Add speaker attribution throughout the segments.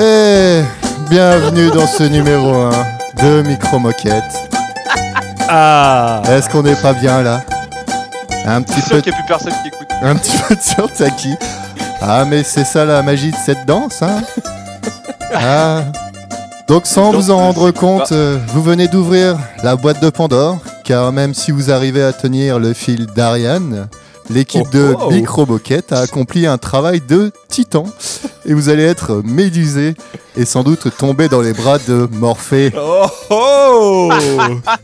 Speaker 1: Eh, Et bienvenue dans ce numéro 1 de Micro Moquette.
Speaker 2: Ah
Speaker 1: Est-ce qu'on n'est pas bien là Un petit
Speaker 3: C'est sûr
Speaker 1: peu,
Speaker 3: qu'il n'y a plus personne qui écoute.
Speaker 1: un petit peu de surtaki. Ah mais c'est ça la magie de cette danse, hein Ah. Donc sans vous en rendre compte, euh, vous venez d'ouvrir la boîte de Pandore, car même si vous arrivez à tenir le fil d'Ariane, l'équipe de
Speaker 2: Oh, oh.
Speaker 1: Micro Moquette a accompli un travail de titan, et vous allez être médusé et sans doute tomber dans les bras de Morphée.
Speaker 2: Oh oh
Speaker 1: Ah.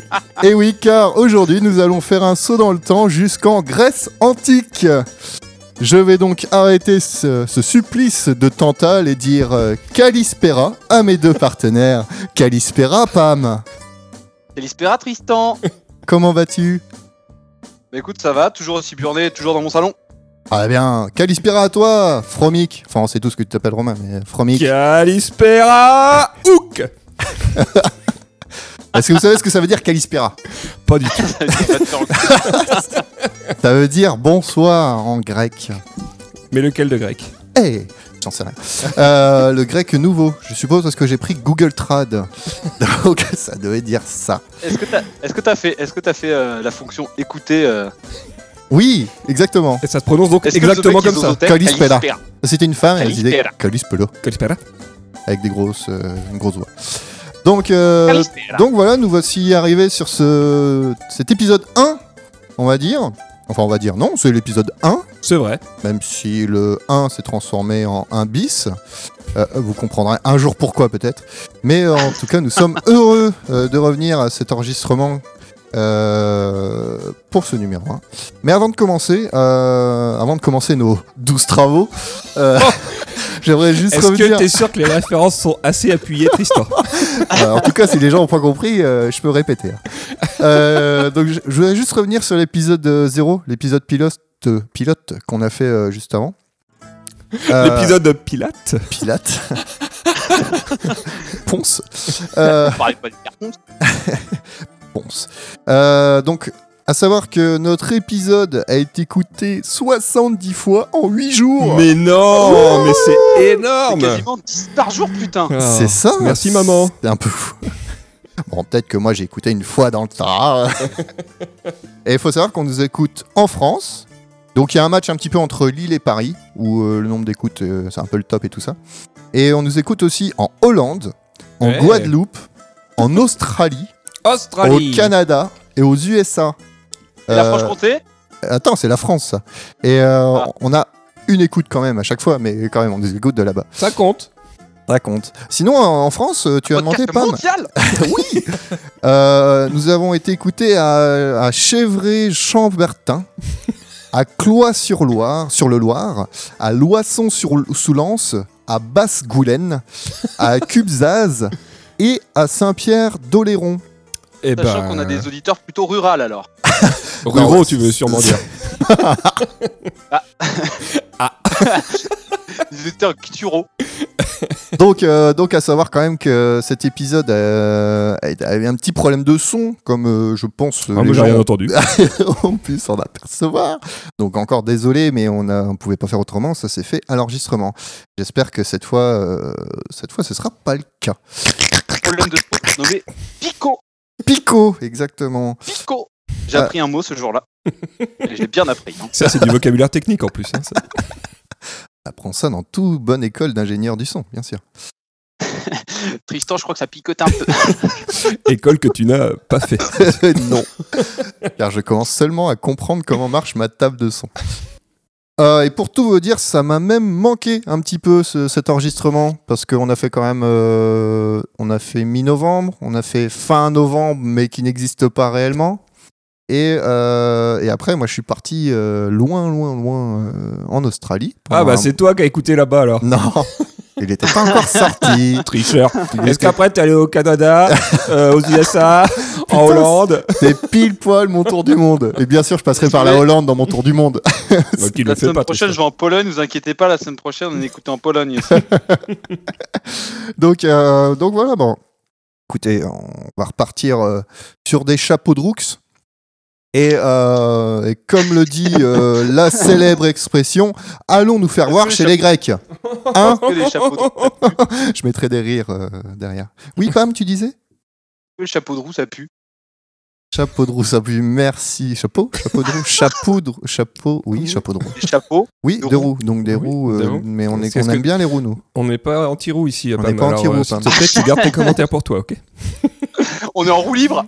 Speaker 1: Et oui, car aujourd'hui nous allons faire un saut dans le temps jusqu'en Grèce antique. Je vais donc arrêter ce, ce supplice de Tantale et dire euh, Calispera à mes deux partenaires. Calispera, Pam,
Speaker 3: C'est l'Ispera Tristan.
Speaker 1: comment vas-tu
Speaker 3: bah écoute, ça va, toujours aussi burné, toujours dans mon salon.
Speaker 1: Ah bien, Calispera à toi, Fromic. Enfin, on sait tous que tu t'appelles Romain, mais euh, Fromic.
Speaker 2: Calispera Hook
Speaker 1: Est-ce que vous savez ce que ça veut dire Calispera
Speaker 2: Pas du tout.
Speaker 3: Ça va te faire enculer.
Speaker 1: Ça veut dire bonsoir en grec.
Speaker 2: Mais lequel de grec
Speaker 1: Hey J'en sais rien. Euh, le grec nouveau, je suppose, parce que j'ai pris Google Trad. Donc ça devait dire ça.
Speaker 3: Est-ce que t'as est-ce que t'as fait, est-ce que t'as fait euh, la fonction écouter euh,
Speaker 1: Oui, exactement.
Speaker 2: Et ça se prononce donc
Speaker 3: est-ce que
Speaker 2: exactement
Speaker 3: le mec,
Speaker 2: comme
Speaker 3: ils
Speaker 2: ça.
Speaker 3: ont noté
Speaker 1: Calispera.
Speaker 3: Calispera.
Speaker 1: C'était une femme, elle disait
Speaker 3: Calispera.
Speaker 1: Calispelo,
Speaker 2: Calispera
Speaker 1: avec des grosses, euh, une grosse voix. Donc, euh,
Speaker 3: Calispera.
Speaker 1: donc voilà, nous voici arrivés sur ce, cet épisode 1, on va dire. Enfin, on va dire non, c'est l'épisode 1,
Speaker 2: C'est vrai.
Speaker 1: même si le 1 s'est transformé en 1 bis. Euh, vous comprendrez un jour pourquoi peut-être. Mais euh, en tout cas, nous sommes heureux euh, de revenir à cet enregistrement euh, pour ce numéro 1. Mais avant de commencer, euh, avant de commencer nos 12 travaux, euh, j'aimerais juste
Speaker 2: Est-ce que
Speaker 1: revenir.
Speaker 2: t'es sûr que les références sont assez appuyées, Tristan
Speaker 1: Euh, en tout cas, si les gens n'ont pas compris, euh, je peux répéter. Euh, donc, je, je voulais juste revenir sur l'épisode euh, 0, l'épisode pilote, euh, pilote qu'on a fait euh, juste avant. Euh,
Speaker 2: L'épisode de Pilate
Speaker 1: Pilate. Ponce. Euh,
Speaker 3: On parlait pas du carton.
Speaker 1: Ponce. Euh, donc, à savoir que notre épisode a été écouté 70 fois en 8 jours.
Speaker 2: Mais non Mais c'est énorme
Speaker 3: C'est quasiment 10 par jour, putain.
Speaker 2: Ah.
Speaker 1: C'est ça
Speaker 2: Merci, maman.
Speaker 1: C'est un peu fou. Bon, peut-être que moi j'ai écouté une fois dans le tas. et il faut savoir qu'on nous écoute en France. Donc il y a un match un petit peu entre Lille et Paris, où euh, le nombre d'écoutes, euh, c'est un peu le top et tout ça. Et on nous écoute aussi en Hollande, en
Speaker 2: Ouais.
Speaker 1: Guadeloupe, en Australie,
Speaker 2: Australie
Speaker 1: au Canada et aux USA.
Speaker 3: Et La
Speaker 1: Euh,
Speaker 3: Franche-Comté,
Speaker 1: attends, c'est la France ça. Et euh,
Speaker 3: Ah.
Speaker 1: on a une écoute quand même à chaque fois, mais quand même on nous écoute de là-bas.
Speaker 2: Ça compte
Speaker 1: Ça compte. Sinon en en France, euh, tu as demandé
Speaker 3: podcast
Speaker 1: Pam.
Speaker 3: mondial.
Speaker 1: oui Euh, Nous avons été écoutés à, à Chevray-Chambertin, à Cloy-sur-Loire, sur le Loir, à Loisson-sous-Lens, à Basse-Goulaine, à Cubzaz et à Saint-Pierre-d'Oléron.
Speaker 2: Eh
Speaker 3: Sachant
Speaker 2: ben...
Speaker 3: qu'on a des auditeurs plutôt ruraux alors.
Speaker 2: Ruraux,
Speaker 1: Non,
Speaker 2: tu veux sûrement dire.
Speaker 3: Des auditeurs culturaux.
Speaker 1: Donc, euh, donc, à savoir quand même que cet épisode euh, avait un petit problème de son, comme euh, je pense. euh,
Speaker 2: Ah,
Speaker 1: les
Speaker 2: moi, j'ai
Speaker 1: gens
Speaker 2: rien entendu.
Speaker 1: on puisse s'en apercevoir. Donc encore désolé, mais on ne on pouvait pas faire autrement, ça s'est fait à l'enregistrement. J'espère que cette fois, euh, cette fois, ce sera pas le cas.
Speaker 3: Problème de peau nommé Pico.
Speaker 1: Pico, exactement.
Speaker 3: Pico.
Speaker 2: Euh.
Speaker 3: J'ai
Speaker 1: Ah.
Speaker 3: appris un mot ce jour-là. Et je l'ai bien appris. hein.
Speaker 2: Ça, c'est du vocabulaire technique en plus. hein, ça.
Speaker 1: On apprend ça dans toute bonne école d'ingénieur du son, bien sûr.
Speaker 3: Tristan, je crois que ça picote un peu.
Speaker 2: École que tu n'as pas fait. Ah,
Speaker 1: non, car je commence seulement à comprendre comment marche ma table de son. Euh, et pour tout vous dire, ça m'a même manqué un petit peu ce- cet enregistrement parce qu'on a fait quand même, euh, on a fait mi-novembre, on a fait fin novembre, mais qui n'existe pas réellement. Et, euh, et après, moi, je suis parti euh, loin, loin, loin euh, en Australie.
Speaker 2: Ah
Speaker 1: pendant
Speaker 2: bah
Speaker 1: un-
Speaker 2: c'est toi qui as écouté là-bas alors.
Speaker 1: Non, il était pas encore sorti.
Speaker 2: Tricheur.
Speaker 1: Il
Speaker 2: Est-ce
Speaker 1: était-
Speaker 2: qu'après t'es allé au Canada, euh, aux USA, en Hollande
Speaker 1: C'était pile poil mon tour du monde. Et bien sûr, je passerai par la Hollande dans mon tour du monde.
Speaker 2: Donc
Speaker 3: La
Speaker 2: il Bah, le fait
Speaker 3: semaine
Speaker 2: pas.
Speaker 3: prochaine,
Speaker 2: Tricheur.
Speaker 3: je vais en Pologne, vous inquiétez pas, la semaine prochaine, on écoute en Pologne. aussi.
Speaker 1: Donc, euh, donc voilà, bon. Écoutez, on va repartir euh, sur des chapeaux de roux. Et, euh, et comme le dit euh, la célèbre expression, allons nous faire voir chez les Grecs. Hein
Speaker 3: Que les chapeaux de roue,
Speaker 1: Je mettrai des rires euh, derrière. Oui, Pam, tu disais
Speaker 3: le chapeau de roue, ça pue.
Speaker 1: Chapeau de roux, ça pue, merci. Chapeau Chapeau de roux, chapeau de roux, chapeau, oui, chapeau de roux.
Speaker 3: Les chapeaux,
Speaker 1: Oui,
Speaker 3: De
Speaker 1: de
Speaker 3: roux.
Speaker 1: roux, donc des
Speaker 2: Oui,
Speaker 1: roues,
Speaker 2: des
Speaker 1: euh,
Speaker 2: roues.
Speaker 1: mais on, est,
Speaker 2: Qu'est-ce
Speaker 1: on aime
Speaker 2: que-
Speaker 1: bien les roues, nous.
Speaker 2: On n'est pas anti-roux ici. à
Speaker 1: On
Speaker 2: Pam.
Speaker 1: n'est pas
Speaker 2: Alors,
Speaker 1: anti-roux,
Speaker 2: euh, S'il
Speaker 1: Pam.
Speaker 2: te plaît, tu gardes tes commentaires pour toi, ok
Speaker 3: on est en roue libre.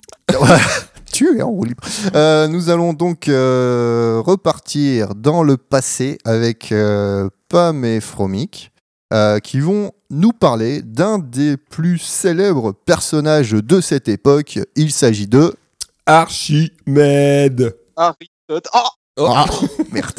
Speaker 1: Tu es en roue libre. Euh, nous allons donc euh, repartir dans le passé avec euh, Pam et Fromic, euh, qui vont nous parler d'un des plus célèbres personnages de cette époque. Il s'agit de...
Speaker 2: Archimède.
Speaker 3: Aristote. Oh
Speaker 1: Ah, merde.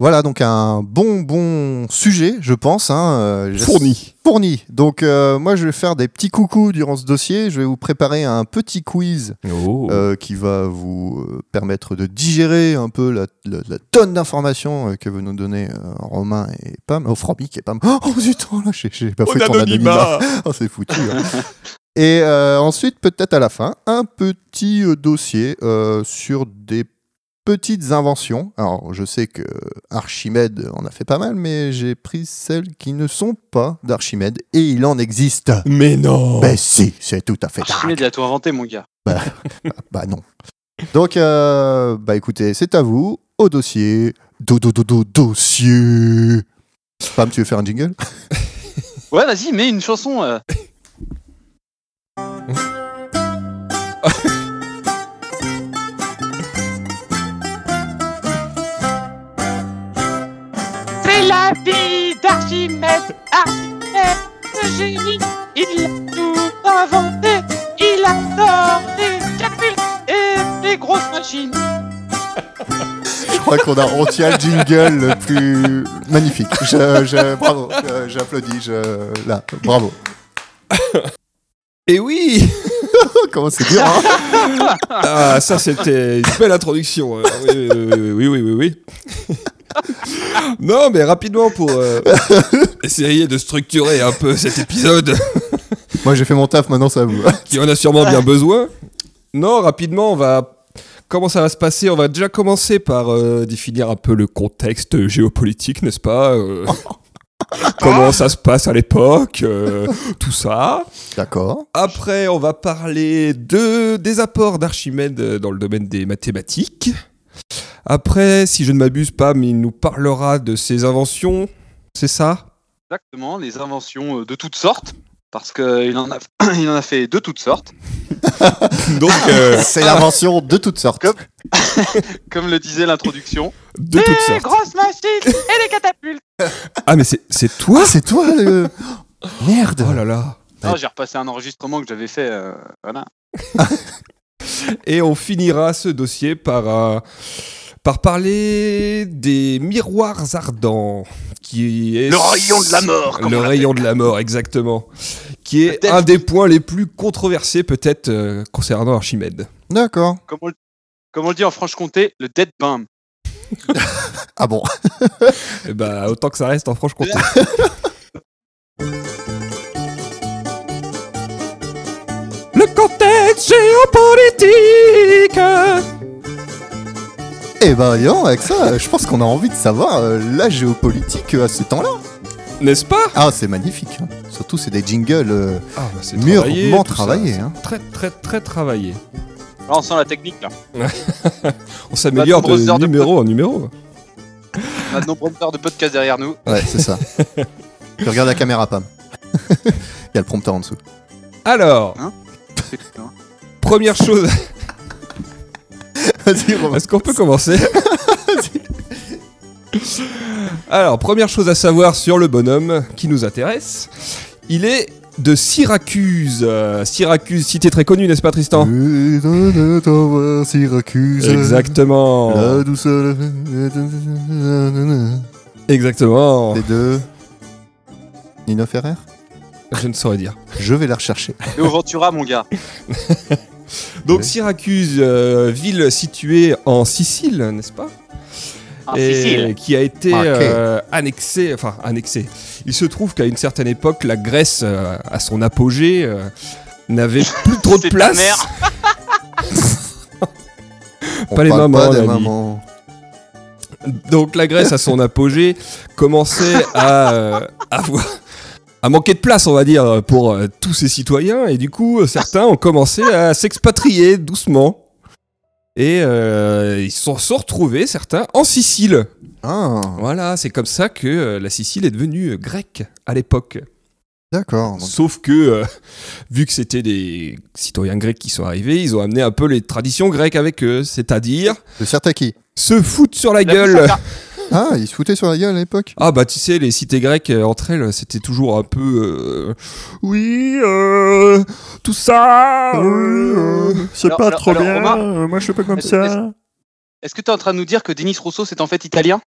Speaker 1: Voilà donc un bon bon sujet, je pense. Hein, euh, j'es-
Speaker 2: Fourni.
Speaker 1: Fourni. Donc euh, moi je vais faire des petits coucous durant ce dossier. Je vais vous préparer un petit quiz
Speaker 2: Oh.
Speaker 1: euh, qui va vous euh, permettre de digérer un peu la, la- la tonne d'informations euh, que vous nous donner euh, Romain et Pam, oh Fromic et Pam. Oh zut, oh là, j'ai j'ai pas fait ton anonymat. Oh, c'est foutu. hein. Et euh, ensuite, peut-être à la fin, un petit euh, dossier euh, sur des petites inventions. Alors, je sais que Archimède en a fait pas mal, mais j'ai pris celles qui ne sont pas d'Archimède et il en existe.
Speaker 2: Mais non
Speaker 1: Ben si, c'est tout à fait dingue.
Speaker 3: Archimède, il a tout inventé, mon gars.
Speaker 1: Bah non. Donc, euh, bah écoutez, c'est à vous. Au dossier. Do do do do dossier. Pam, tu veux faire un jingle
Speaker 3: Ouais, vas-y, mets une chanson. euh.
Speaker 4: C'est la vie d'Archimède, Archimède, le génie. Il a tout inventé, il adore des calculs et des grosses machines.
Speaker 1: Je crois qu'on a, on tient le jingle le plus magnifique. Je, je- bravo, je- j'applaudis. Je, là, bravo.
Speaker 2: Et Eh oui
Speaker 1: Comment c'est dur, hein
Speaker 2: Ah, ça, c'était une belle introduction. euh, Oui, euh, oui, oui, oui, oui. Non, mais rapidement pour euh, essayer de structurer un peu cet épisode
Speaker 1: Moi, j'ai fait mon taf, maintenant, ça vous.
Speaker 2: qui en a sûrement bien besoin. Non, rapidement, on va. Comment ça va se passer On va déjà commencer par euh, définir un peu le contexte géopolitique, n'est-ce pas Euh, Comment ça se passe à l'époque euh, Tout ça.
Speaker 1: D'accord.
Speaker 2: Après, on va parler de, des apports d'Archimède euh, dans le domaine des mathématiques. Après, si je ne m'abuse pas, mais il nous parlera de ses inventions, c'est ça
Speaker 3: Exactement, les inventions euh, de toutes sortes. Parce qu'il en, a... il en a fait de toutes sortes.
Speaker 2: Donc, euh,
Speaker 1: C'est l'invention de toutes sortes.
Speaker 3: Comme- Comme le disait l'introduction.
Speaker 2: de toutes
Speaker 4: Des
Speaker 2: sortes.
Speaker 4: grosses machines et des catapultes.
Speaker 2: Ah, mais c'est c'est toi
Speaker 1: Ah, c'est toi, le. Merde.
Speaker 2: Oh là là
Speaker 3: Ah, J'ai repassé un enregistrement que j'avais fait. euh, Voilà.
Speaker 2: Et on finira ce dossier par, euh, par parler des miroirs ardents. Qui est
Speaker 3: Le rayon de la mort, comme
Speaker 2: Le
Speaker 3: on l'appelle.
Speaker 2: rayon de la mort, exactement. Qui est
Speaker 3: Peut-être.
Speaker 2: un des points les plus controversés, peut-être, euh, concernant Archimède.
Speaker 1: D'accord.
Speaker 3: Comme on, le- comme on le dit en Franche-Comté, le dead bum.
Speaker 1: Ah bon.
Speaker 2: Eh bah, autant que ça reste en Franche-Comté. Le contexte géopolitique
Speaker 1: Eh ben, non, avec ça, je pense qu'on a envie de savoir euh, la géopolitique euh, à ces temps-là.
Speaker 2: N'est-ce pas
Speaker 1: Ah, c'est magnifique. hein. Surtout, c'est des jingles euh,
Speaker 2: ah, bah, c'est
Speaker 1: mûrement
Speaker 2: tout ça.
Speaker 1: travaillés. hein.
Speaker 2: Très, très, très travaillé.
Speaker 3: Là, on sent la technique, là.
Speaker 2: On s'améliore
Speaker 3: Pas de nombreuses heures
Speaker 2: de
Speaker 3: de
Speaker 2: numéro en numéro.
Speaker 3: On a de nombreuses heures de podcast derrière nous.
Speaker 1: Ouais, c'est ça. tu regardes la caméra, Pam. Il y a le prompteur en dessous.
Speaker 2: Alors,
Speaker 3: hein.
Speaker 2: première chose,
Speaker 1: Vas-y, Romain.
Speaker 2: est-ce qu'on peut commencer Alors, première chose à savoir sur le bonhomme qui nous intéresse, il est de Syracuse. Euh, Syracuse, cité très connue, n'est-ce pas, Tristan
Speaker 1: Oui, de- de ton voir Syracuse.
Speaker 2: Exactement.
Speaker 1: La douceur.
Speaker 2: Exactement.
Speaker 1: Les deux. Nino Ferrer
Speaker 2: Je ne saurais dire.
Speaker 1: Je vais la rechercher.
Speaker 3: Léo Ventura, mon gars.
Speaker 2: Donc
Speaker 1: Oui.
Speaker 2: Syracuse, euh, ville située en Sicile, n'est-ce pas
Speaker 3: Ah,
Speaker 4: En
Speaker 2: et
Speaker 4: Sicile.
Speaker 2: qui a été
Speaker 1: Marqué.
Speaker 2: euh, annexé, enfin annexé. Il se trouve qu'à une certaine époque, la Grèce, euh, à son apogée, euh, n'avait plus trop de
Speaker 3: C'est ta
Speaker 2: place.
Speaker 3: mère.
Speaker 1: On
Speaker 2: Pas les
Speaker 1: parle
Speaker 2: mamans,
Speaker 1: pas des
Speaker 2: on a dit.
Speaker 1: mamans.
Speaker 2: Donc la Grèce, à son apogée, commençait à euh, avoir à manquer de place, on va dire, pour euh, tous ses citoyens, et du coup, euh, certains ont commencé à s'expatrier doucement. Et euh, ils se sont- sont retrouvés, certains, en Sicile.
Speaker 1: Ah,
Speaker 2: Voilà, c'est comme ça que euh, la Sicile est devenue euh, grecque à l'époque.
Speaker 1: d'accord. Donc,
Speaker 2: Sauf que, euh, vu que c'était des citoyens grecs qui sont arrivés, ils ont amené un peu les traditions grecques avec eux, c'est-à-dire
Speaker 1: Le Sirtaki.
Speaker 2: se foutre sur la
Speaker 3: La
Speaker 2: gueule.
Speaker 3: moussaka.
Speaker 1: Ah, il se foutait sur la gueule à l'époque.
Speaker 2: Ah bah tu sais, les cités grecques euh, entre elles, c'était toujours un peu... euh, oui, euh, tout ça... euh,
Speaker 5: C'est
Speaker 3: Alors-
Speaker 5: pas
Speaker 3: alors-
Speaker 5: trop
Speaker 3: alors,
Speaker 5: bien,
Speaker 3: Romain,
Speaker 5: euh, moi je fais pas comme
Speaker 3: est-ce-
Speaker 5: ça.
Speaker 3: Est-ce que t'es en train de nous dire que Denis Rousseau, c'est en fait italien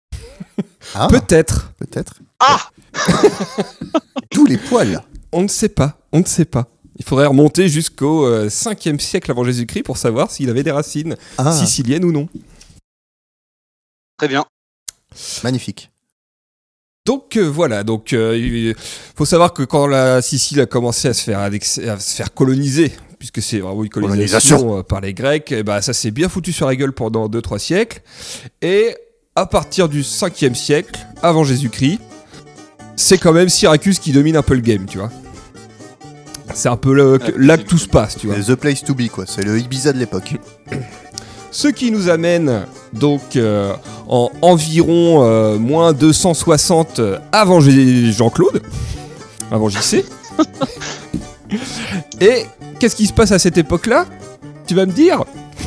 Speaker 1: Ah,
Speaker 2: Peut-être.
Speaker 1: peut-être.
Speaker 3: Ah
Speaker 1: Tous les poils.
Speaker 2: On ne sait pas. On ne sait pas. Il faudrait remonter jusqu'au 5e siècle avant Jésus-Christ pour savoir s'il avait des racines
Speaker 1: Ah,
Speaker 2: siciliennes ou non.
Speaker 3: Très bien.
Speaker 1: magnifique.
Speaker 2: Donc euh, voilà, donc euh, il faut savoir que quand la Sicile a commencé à se faire, annexer- à se faire coloniser, puisque c'est vraiment une colonisation, euh, par les Grecs, et bah, ça s'est bien foutu sur la gueule pendant 2-3 siècles. Et à partir du 5e siècle, avant Jésus-Christ, c'est quand même Syracuse qui domine un peu le game, tu vois. C'est un peu le-
Speaker 3: Ouais,
Speaker 2: là
Speaker 3: c'est
Speaker 2: que tout se passe, tu vois.
Speaker 1: The place to be, quoi. C'est le Ibiza de l'époque.
Speaker 2: Ce qui nous amène donc euh, en environ euh, moins 260 avant J- Jean-Claude, avant JC. Et qu'est-ce qui se passe à cette époque-là Tu vas me dire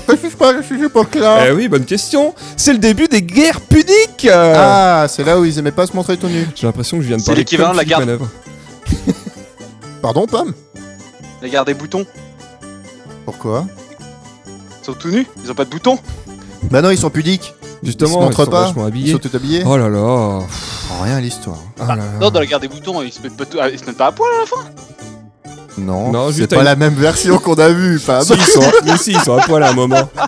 Speaker 1: Je suis pas, je suis pas clair.
Speaker 2: Eh oui, bonne question. C'est le début des guerres puniques euh.
Speaker 1: Ah, c'est là où ils aimaient pas se montrer tout nus.
Speaker 2: J'ai l'impression que je viens de
Speaker 3: C'est
Speaker 2: parler
Speaker 3: l'équivalent
Speaker 2: comme
Speaker 3: de la garde.
Speaker 2: Philippe Manœuvre.
Speaker 1: Pardon, Pam
Speaker 3: La guerre des boutons.
Speaker 1: Pourquoi
Speaker 3: Ils sont tout nus. Ils ont pas de boutons.
Speaker 1: Bah non, ils sont pudiques. Ils se
Speaker 2: Justement,
Speaker 1: montrent
Speaker 2: sont
Speaker 1: pas.
Speaker 2: vachement
Speaker 1: Ils
Speaker 2: habillés.
Speaker 1: sont tout habillés.
Speaker 2: Oh là là.
Speaker 1: Pour rien à l'histoire.
Speaker 2: Oh là là.
Speaker 3: Non, dans la guerre des boutons, ils se mettent pas, tout- ah, ils se mettent pas à poil. hein.
Speaker 1: Non,
Speaker 2: Non,
Speaker 1: c'est
Speaker 2: juste
Speaker 1: pas
Speaker 2: à une-
Speaker 1: la même version qu'on a vue, Pam.
Speaker 2: Si, ils sont, mais si, ils sont à poil à un moment.
Speaker 1: Ah,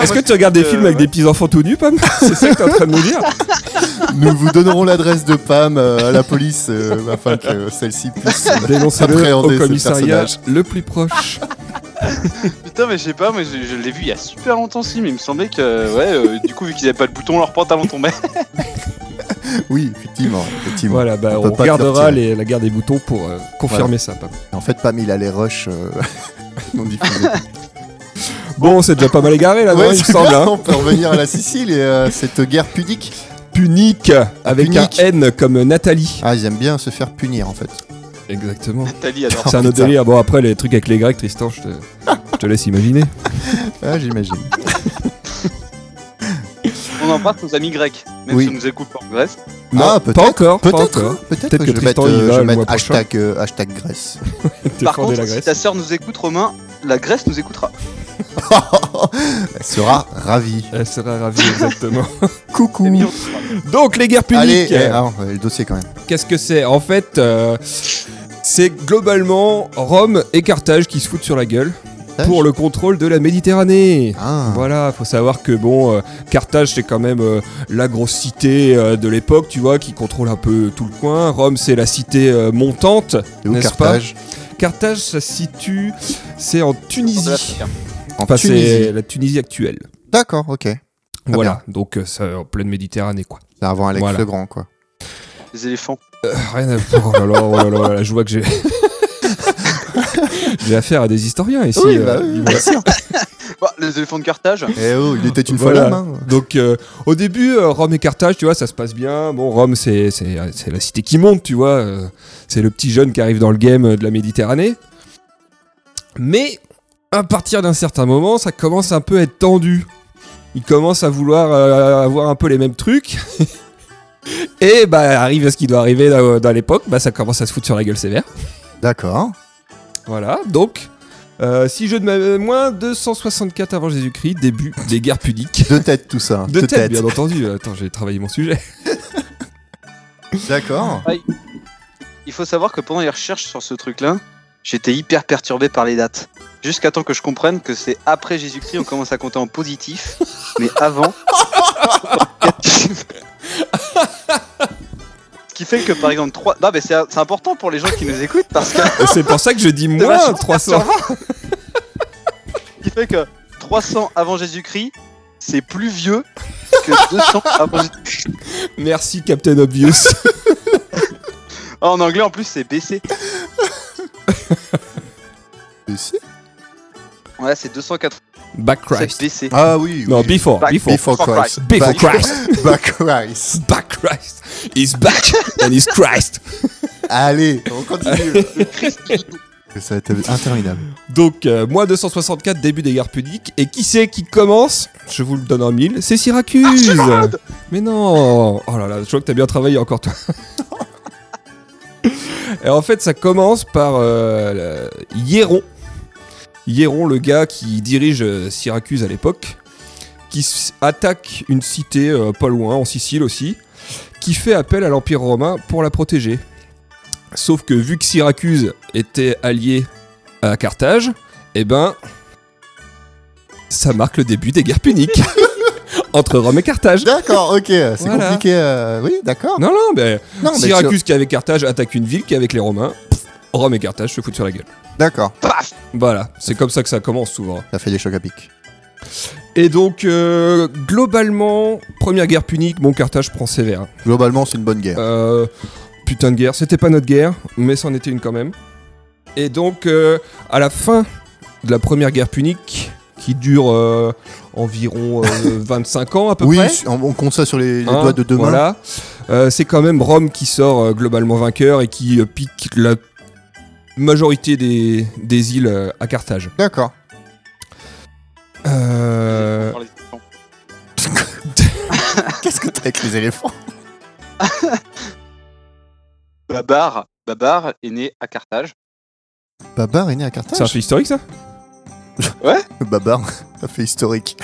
Speaker 2: Est-ce que tu regardes des
Speaker 3: que-
Speaker 1: euh,
Speaker 2: films avec des petits enfants tout nus, Pam C'est ça que t'es en train de nous dire
Speaker 1: Nous vous donnerons l'adresse de Pam euh, à la police euh, afin que euh, celle-ci puisse. euh,
Speaker 2: Dénoncez-le
Speaker 1: Appréhender
Speaker 2: au
Speaker 1: ce
Speaker 2: commissariat
Speaker 1: personnage.
Speaker 2: le plus proche.
Speaker 3: Putain, mais je sais pas, mais je, je l'ai vu il y a super longtemps, si, mais il me semblait que, ouais, euh, du coup, vu qu'ils avaient pas de bouton, leur pantalon tombait.
Speaker 1: Oui, effectivement. effectivement.
Speaker 2: Voilà, bah,
Speaker 1: On peut
Speaker 2: on,
Speaker 1: pas
Speaker 2: regardera
Speaker 1: te
Speaker 2: les- la guerre des boutons pour euh, confirmer ça. Pam.
Speaker 1: En fait, Pam, il a les rushs euh, non diffusés.
Speaker 2: Bon, c'est déjà pas mal égaré là, non,
Speaker 1: Ouais,
Speaker 2: il me
Speaker 1: c'est
Speaker 2: semble.
Speaker 1: bien,
Speaker 2: Hein.
Speaker 1: On peut revenir à la Sicile et euh, cette guerre pudique.
Speaker 2: Punique, avec
Speaker 1: Punique.
Speaker 2: un N comme Nathalie.
Speaker 1: Ah, ils aiment bien se faire punir en fait.
Speaker 2: Exactement.
Speaker 3: Nathalie, alors.
Speaker 2: C'est un autre
Speaker 1: Ah, Oh, putain.
Speaker 2: délire. Bon, après, les trucs avec les Grecs, Tristan, je te, je te laisse imaginer.
Speaker 1: Ah, j'imagine.
Speaker 3: On embrasse nos amis grecs, même
Speaker 1: Oui.
Speaker 3: si on nous écoute pas en Grèce.
Speaker 1: Ah,
Speaker 2: Non,
Speaker 1: peut-être,
Speaker 2: pas encore. Pas
Speaker 1: Peut-être, hein.
Speaker 2: encore.
Speaker 1: peut-être
Speaker 2: Peut-être
Speaker 1: que
Speaker 2: que
Speaker 1: je vais mettre,
Speaker 2: Tristan
Speaker 1: euh,
Speaker 2: y va
Speaker 1: je vais
Speaker 2: le
Speaker 1: mettre
Speaker 2: mois prochain.
Speaker 1: hashtag, euh, hashtag Grèce.
Speaker 2: T'es
Speaker 3: Par
Speaker 2: fort de la
Speaker 3: contre, si
Speaker 2: Grèce.
Speaker 3: ta sœur nous écoute, Romain, la Grèce nous écoutera.
Speaker 1: Elle sera ravie.
Speaker 2: Elle sera ravie, exactement.
Speaker 1: Coucou.
Speaker 3: C'est mignon.
Speaker 2: Donc, les guerres puniques.
Speaker 1: Allez, eh, ah, euh, le dossier quand même.
Speaker 2: Qu'est-ce que c'est En fait, euh, c'est globalement Rome et Carthage qui se foutent sur la gueule pour le contrôle de la Méditerranée.
Speaker 1: Ah,
Speaker 2: Voilà, faut savoir que bon, euh, Carthage c'est quand même euh, la grosse cité euh, de l'époque, tu vois, qui contrôle un peu tout le coin. Rome c'est la cité euh, montante.
Speaker 1: c'est où
Speaker 2: n'est-ce
Speaker 1: Carthage
Speaker 2: Carthage ça se situe, c'est en
Speaker 3: De
Speaker 2: Tunisie.
Speaker 3: l'Afrique, hein.
Speaker 1: En
Speaker 2: Enfin
Speaker 1: Tunisie.
Speaker 2: c'est la Tunisie Ah actuelle.
Speaker 1: D'accord, ok. C'est
Speaker 2: voilà, donc euh, c'est en pleine Méditerranée quoi.
Speaker 1: avant Alex
Speaker 2: Voilà.
Speaker 1: le Grand, quoi.
Speaker 3: Les éléphants.
Speaker 2: Euh, rien à voir. Oh là là, oh là là, oh là là, je vois que j'ai. j'ai affaire à des historiens ici.
Speaker 1: Oui,
Speaker 2: euh,
Speaker 1: bah oui,
Speaker 2: du-
Speaker 1: bien sûr.
Speaker 3: Bah, les éléphants de Carthage.
Speaker 1: Eh oh, il était une
Speaker 2: Voilà.
Speaker 1: fois l'homme. hein.
Speaker 2: Donc euh, au début, euh, Rome et Carthage, tu vois, ça se passe bien. Bon, Rome, c'est c'est- c'est la cité qui monte, tu vois. euh, c'est le petit jeune qui arrive dans le game euh, de la Méditerranée. Mais à partir d'un certain moment, ça commence un peu à être tendu. Il commence à vouloir euh, avoir un peu les mêmes trucs. Et bah, arrive ce qui doit arriver dans, dans l'époque, bah, ça commence à se foutre sur la gueule sévère.
Speaker 1: D'accord.
Speaker 2: Voilà, donc, euh, si je ne m'abuse, moins 264 avant Jésus-Christ, début des guerres puniques.
Speaker 1: De tête tout ça.
Speaker 2: Hein, De tête, bien entendu. Euh, Attends, j'ai travaillé mon sujet.
Speaker 1: D'accord.
Speaker 3: Il faut savoir que pendant les recherches sur ce truc-là, j'étais hyper perturbé par les dates. Jusqu'à temps que je comprenne que c'est après Jésus-Christ, on commence à compter en positif, mais avant. Ce qui fait que par exemple 3. Non, mais c'est c'est important pour les gens qui nous écoutent parce que.
Speaker 2: Et Euh, C'est pour ça que je dis
Speaker 3: De
Speaker 2: moins
Speaker 3: vachement
Speaker 2: 300.
Speaker 3: Ce qui fait que 300 avant Jésus-Christ, c'est plus vieux que 200 avant Jésus-Christ.
Speaker 2: Merci, Captain Obvious.
Speaker 3: Ah, En anglais, en plus, c'est BC.
Speaker 1: Mais si.
Speaker 3: Ouais, c'est 287
Speaker 2: Back Christ.
Speaker 3: BC.
Speaker 1: Ah oui. oui.
Speaker 2: Non, before,
Speaker 3: Back-
Speaker 2: before.
Speaker 1: Before Christ.
Speaker 2: Before
Speaker 1: Back-
Speaker 2: Christ.
Speaker 1: Back Christ.
Speaker 2: Back Christ. He's back and he's Christ.
Speaker 1: Allez, on continue. ça a été interminable.
Speaker 2: Donc, euh, moins 264, début des guerres puniques. Et qui c'est qui commence Je vous le donne en mille. C'est Syracuse. Mais non Oh là là, je crois que t'as bien travaillé encore, toi. Et en fait, ça commence par euh, le- Hiéron. Hiéron, le gars qui dirige euh, Syracuse à l'époque, qui s- attaque une cité euh, pas loin, en Sicile aussi, qui fait appel à l'Empire romain pour la protéger. Sauf que vu que Syracuse était allié à Carthage, eh ben, ça marque le début des guerres puniques entre Rome et Carthage.
Speaker 1: D'accord, ok. C'est
Speaker 2: Voilà.
Speaker 1: compliqué. euh, Oui, d'accord.
Speaker 2: Non, non, mais
Speaker 1: Non, mais
Speaker 2: Syracuse qui est avec Carthage attaque une ville qui est avec les Romains. Pff, Rome et Carthage se foutent sur la gueule.
Speaker 1: tu- D'accord.
Speaker 3: Paf
Speaker 2: Voilà, c'est comme ça que ça commence souvent.
Speaker 1: Ça fait des chocs à pic.
Speaker 2: Et donc, euh, globalement, première guerre punique, bon, Carthage prend sévère.
Speaker 1: Globalement, c'est une bonne guerre.
Speaker 2: Euh, putain de guerre, c'était pas notre guerre, mais c'en était une quand même. Et donc, euh, à la fin de la première guerre punique, qui dure euh, environ euh, 25 ans à peu
Speaker 1: oui,
Speaker 2: près.
Speaker 1: su- on, on compte ça sur les, les
Speaker 2: Hein,
Speaker 1: doigts de deux mains.
Speaker 2: Voilà. Euh, c'est quand même Rome qui sort euh, globalement vainqueur et qui euh, pique la majorité des, des îles euh, à Carthage.
Speaker 1: D'accord.
Speaker 2: Euh,
Speaker 1: Qu'est-ce que t'as avec les éléphants
Speaker 3: Babar. Babar est né à Carthage.
Speaker 1: Babar est né à
Speaker 2: c'est un
Speaker 1: Carthage.
Speaker 2: fait historique ça
Speaker 1: Babar, ça fait historique.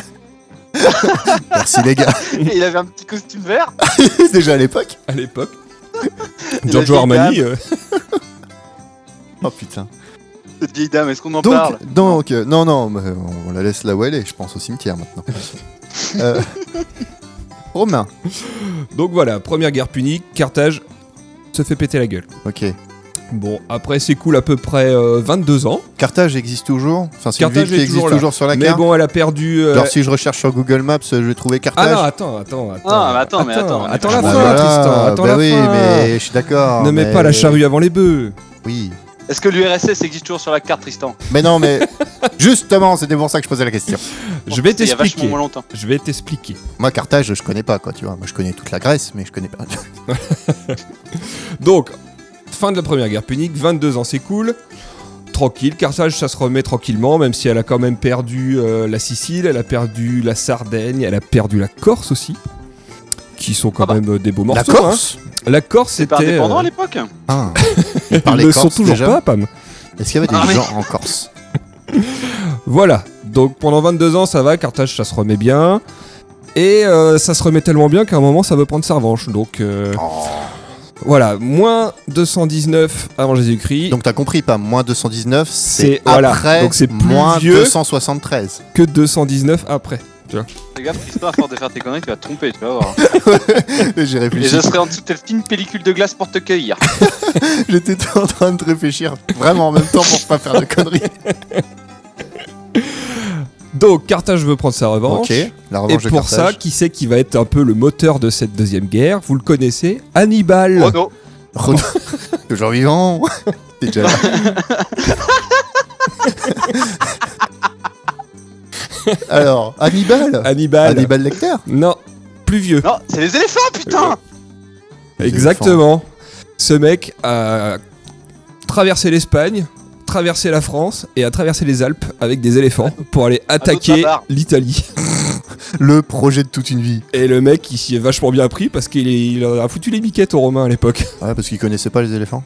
Speaker 1: Merci les gars.
Speaker 3: Et il avait un petit costume vert.
Speaker 1: Déjà à l'époque.
Speaker 2: À l'époque.
Speaker 3: Il
Speaker 2: Giorgio
Speaker 3: a fait une
Speaker 2: Armani. euh,
Speaker 1: Oh putain.
Speaker 3: Cette vieille dame, est-ce qu'on en parle
Speaker 1: Donc, donc euh, non, non, mais on, on la laisse là où elle est, je pense, au cimetière maintenant. Euh, Romain.
Speaker 2: Donc voilà, première guerre punique, Carthage se fait péter la gueule.
Speaker 1: Ok.
Speaker 2: Bon, après c'est cool à peu près euh, 22 ans.
Speaker 1: Carthage existe toujours Enfin, c'est une
Speaker 2: Carthage
Speaker 1: ville qui
Speaker 2: est
Speaker 1: existe
Speaker 2: toujours
Speaker 1: toujours,
Speaker 2: là.
Speaker 1: sur la
Speaker 2: Mais
Speaker 1: carte.
Speaker 2: bon, elle a perdu. euh,
Speaker 1: Alors si je recherche sur Google Maps, je vais trouver
Speaker 2: ah non,
Speaker 1: Carthage.
Speaker 2: attends, attends, attends.
Speaker 3: Non, mais attends, mais attends, on est
Speaker 2: euh, Ah Attends
Speaker 3: pas
Speaker 2: la
Speaker 1: Bah
Speaker 2: fin,
Speaker 3: loin.
Speaker 1: voilà,
Speaker 2: Tristan. Attends
Speaker 1: bah
Speaker 2: la
Speaker 1: oui,
Speaker 2: fin.
Speaker 1: mais je suis
Speaker 3: bah.
Speaker 1: d'accord.
Speaker 2: Ne mets
Speaker 1: Ah, mais-
Speaker 2: pas la charrue avant les bœufs.
Speaker 1: Oui.
Speaker 3: Est-ce que l'URSS existe toujours sur la carte, Tristan
Speaker 1: Mais non, mais justement, c'était pour ça que je posais la question.
Speaker 2: Je vais
Speaker 3: C'était Il y a vachement
Speaker 2: t'expliquer.
Speaker 3: moins longtemps.
Speaker 2: Je vais t'expliquer.
Speaker 1: Moi, Carthage, je connais pas, quoi, tu vois. Moi, je connais toute la Grèce, mais je connais pas.
Speaker 2: Donc, fin de la première guerre punique, 22 ans, c'est cool. Tranquille, Carthage, ça se remet tranquillement, même si elle a quand même perdu euh, la Sicile, elle a perdu la Sardaigne, elle a perdu la Corse aussi, qui sont quand
Speaker 3: Ah bah.
Speaker 2: même euh, des beaux
Speaker 1: la
Speaker 2: morceaux. hein.
Speaker 1: Corse
Speaker 2: La Corse,
Speaker 3: C'est pas
Speaker 2: c'était.
Speaker 3: indépendant
Speaker 2: euh,
Speaker 3: à l'époque
Speaker 1: Ah,
Speaker 2: ils
Speaker 1: parlaient
Speaker 2: ne
Speaker 1: corse,
Speaker 2: sont toujours
Speaker 1: déjà
Speaker 2: pas, Pam.
Speaker 1: Est-ce qu'il y avait des
Speaker 3: Ah, mais-
Speaker 1: gens en Corse
Speaker 2: Voilà. Donc pendant 22 ans, ça va, Carthage, ça se remet bien. Et euh, ça se remet tellement bien qu'à un moment, ça veut prendre sa revanche. Donc euh,
Speaker 1: Oh.
Speaker 2: voilà, moins 219 avant Jésus-Christ
Speaker 1: Donc, t'as compris, pas moins 219,
Speaker 2: C'est-
Speaker 1: c'est
Speaker 2: voilà.
Speaker 1: après
Speaker 2: Donc, c'est plus
Speaker 1: moins
Speaker 2: vieux.
Speaker 1: 273.
Speaker 2: que 219 après.
Speaker 3: Les gars, Tristan, à force de faire tes conneries, tu vas te tromper, tu vas voir.
Speaker 1: J'ai
Speaker 3: Et
Speaker 1: réfléchi.
Speaker 3: je serai en dessous de cette fine pellicule de glace pour te cueillir.
Speaker 1: J'étais en train de réfléchir vraiment en même temps pour pas faire de conneries.
Speaker 2: Donc Carthage veut prendre sa revanche.
Speaker 1: Ok, la
Speaker 2: Et
Speaker 1: revanche de
Speaker 2: pour ça,
Speaker 1: Carthage.
Speaker 2: qui c'est qui va être un peu le moteur de cette deuxième guerre Vous le connaissez Hannibal
Speaker 3: Renaud,
Speaker 1: Renaud- Toujours vivant T'es déjà là. Alors, Hannibal
Speaker 2: Hannibal
Speaker 1: Hannibal Lecter
Speaker 2: Non, plus vieux.
Speaker 3: non, c'est les éléphants, putain
Speaker 2: Exactement. Ce mec a traversé l'Espagne, traversé la France et a traversé les Alpes avec des éléphants pour aller attaquer
Speaker 3: bavard.
Speaker 2: l'Italie.
Speaker 1: le projet de toute une vie.
Speaker 2: Et le mec, il s'y est vachement bien pris parce qu'il est- il a foutu les miquettes aux Romains à l'époque.
Speaker 1: Ouais, Ah, parce qu'ils connaissaient pas les éléphants.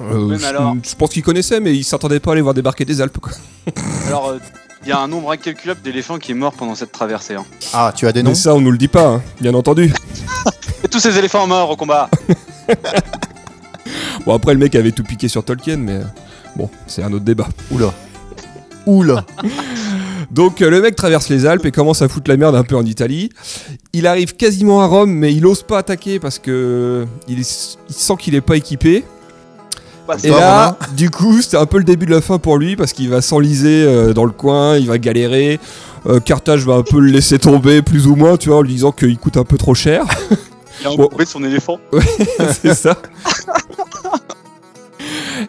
Speaker 2: Euh,
Speaker 3: mais
Speaker 2: je,
Speaker 3: alors
Speaker 2: je pense qu'il connaissait, mais il s'attendait pas à les voir débarquer des Alpes. Quoi.
Speaker 3: Alors, euh, il y a un nombre incalculable d'éléphants qui est mort pendant cette traversée. hein.
Speaker 1: Ah, tu as des noms
Speaker 2: Mais ça, on nous le dit pas, hein, bien entendu.
Speaker 3: Et tous ces éléphants morts au combat
Speaker 2: Bon, après, le mec avait tout piqué sur Tolkien, mais euh, bon, c'est un autre débat.
Speaker 1: Oula. Oula.
Speaker 2: Donc, euh, le mec traverse les Alpes et commence à foutre la merde un peu en Italie. Il arrive quasiment à Rome, mais il ose pas attaquer parce que euh, il, est- il sent qu'il est pas équipé.
Speaker 3: Bah,
Speaker 2: Et
Speaker 1: Toi,
Speaker 2: là, du coup, c'est un peu le début de la fin pour lui parce qu'il va s'enliser euh, dans le coin, il va galérer. Euh, Carthage va un peu le laisser tomber, plus ou moins, tu vois, en lui disant qu'il coûte un peu trop cher.
Speaker 3: Il a
Speaker 2: Bon.
Speaker 3: encouru son éléphant.
Speaker 2: c'est ça.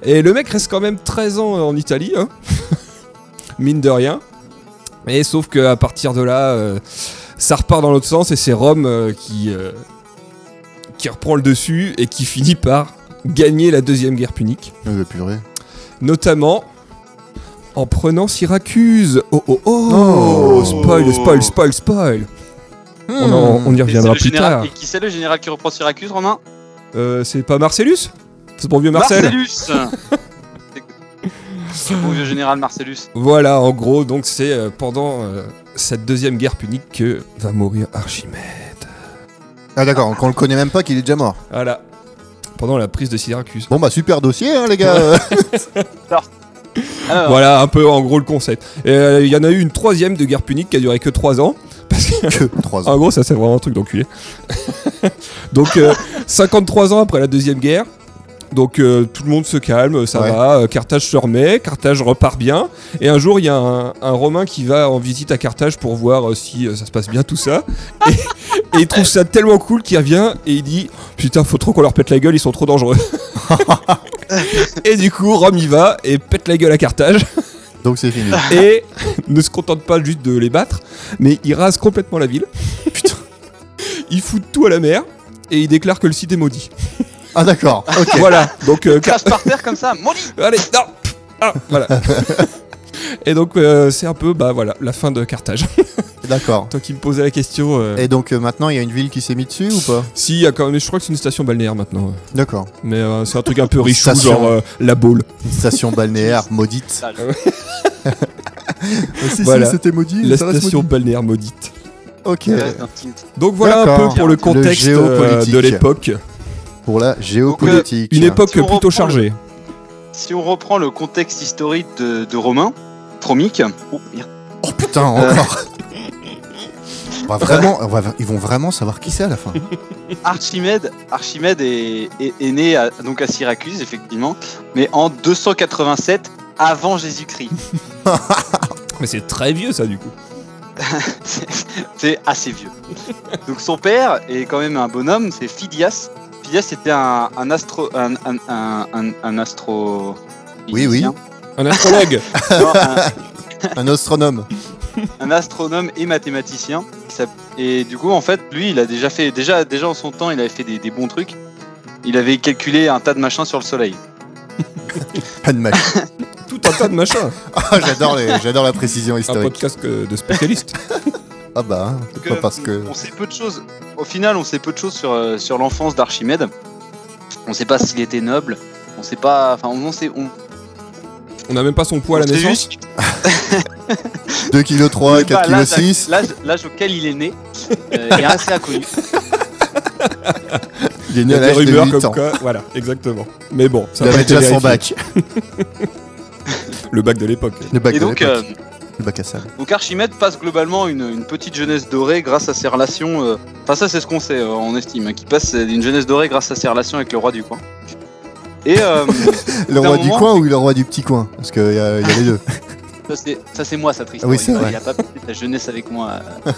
Speaker 2: Et le mec reste quand même 13 ans en Italie, hein. mine de rien. Et sauf que à partir de là, euh, ça repart dans l'autre sens et c'est Rome euh, qui, euh, qui reprend le dessus et qui finit par gagner la deuxième guerre punique.
Speaker 1: Euh, purée.
Speaker 2: Notamment en prenant Syracuse. Oh oh oh,
Speaker 1: Oh.
Speaker 2: Spoil, spoil, spoil, spoil on, en-
Speaker 1: Hmm.
Speaker 2: on y
Speaker 3: Et, c'est
Speaker 2: reviendra
Speaker 3: le
Speaker 2: plus
Speaker 3: général-
Speaker 2: tard.
Speaker 3: et qui c'est le général qui reprend Syracuse, Romain
Speaker 2: Euh, c'est pas Marcellus C'est bon vieux Marcel
Speaker 3: Marcellus C'est- Bon vieux général Marcellus.
Speaker 2: Voilà, en gros, donc c'est euh, pendant euh, cette deuxième guerre punique que va mourir Archimède.
Speaker 1: Ah, d'accord, qu'on le connaît même pas, qu'il est déjà mort.
Speaker 2: Voilà. Pendant la prise de Syracuse.
Speaker 1: Bon, bah, super dossier, hein, les gars.
Speaker 3: Alors,
Speaker 2: Voilà, un peu en gros le concept. Et, euh, Il y en a eu une troisième de guerre punique qui a duré que trois ans. Parce que,
Speaker 1: que 3 ans.
Speaker 2: en gros, ça c'est vraiment un truc d'enculé. donc, euh, 53 ans après la deuxième guerre. Donc, euh, tout le monde se calme, ça
Speaker 1: Ouais.
Speaker 2: va. euh, Carthage se remet, Carthage repart bien. Et un jour, il y a un, un Romain qui va en visite à Carthage pour voir euh, si euh, ça se passe bien tout ça. Et, et il trouve ça tellement cool qu'il revient et il dit Putain, faut trop qu'on leur pète la gueule, ils sont trop dangereux. et du coup, Rome y va et pète la gueule à Carthage.
Speaker 1: Donc, c'est fini.
Speaker 2: Et ne se contente pas juste de les battre, mais il rase complètement la ville. Putain. Il fout tout à la mer et il déclare que le site est maudit.
Speaker 1: Ah, d'accord. Ok.
Speaker 2: Voilà. Donc, euh, Car-
Speaker 3: crache par terre comme ça, maudit
Speaker 2: Allez, non Ah, voilà. Et donc euh, c'est un peu bah voilà la fin de Carthage.
Speaker 1: D'accord.
Speaker 2: Toi qui me posais la question, euh,
Speaker 1: Et donc, euh, maintenant, il y a une ville qui s'est mise dessus ou pas
Speaker 2: si il y a quand même, je crois que c'est une station balnéaire maintenant, euh.
Speaker 1: D'accord.
Speaker 2: mais euh, c'est un truc un peu riche,
Speaker 1: Station.
Speaker 2: genre euh, la boule.
Speaker 1: Une station balnéaire maudite.
Speaker 3: Sale.
Speaker 1: si,
Speaker 2: Voilà.
Speaker 1: c'était maudit.
Speaker 2: La
Speaker 1: ça reste
Speaker 2: station
Speaker 1: maudit.
Speaker 2: balnéaire maudite.
Speaker 1: Ok.
Speaker 3: Il reste un petit-
Speaker 2: Donc voilà un
Speaker 1: D'accord.
Speaker 2: peu pour le
Speaker 1: Le
Speaker 2: contexte euh,
Speaker 1: géopolitique.
Speaker 2: de l'époque,
Speaker 1: Pour la géopolitique.
Speaker 2: euh, une époque
Speaker 3: Si on
Speaker 2: plutôt
Speaker 3: reprend
Speaker 2: chargée.
Speaker 3: Si on reprend le contexte historique de, de Romain, Promic, oh, merde.
Speaker 1: Oh putain,
Speaker 2: Euh.
Speaker 1: encore. On va vraiment, on va- ils vont vraiment savoir qui c'est à la fin.
Speaker 3: Archimède, Archimède est, est- est né à- donc à Syracuse, effectivement, mais en 287 avant Jésus-Christ.
Speaker 2: Mais c'est très vieux ça du coup.
Speaker 3: C'est- c'est assez vieux. Donc son père est quand même un bonhomme, c'est Phidias. Phidias était un, un astro... Un, un, un, un- un astro...
Speaker 1: Oui, oui.
Speaker 3: Non,
Speaker 2: Un astrologue.
Speaker 3: un,
Speaker 1: Un astronome.
Speaker 3: un astronome et mathématicien. qui s'app- Et du coup, en fait, lui, il a déjà fait... Déjà, déjà en son temps, il avait fait des, des bons trucs. Il avait calculé un tas de machins sur le soleil.
Speaker 1: Pas de match.
Speaker 2: Tout un tas de machins.
Speaker 1: Ah, j'adore, les- j'adore la précision
Speaker 2: Un
Speaker 1: historique.
Speaker 2: podcast que- de spécialistes.
Speaker 1: Ah bah,
Speaker 3: Donc,
Speaker 1: pas
Speaker 3: euh,
Speaker 1: parce que.
Speaker 3: On sait peu de choses. Au final, on sait peu de choses sur, euh, sur l'enfance d'Archimède. On sait pas s'il était noble. On sait pas. Enfin, on sait. On,
Speaker 2: On n'a même pas son poids à la
Speaker 3: on sait
Speaker 2: naissance.
Speaker 3: juste
Speaker 1: 2 kg 3,
Speaker 3: Mais
Speaker 2: bah,
Speaker 3: pas
Speaker 1: 4 kg
Speaker 3: l'âge-
Speaker 1: 6.
Speaker 3: L'âge l'âge auquel il est né euh, est assez inconnu.
Speaker 1: Il est
Speaker 2: Il y
Speaker 1: né
Speaker 2: a
Speaker 1: à
Speaker 2: des
Speaker 1: l'âge de
Speaker 2: rumeurs
Speaker 1: 8
Speaker 2: comme
Speaker 1: ans.
Speaker 2: quoi, voilà, exactement. Mais bon, ça
Speaker 1: Il
Speaker 2: a pas
Speaker 1: avait
Speaker 2: été
Speaker 1: déjà son
Speaker 2: vérifié.
Speaker 1: bac.
Speaker 2: Le bac de l'époque.
Speaker 1: Le bac
Speaker 3: Et
Speaker 1: de
Speaker 3: donc,
Speaker 1: l'époque.
Speaker 3: euh,
Speaker 1: Le bac à sable.
Speaker 3: donc Archimède passe globalement une, une petite jeunesse dorée grâce à ses relations. euh, Enfin, ça, c'est ce qu'on sait, euh, on estime, hein, qu'il passe une jeunesse dorée grâce à ses relations avec le roi du coin. Et euh,
Speaker 1: Le roi du
Speaker 3: moment-
Speaker 1: coin ou le roi du petit coin Parce qu'il y, a- il y a les deux.
Speaker 3: ça, c'est- ça, c'est moi, ça triste.
Speaker 1: Ah oui, c'est
Speaker 3: il,
Speaker 1: vrai.
Speaker 3: il a pas passé sa jeunesse avec moi. euh.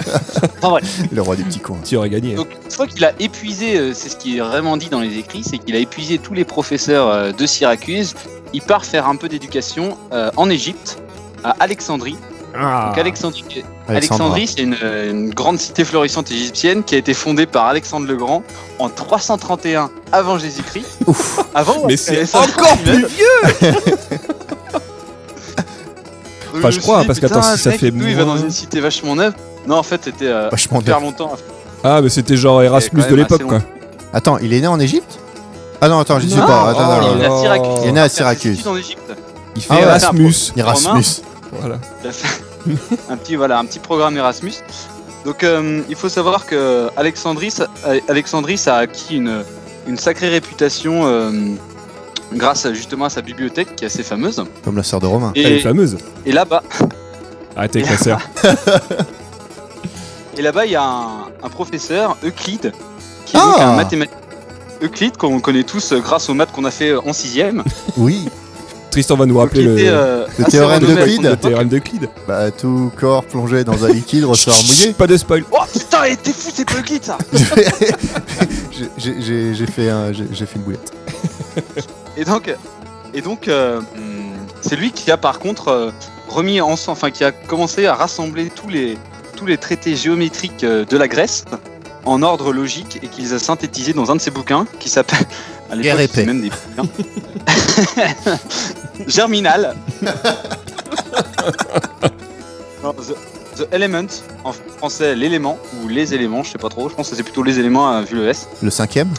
Speaker 3: Enfin, voilà.
Speaker 1: Le roi du petit coin.
Speaker 2: Tu aurais gagné.
Speaker 3: Donc, une fois qu'il a épuisé, euh, c'est ce qui est vraiment dit dans les écrits, c'est qu'il a épuisé tous les professeurs euh, de Syracuse. Il part faire un peu d'éducation euh, en Égypte, à Alexandrie.
Speaker 2: Ah.
Speaker 3: Donc, Alexandrie,
Speaker 1: Alexandra.
Speaker 3: Alexandrie, c'est une, euh, une grande cité florissante égyptienne qui a été fondée par Alexandre le Grand en 331 avant Jésus-Christ.
Speaker 1: Ouf.
Speaker 3: Avant,
Speaker 2: Mais
Speaker 3: euh,
Speaker 2: c'est
Speaker 3: ça-
Speaker 2: encore plus
Speaker 3: rue
Speaker 2: vieux Enfin, je
Speaker 3: me suis
Speaker 2: crois,
Speaker 3: dit,
Speaker 2: parce qu'attends,
Speaker 3: putain,
Speaker 2: si ça
Speaker 3: mec,
Speaker 2: fait
Speaker 3: Nous, il va
Speaker 2: moins-
Speaker 3: dans une cité vachement neuve. Non, en fait, c'était euh,
Speaker 1: Vachement
Speaker 3: super
Speaker 1: bien.
Speaker 3: longtemps.
Speaker 2: Ah, mais c'était genre Erasmus
Speaker 3: quand
Speaker 2: de
Speaker 3: même
Speaker 2: l'époque,
Speaker 3: assez
Speaker 2: quoi.
Speaker 1: Attends, il est né en Égypte Ah non, attends, je sais
Speaker 2: Non.
Speaker 1: pas.
Speaker 2: Oh
Speaker 1: Attends,
Speaker 2: là
Speaker 1: attends.
Speaker 3: il est né à
Speaker 2: là.
Speaker 3: Syracuse.
Speaker 2: Il est
Speaker 1: né à
Speaker 3: a fait ses
Speaker 1: Syracuse.
Speaker 3: études en Égypte.
Speaker 2: Il fait
Speaker 1: Ah ouais.
Speaker 2: Erasmus.
Speaker 1: Erasmus.
Speaker 2: Voilà.
Speaker 3: Il a fait un petit voilà un petit programme Erasmus. Donc euh, il faut savoir que Alexandrie, ça- Alexandrie, ça a acquis une, une sacrée réputation euh, grâce à- justement à sa bibliothèque qui est assez fameuse.
Speaker 1: Comme la sœur de Romain.
Speaker 2: Elle est
Speaker 3: Et,
Speaker 2: fameuse.
Speaker 3: et là-bas,
Speaker 2: Arrêtez avec la sœur.
Speaker 3: et là-bas, il y a un, un professeur Euclide qui est
Speaker 1: Ah
Speaker 3: donc un mathématicien. Euclide qu'on connaît tous euh, grâce aux maths qu'on a fait euh, en sixième.
Speaker 1: Oui,
Speaker 2: Tristan va nous rappeler
Speaker 3: Qui était,
Speaker 2: le,
Speaker 3: euh,
Speaker 1: le
Speaker 3: assez
Speaker 1: théorème
Speaker 3: renommé à
Speaker 1: d'Euclide.
Speaker 3: son
Speaker 2: le
Speaker 3: époque.
Speaker 2: théorème d'Euclide.
Speaker 1: bah tout corps plongé dans un liquide ressort mouillé.
Speaker 2: Pas de spoil.
Speaker 3: Oh putain, il était fou, c'est pas Euclide ça.
Speaker 1: J'ai- j'ai- J'ai j'ai fait, un- j'ai- j'ai fait une boulette.
Speaker 3: Et donc, et donc euh, c'est lui qui a par contre euh, remis ensemble, enfin qui a commencé à rassembler tous les, tous les traités géométriques euh, de la Grèce en ordre logique et qu'il les a synthétisés dans un de ses bouquins qui s'appelle. à l'époque,
Speaker 1: Guerre épée.
Speaker 3: c'était même des bouquins. Germinal. Non, the, the Element, en français l'élément ou les éléments, je sais pas trop, je pense que c'est plutôt les éléments euh, vu le S.
Speaker 1: Le cinquième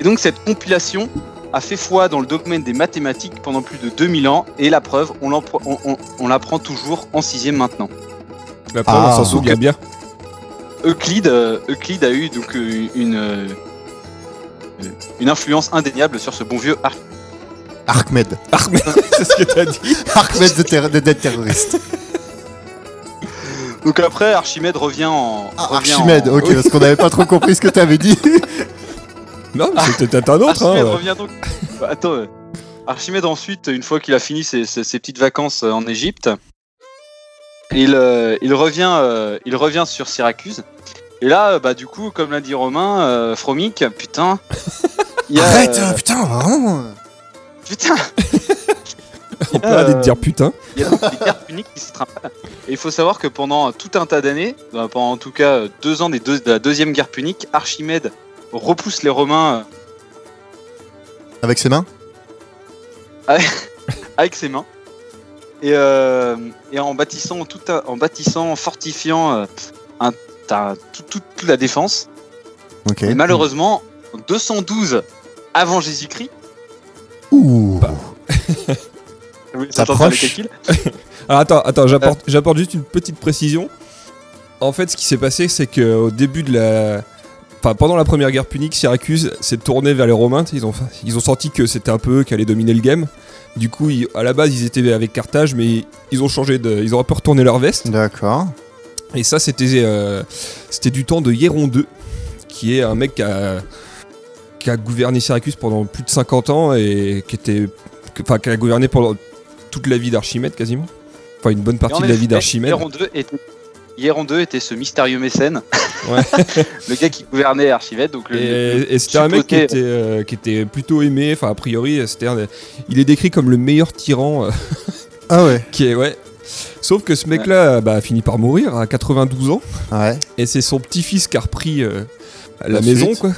Speaker 3: Et donc cette compilation a fait foi dans le domaine des mathématiques pendant plus de 2000 ans, et la preuve, on l'empr- on- on- on l'apprend toujours en sixième maintenant.
Speaker 2: Mais Après,
Speaker 1: Ah.
Speaker 2: on s'en souvient bien.
Speaker 3: Euclide, euh, Euclide a eu donc euh, une, euh, une influence indéniable sur ce bon vieux Ar-
Speaker 1: Archmed.
Speaker 2: Ahmed, c'est ce que t'as dit.
Speaker 1: Archmed de, terre- de dette terroriste.
Speaker 3: Donc après, Archimède revient en...
Speaker 1: Ah,
Speaker 3: revient
Speaker 1: Archimède,
Speaker 3: en-
Speaker 1: ok, parce qu'on n'avait pas trop compris ce que t'avais dit.
Speaker 2: Non, mais c'est peut-être un autre.
Speaker 3: Archimède
Speaker 2: hein.
Speaker 3: revient donc. Bah, attends. euh, Archimède ensuite, une fois qu'il a fini ses, ses- ses petites vacances euh, en Égypte, il, euh, il revient, euh, il revient sur Syracuse. Et là, euh, bah du coup, comme l'a dit Romain, euh, Fromic, putain. il y a,
Speaker 1: Arrête,
Speaker 3: euh,
Speaker 2: hein.
Speaker 1: euh, putain, vraiment.
Speaker 3: putain.
Speaker 2: On peut
Speaker 3: Euh,
Speaker 2: arrêter de dire putain.
Speaker 3: Il y a donc des cartes uniques qui se trimballent. Et il faut savoir que pendant tout un tas d'années, bah, pendant en tout cas euh, deux ans des deux- de la deuxième guerre punique, Archimède repousse les Romains euh,
Speaker 1: Avec ses mains
Speaker 3: avec ses mains. Et, euh, et en bâtissant, tout un- en bâtissant, en fortifiant euh, un- ta- tout- tout- toute la défense.
Speaker 1: Ok.
Speaker 3: Et malheureusement, en 212 avant Jésus-Christ,
Speaker 1: Ouh.
Speaker 2: Bah.
Speaker 3: oui,
Speaker 1: Ça
Speaker 3: ça tentera
Speaker 1: approche.
Speaker 3: le calcul.
Speaker 2: Alors, attends, attends, j'apporte, j'apporte juste une petite précision. En fait, ce qui s'est passé, c'est que au début de la. Enfin, pendant la première guerre punique, Syracuse s'est tournée vers les Romains. tu sais, Ils ont, ils ont senti que c'était un peu eux qui allaient dominer le game. Du coup, ils- à la base, ils étaient avec Carthage, mais ils ont changé de. Ils ont un peu retourné leur veste.
Speaker 1: D'accord.
Speaker 2: Et ça, c'était euh, c'était du temps de Hieron II, qui est un mec qui a, qui a gouverné Syracuse pendant plus de 50 ans et qui était, que- enfin, qui a gouverné pendant toute la vie d'Archimède quasiment. Enfin, une bonne
Speaker 3: Et en
Speaker 2: partie de la
Speaker 3: effet,
Speaker 2: vie d'Archimède.
Speaker 3: Hieron II était, Hieron II était ce mystérieux mécène.
Speaker 2: Ouais.
Speaker 3: le gars qui gouvernait Archimède. Donc le-
Speaker 2: Et, et c'était un mec qui
Speaker 3: suppoté-
Speaker 2: était, euh, qui était plutôt aimé. Enfin, a priori, c'était un des- il est décrit comme le meilleur tyran euh,
Speaker 1: Ah ouais.
Speaker 2: qui est, ouais. Sauf que ce mec-là bah, a fini par mourir à 92 ans.
Speaker 1: Ouais.
Speaker 2: Et c'est son petit-fils qui a repris euh, la,
Speaker 1: La
Speaker 2: maison,
Speaker 1: suite.
Speaker 2: quoi.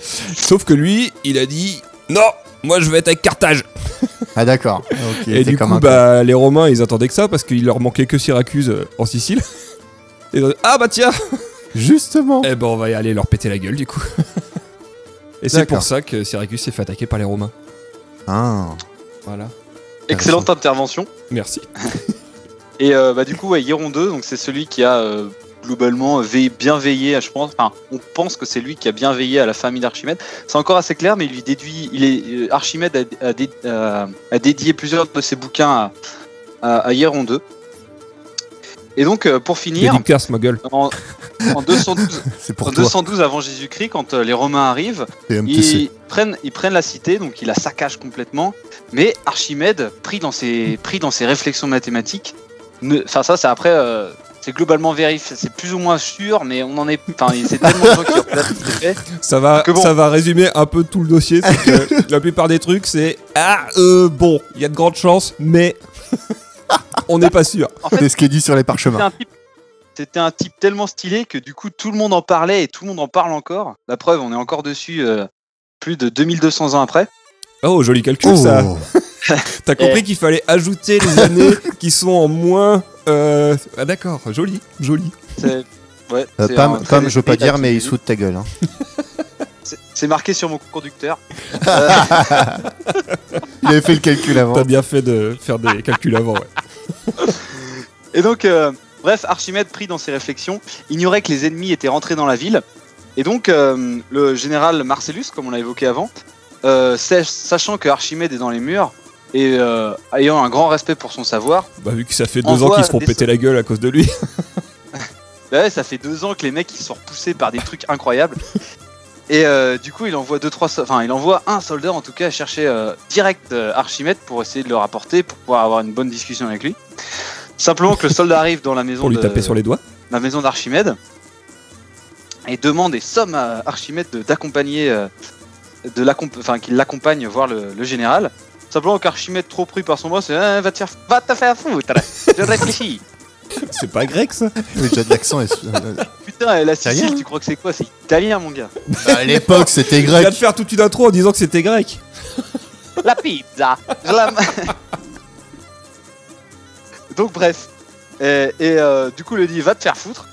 Speaker 2: Sauf que lui, il a dit Non, moi je vais être avec Carthage.
Speaker 1: Ah d'accord. Ok.
Speaker 2: Et,
Speaker 1: t'es
Speaker 2: du
Speaker 1: comme
Speaker 2: coup,
Speaker 1: un
Speaker 2: bah, les Romains, ils attendaient que ça parce qu'il leur manquait que Syracuse euh, en Sicile. Et ils ont dit, ah bah tiens
Speaker 1: con. Justement.
Speaker 2: Eh ben on va y aller leur péter la gueule du coup. Et c'est
Speaker 1: D'accord.
Speaker 2: pour ça que Syracuse s'est fait attaquer par les Romains.
Speaker 1: Ah.
Speaker 2: Voilà.
Speaker 3: excellente intervention.
Speaker 2: Merci.
Speaker 3: Et euh, bah, du coup, ouais, Hieron II, donc c'est celui qui a euh, globalement veillé- bien veillé, à- je pense. Enfin, on pense que c'est lui qui a bien veillé à la famille d'Archimède. C'est encore assez clair, mais il lui déduit. Il est, euh, Archimède a, a dé- euh, a dédié plusieurs de ses bouquins à, à, à Hieron II. Et donc, euh, pour finir,
Speaker 2: Dédicace ma gueule.
Speaker 3: en, en 212,
Speaker 1: C'est
Speaker 3: en
Speaker 1: pour toi.
Speaker 3: 212 avant Jésus-Christ, quand euh, les Romains arrivent,
Speaker 1: PMTC.
Speaker 3: ils prennent, ils prennent la cité, donc ils la saccagent complètement. Mais Archimède, pris dans ses, pris dans ses réflexions mathématiques, ne- enfin ça, c'est après, euh, c'est globalement vérifié, c'est plus ou moins sûr, mais on en est, enfin c'est tellement de gens qui ont regardé ce fait.
Speaker 2: Ça va,
Speaker 3: Que bon.
Speaker 2: ça va résumer un peu tout le dossier. c'est que la plupart des trucs, c'est ah euh, bon, il y a de grandes chances, mais on n'est pas sûr.
Speaker 3: En fait,
Speaker 1: C'est ce qui est dit sur les
Speaker 3: c'était
Speaker 1: parchemins.
Speaker 3: un type, c'était un type tellement stylé que du coup tout le monde en parlait et tout le monde en parle encore. La preuve, on est encore dessus euh, plus de 2200 ans après.
Speaker 2: Oh joli calcul ça.
Speaker 1: Oh.
Speaker 2: T'as
Speaker 3: Eh.
Speaker 2: compris qu'il fallait ajouter les années qui sont en moins. euh, Ah d'accord, joli, joli.
Speaker 3: C'est- ouais,
Speaker 1: Euh,
Speaker 3: c'est un
Speaker 1: Pam,
Speaker 3: très
Speaker 1: Pam, je veux pas
Speaker 3: esprit
Speaker 1: dire, mais il
Speaker 3: d'activité.
Speaker 1: soude ta gueule. hein.
Speaker 3: C'est- C'est marqué sur mon conducteur.
Speaker 1: Il avait fait le calcul avant.
Speaker 2: T'as bien fait de faire des calculs avant. Ouais.
Speaker 3: Et donc, euh, bref, Archimède, pris dans ses réflexions, ignorait que les ennemis étaient rentrés dans la ville. Et donc, euh, le général Marcellus, comme on l'a évoqué avant, euh, sach- sachant que Archimède est dans les murs et euh, ayant un grand respect pour son savoir,
Speaker 2: Bah vu que ça fait
Speaker 3: On
Speaker 2: deux ans
Speaker 3: voit
Speaker 2: qu'ils se font
Speaker 3: des-
Speaker 2: péter la gueule à cause de lui.
Speaker 3: bah ouais, ça fait deux ans que les mecs ils sont repoussés par des trucs incroyables. Et euh, du coup, il envoie deux, trois, so- enfin, il envoie un soldat en tout cas chercher euh, direct euh, Archimède pour essayer de le rapporter, pour pouvoir avoir une bonne discussion avec lui. Simplement que le soldat arrive dans la maison
Speaker 2: Pour lui
Speaker 3: de-
Speaker 2: taper sur les doigts.
Speaker 3: la maison d'Archimède et demande et somme à Archimède de- d'accompagner, euh, de l'accomp- enfin qu'il l'accompagne voir le, le général. Simplement qu'Archimède, trop pris par son bras, c'est Eh, va, te faire, va te faire foutre, je réfléchis.
Speaker 2: C'est pas grec ça.
Speaker 1: Oui, déjà de l'accent. est- euh,
Speaker 3: Putain, et la Sicile,
Speaker 1: Italien
Speaker 3: tu crois que c'est quoi C'est italien, mon gars.
Speaker 1: À l'époque, c'était
Speaker 2: Il vient
Speaker 1: grec.
Speaker 2: de faire toute une intro en disant que c'était grec.
Speaker 3: La pizza Je la- Donc, bref. Et, et, euh, du coup, le dit va te faire foutre.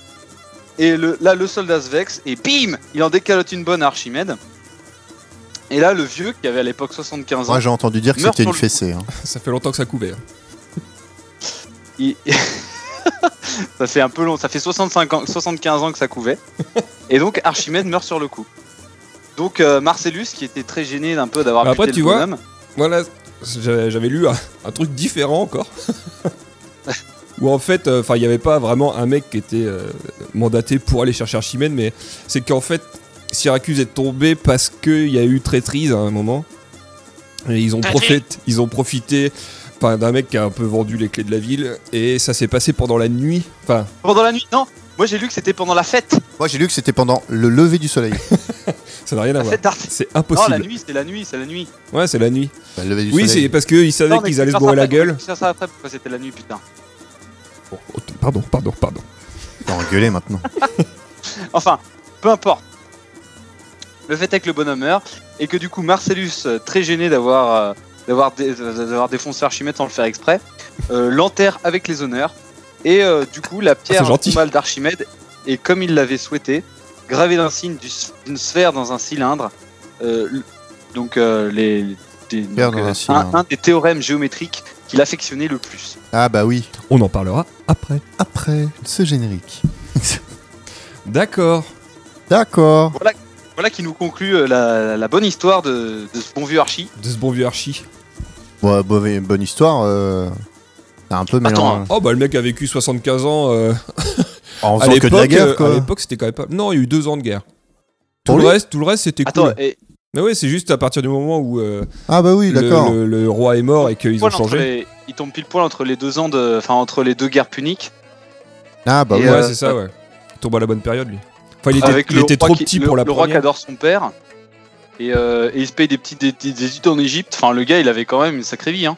Speaker 3: Et le, là, le soldat se vexe et bim Il en décalote une bonne à Archimède. Et là, le vieux, qui avait à l'époque 75 ans,
Speaker 1: Moi, j'ai entendu dire que
Speaker 3: Meurt
Speaker 1: c'était
Speaker 3: sur
Speaker 1: une
Speaker 3: le-
Speaker 1: fessée. hein.
Speaker 2: Ça fait longtemps que ça couvait. hein.
Speaker 3: il- ça fait un peu long, ça fait 65 ans, 75 ans que ça couvait. Et donc, Archimède meurt sur le coup. Donc, euh, Marcellus, qui était très gêné d'un peu d'avoir
Speaker 2: Bah après,
Speaker 3: buté
Speaker 2: tu
Speaker 3: le
Speaker 2: vois,
Speaker 3: bonhomme,
Speaker 2: Voilà, j'avais j'avais lu un, un truc différent encore. Où en fait, euh, enfin, il n'y avait pas vraiment un mec qui était euh, mandaté pour aller chercher Archimède, mais c'est qu'en fait, Syracuse est tombé parce qu'il y a eu traîtrise à un moment. Et ils ont, profité, ils ont profité enfin, d'un mec qui a un peu vendu les clés de la ville, et ça s'est passé pendant la nuit. Enfin,
Speaker 3: pendant la nuit, non Moi, j'ai lu que c'était pendant la fête.
Speaker 2: Bah,
Speaker 1: Moi, j'ai lu que c'était pendant le lever du soleil.
Speaker 2: ça n'a rien à
Speaker 3: La
Speaker 2: voir.
Speaker 3: fête d'Archimède.
Speaker 2: C'est
Speaker 3: Non, la
Speaker 2: impossible.
Speaker 3: nuit, c'est la nuit, c'est la nuit.
Speaker 2: ouais, c'est la nuit.
Speaker 1: Bah, le lever du
Speaker 2: Oui, c'est
Speaker 1: soleil.
Speaker 2: parce qu'ils savaient
Speaker 3: Non, mais
Speaker 2: qu'ils allaient se
Speaker 3: cherche
Speaker 2: bourrer
Speaker 3: après,
Speaker 2: la gueule.
Speaker 3: cherche après pourquoi c'était la nuit, putain.
Speaker 2: Oh, oh, Pardon, pardon, pardon.
Speaker 1: T'as engueulé maintenant.
Speaker 3: Enfin, peu importe. Le fait est que le bonhomme meurt et que du coup Marcellus, euh, très gêné d'avoir euh, d'avoir dé- d'avoir défoncé Archimède sans le faire exprès, euh, l'enterre avec les honneurs et euh, du coup la pierre
Speaker 2: Ah, c'est gentil.
Speaker 3: tombale d'Archimède est comme il l'avait souhaité, gravée d'un signe du- d'une sphère dans un cylindre. Euh, l- donc euh, les, des-
Speaker 1: Sphère
Speaker 3: donc,
Speaker 1: dans
Speaker 3: euh,
Speaker 1: un
Speaker 3: un-
Speaker 1: cylindre.
Speaker 3: un des théorèmes géométriques qu'il affectionnait le plus.
Speaker 1: Ah, bah oui.
Speaker 2: On en parlera après.
Speaker 1: Après ce générique.
Speaker 2: D'accord.
Speaker 1: D'accord.
Speaker 3: Voilà qui nous conclut euh, la, la bonne histoire de, de ce bon vieux Archie.
Speaker 2: De ce bon vieux Archie.
Speaker 1: Bon, bon- bonne histoire. euh, T'as un peu
Speaker 3: Attends,
Speaker 1: mélangé.
Speaker 2: Oh bah le mec a vécu 75 ans euh,
Speaker 1: En
Speaker 2: à
Speaker 1: faisant que de la
Speaker 2: l'époque.
Speaker 1: guerre,
Speaker 2: euh,
Speaker 1: quoi.
Speaker 2: à l'époque c'était quand même pas. Non, il y a eu deux ans de guerre. Tout
Speaker 1: Pour
Speaker 2: le
Speaker 1: lui
Speaker 2: reste, tout le reste c'était
Speaker 3: Attends,
Speaker 2: cool.
Speaker 3: et
Speaker 2: Mais ouais, c'est juste à partir du moment où euh,
Speaker 1: Ah, bah oui,
Speaker 2: le,
Speaker 1: d'accord.
Speaker 2: le- le roi est mort et qu'ils ont
Speaker 3: poil entre
Speaker 2: changé.
Speaker 3: les- il tombe pile poil entre les deux ans de, enfin entre les deux guerres puniques.
Speaker 1: Ah, bah
Speaker 3: Et,
Speaker 1: oui.
Speaker 2: ouais,
Speaker 3: euh,
Speaker 2: c'est ça, ouais. Il tombe à la bonne période lui. Enfin, il était,
Speaker 3: avec
Speaker 2: il
Speaker 3: le
Speaker 2: était
Speaker 3: roi
Speaker 2: trop
Speaker 3: qui-
Speaker 2: petit
Speaker 3: le-
Speaker 2: pour la
Speaker 3: le roi qui
Speaker 2: première.
Speaker 3: adore son père. Et, euh, et il se paye des petites des, des- des études en Égypte. Enfin, le gars, il avait quand même une sacrée vie. Hein.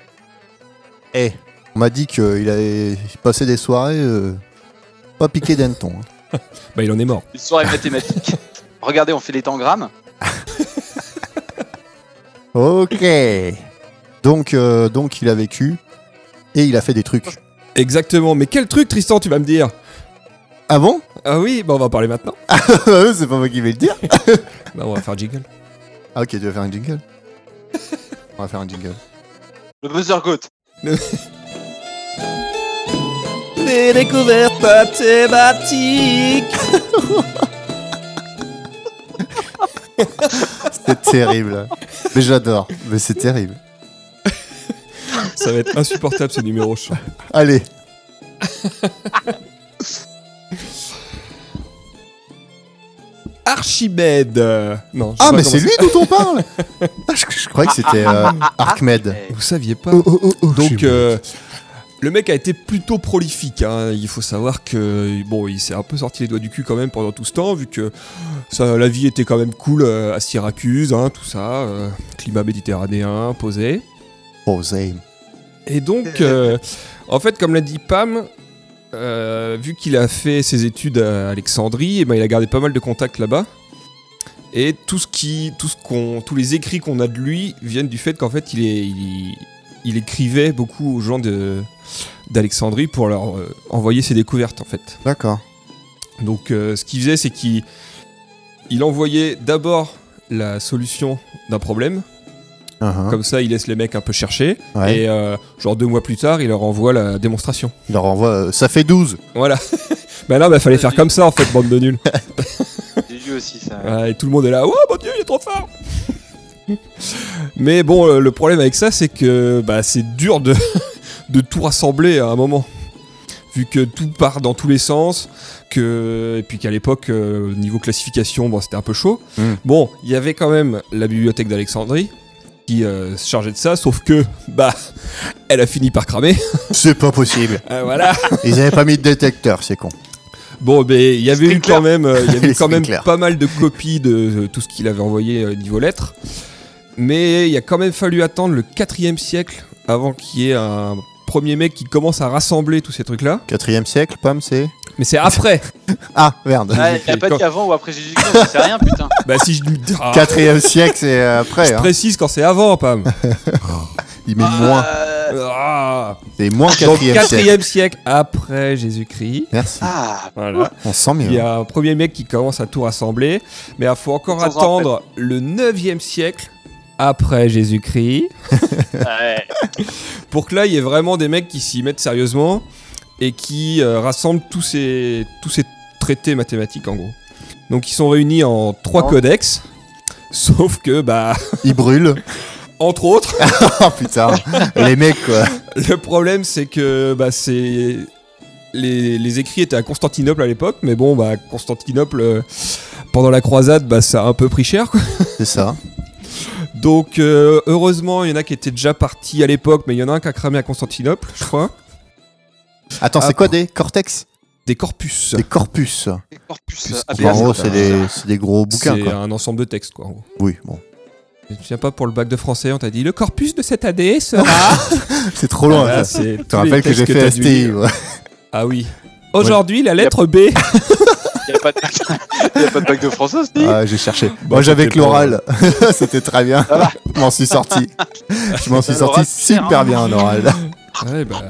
Speaker 1: Eh, on m'a dit qu'il avait passé des soirées euh, pas piqué d'un ton. hein.
Speaker 2: Bah il en est mort.
Speaker 3: Une soirée mathématique. Regardez, on fait les tangrammes.
Speaker 1: Ok. Donc, euh, donc, il a vécu et il a fait des trucs.
Speaker 2: Exactement. Mais quel truc, Tristan, tu vas me dire
Speaker 1: Ah bon
Speaker 2: Ah oui, bah on va en parler maintenant.
Speaker 1: C'est pas moi qui vais le dire.
Speaker 2: Bah on va faire jingle.
Speaker 1: Ah, ok, tu vas faire un jingle On va faire un jingle.
Speaker 3: Le buzzer goat.
Speaker 2: Des découvertes mathématiques.
Speaker 1: C'est terrible. Mais j'adore. Mais c'est terrible.
Speaker 2: Ça va être insupportable ce numéro. je sens.
Speaker 1: Allez.
Speaker 2: Archimède. euh, Non. je sais
Speaker 1: Ah,
Speaker 2: pas
Speaker 1: mais
Speaker 2: comment
Speaker 1: c'est lui dont on parle Ah, je, je croyais que c'était euh, Archmed.
Speaker 3: Eh,
Speaker 2: Vous saviez pas
Speaker 1: Oh, oh, oh, oh, je
Speaker 2: Donc
Speaker 1: suis-
Speaker 2: euh, le mec a été plutôt prolifique. hein. Il faut savoir que bon, il s'est un peu sorti les doigts du cul quand même pendant tout ce temps, vu que ça, la vie était quand même cool euh, à Syracuse, hein, tout ça, euh, climat méditerranéen posé.
Speaker 1: Oh, Zame.
Speaker 2: Et donc, euh, en fait, comme l'a dit Pam, euh, vu qu'il a fait ses études à Alexandrie, eh ben, il a gardé pas mal de contacts là-bas. Et tout ce qui, tout ce qu'on, tous les écrits qu'on a de lui viennent du fait qu'en fait, il est, il, il écrivait beaucoup aux gens de- d'Alexandrie pour leur euh, envoyer ses découvertes en fait.
Speaker 1: D'accord.
Speaker 2: Donc euh, ce qu'il faisait, c'est qu'il il envoyait d'abord la solution d'un problème,
Speaker 1: Uh-huh.
Speaker 2: comme ça il laisse les mecs un peu chercher,
Speaker 1: Ouais.
Speaker 2: et euh, genre deux mois plus tard, il leur envoie la démonstration.
Speaker 1: Il leur envoie. euh, ça fait 12.
Speaker 2: Voilà. bah là, bah fallait faire comme ça en fait, bande de nuls.
Speaker 3: J'ai lu aussi ça.
Speaker 2: Ouais, et tout le monde est là, oh mon dieu, il est trop fort Mais bon, euh, le problème avec ça, c'est que bah, c'est dur de, de tout rassembler à un moment. Vu que tout part dans tous les sens, que, et puis qu'à l'époque, euh, niveau classification, bon, c'était un peu chaud.
Speaker 1: Mm.
Speaker 2: Bon, il y avait quand même la bibliothèque d'Alexandrie qui euh, se chargeait de ça, sauf que, bah, elle a fini par cramer.
Speaker 1: C'est pas possible.
Speaker 2: Euh, voilà.
Speaker 1: Ils avaient pas mis de détecteur, c'est con.
Speaker 2: Bon, mais il y avait
Speaker 3: C'était
Speaker 2: eu
Speaker 3: clair.
Speaker 2: quand même, euh, il y avait eu quand
Speaker 1: C'était
Speaker 2: même
Speaker 1: clair.
Speaker 2: pas mal de copies de euh, tout ce qu'il avait envoyé euh, niveau lettres. Mais il a quand même fallu attendre le 4 siècle avant qu'il y ait un premier mec qui commence à rassembler tous ces trucs-là.
Speaker 1: Quatrième siècle, Pam, c'est.
Speaker 2: Mais c'est après.
Speaker 1: Ah, merde.
Speaker 3: Ah, il a pas dit avant ou après Jésus-Christ, je sais rien, putain.
Speaker 2: bah si je, Ah,
Speaker 1: Quatrième siècle, c'est euh, après.
Speaker 2: je
Speaker 1: hein.
Speaker 2: précise quand c'est avant, Pam.
Speaker 1: Il met moins.
Speaker 3: Euh,
Speaker 2: Ah.
Speaker 1: C'est moins
Speaker 2: Donc
Speaker 1: quatrième siècle.
Speaker 2: 4 siècle après Jésus-Christ.
Speaker 1: Merci.
Speaker 3: Ah,
Speaker 2: Voilà.
Speaker 1: On sent
Speaker 2: Il y
Speaker 1: mieux.
Speaker 2: a un premier mec qui commence à tout rassembler, mais il faut encore
Speaker 3: Sans
Speaker 2: attendre le 9e siècle après Jésus-Christ
Speaker 3: ouais.
Speaker 2: pour que là il y ait vraiment des mecs qui s'y mettent sérieusement et qui euh, rassemblent tous ces, tous ces traités mathématiques en gros. Donc ils sont réunis en trois
Speaker 3: Oh.
Speaker 2: codex, sauf que, bah,
Speaker 1: hein. Il brûle.
Speaker 2: entre autres,
Speaker 1: Oh putain. Les mecs, quoi.
Speaker 2: le problème c'est que, bah, c'est. Les, les écrits étaient à Constantinople à l'époque, mais bon, bah, Constantinople, euh, pendant la croisade, bah, ça a un peu pris cher, quoi.
Speaker 1: C'est ça.
Speaker 2: Donc euh, heureusement, il y en a qui étaient déjà partis à l'époque, mais il y en a un qui a cramé à Constantinople, je crois.
Speaker 1: Attends, c'est
Speaker 2: Ah,
Speaker 1: quoi des cortex
Speaker 2: Des Ah, corpus.
Speaker 1: Des corpus.
Speaker 3: les corpus
Speaker 2: Plus-
Speaker 3: euh,
Speaker 1: En
Speaker 3: ABS.
Speaker 1: gros, c'est des, c'est des gros bouquins,
Speaker 2: Ah. C'est euh,
Speaker 1: quoi.
Speaker 2: un ensemble de textes, quoi. en gros.
Speaker 1: Oui, bon.
Speaker 2: Et Tu viens pas pour le bac de français, on t'a dit le corpus de cette année sera.
Speaker 1: C'est trop loin.
Speaker 2: Voilà,
Speaker 1: ça.
Speaker 2: Ah, c'est
Speaker 1: Je te
Speaker 2: tous les
Speaker 1: rappelle que
Speaker 2: textes
Speaker 1: j'ai fait
Speaker 2: t'as dû
Speaker 1: STI.
Speaker 2: lire.
Speaker 1: ouais.
Speaker 2: Ah oui. Aujourd'hui, la lettre B.
Speaker 3: Il n'y a, pas de- y a pas de bac de français aussi
Speaker 1: Ah, j'ai cherché.
Speaker 2: Bon,
Speaker 1: Moi, j'avais
Speaker 2: Bah, c'était
Speaker 1: que
Speaker 2: euh,
Speaker 1: l'oral. C'était très bien. Je m'en suis sorti. Je m'en suis
Speaker 3: Putain, l'oral,
Speaker 1: sorti
Speaker 3: c'est cher,
Speaker 1: super
Speaker 3: hein.
Speaker 1: bien en oral.
Speaker 2: Ouais, bah.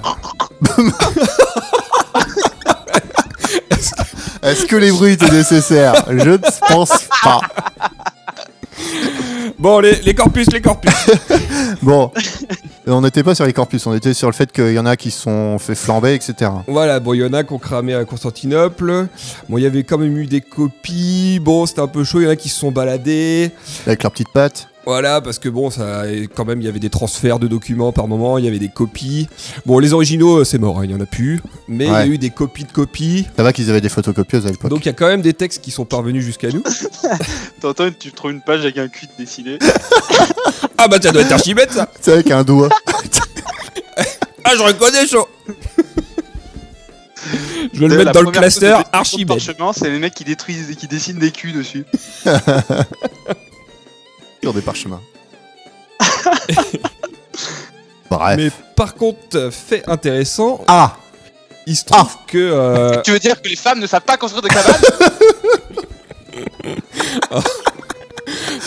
Speaker 1: Est-ce que les bruits étaient nécessaires Je ne pense pas.
Speaker 2: Bon, les, les corpus, les corpus.
Speaker 1: Bon, on n'était pas sur les corpus, on était sur le fait qu'il y en a qui se sont fait flamber, etc.
Speaker 2: Voilà, bon, il y en a qui ont cramé à Constantinople. Bon, il y avait quand même eu des copies. Bon, c'était un peu chaud. Il y en a qui se sont baladés.
Speaker 1: Avec leurs petites pattes.
Speaker 2: Voilà, parce que bon, ça, quand même, il y avait des transferts de documents par moment, il y avait des copies. Bon, les originaux, euh, c'est mort, hein, il y en a plus. Mais il
Speaker 1: Ouais.
Speaker 2: y a eu des copies de copies.
Speaker 1: Ça va qu'ils avaient des photocopieuses à l'époque.
Speaker 2: Donc, il y a quand même des textes qui sont parvenus jusqu'à nous.
Speaker 3: T'entends, tu trouves une page avec un cul dessiné.
Speaker 2: ah bah, ça doit être Archimède, ça
Speaker 1: C'est avec un doigt.
Speaker 2: Ah, je reconnais, chaud Je vais le
Speaker 3: La
Speaker 2: mettre dans le
Speaker 3: première chose
Speaker 2: cluster
Speaker 3: que tu trouves
Speaker 2: Archimède.
Speaker 3: sur le parchemin, c'est les mecs qui détruisent et qui dessinent des culs dessus.
Speaker 1: Sur des parchemins. Bref.
Speaker 2: Mais par contre, euh, fait intéressant,
Speaker 1: Ah
Speaker 2: il se trouve que. euh,
Speaker 3: Tu veux dire que les femmes ne savent pas construire de cabane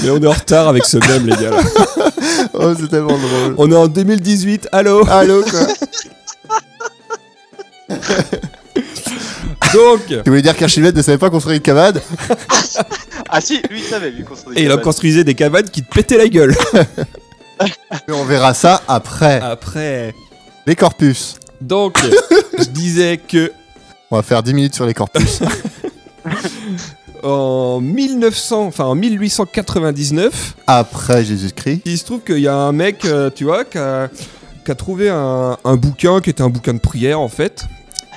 Speaker 2: mais on est en retard avec ce même, les gars. là.
Speaker 1: Oh, c'est tellement drôle.
Speaker 2: On est en 2018, allô
Speaker 1: Allô, quoi
Speaker 2: Ah. Donc
Speaker 1: Tu voulais dire qu'Archimède ne savait pas construire une cabane
Speaker 3: Ah si, lui il savait, lui construire des
Speaker 2: Et il en
Speaker 3: cabanes.
Speaker 2: construisait des cabanes qui te pétaient la gueule.
Speaker 1: Mais on verra ça après.
Speaker 2: Après.
Speaker 1: Les corpus.
Speaker 2: Donc, je disais que
Speaker 1: On va faire 10 minutes sur les corpus.
Speaker 2: en 1900, enfin en 1899,
Speaker 1: Après Jésus-Christ.
Speaker 2: il se trouve qu'il y a un mec, euh, tu vois, qui a, qui a trouvé un, un bouquin qui était un bouquin de prière en fait.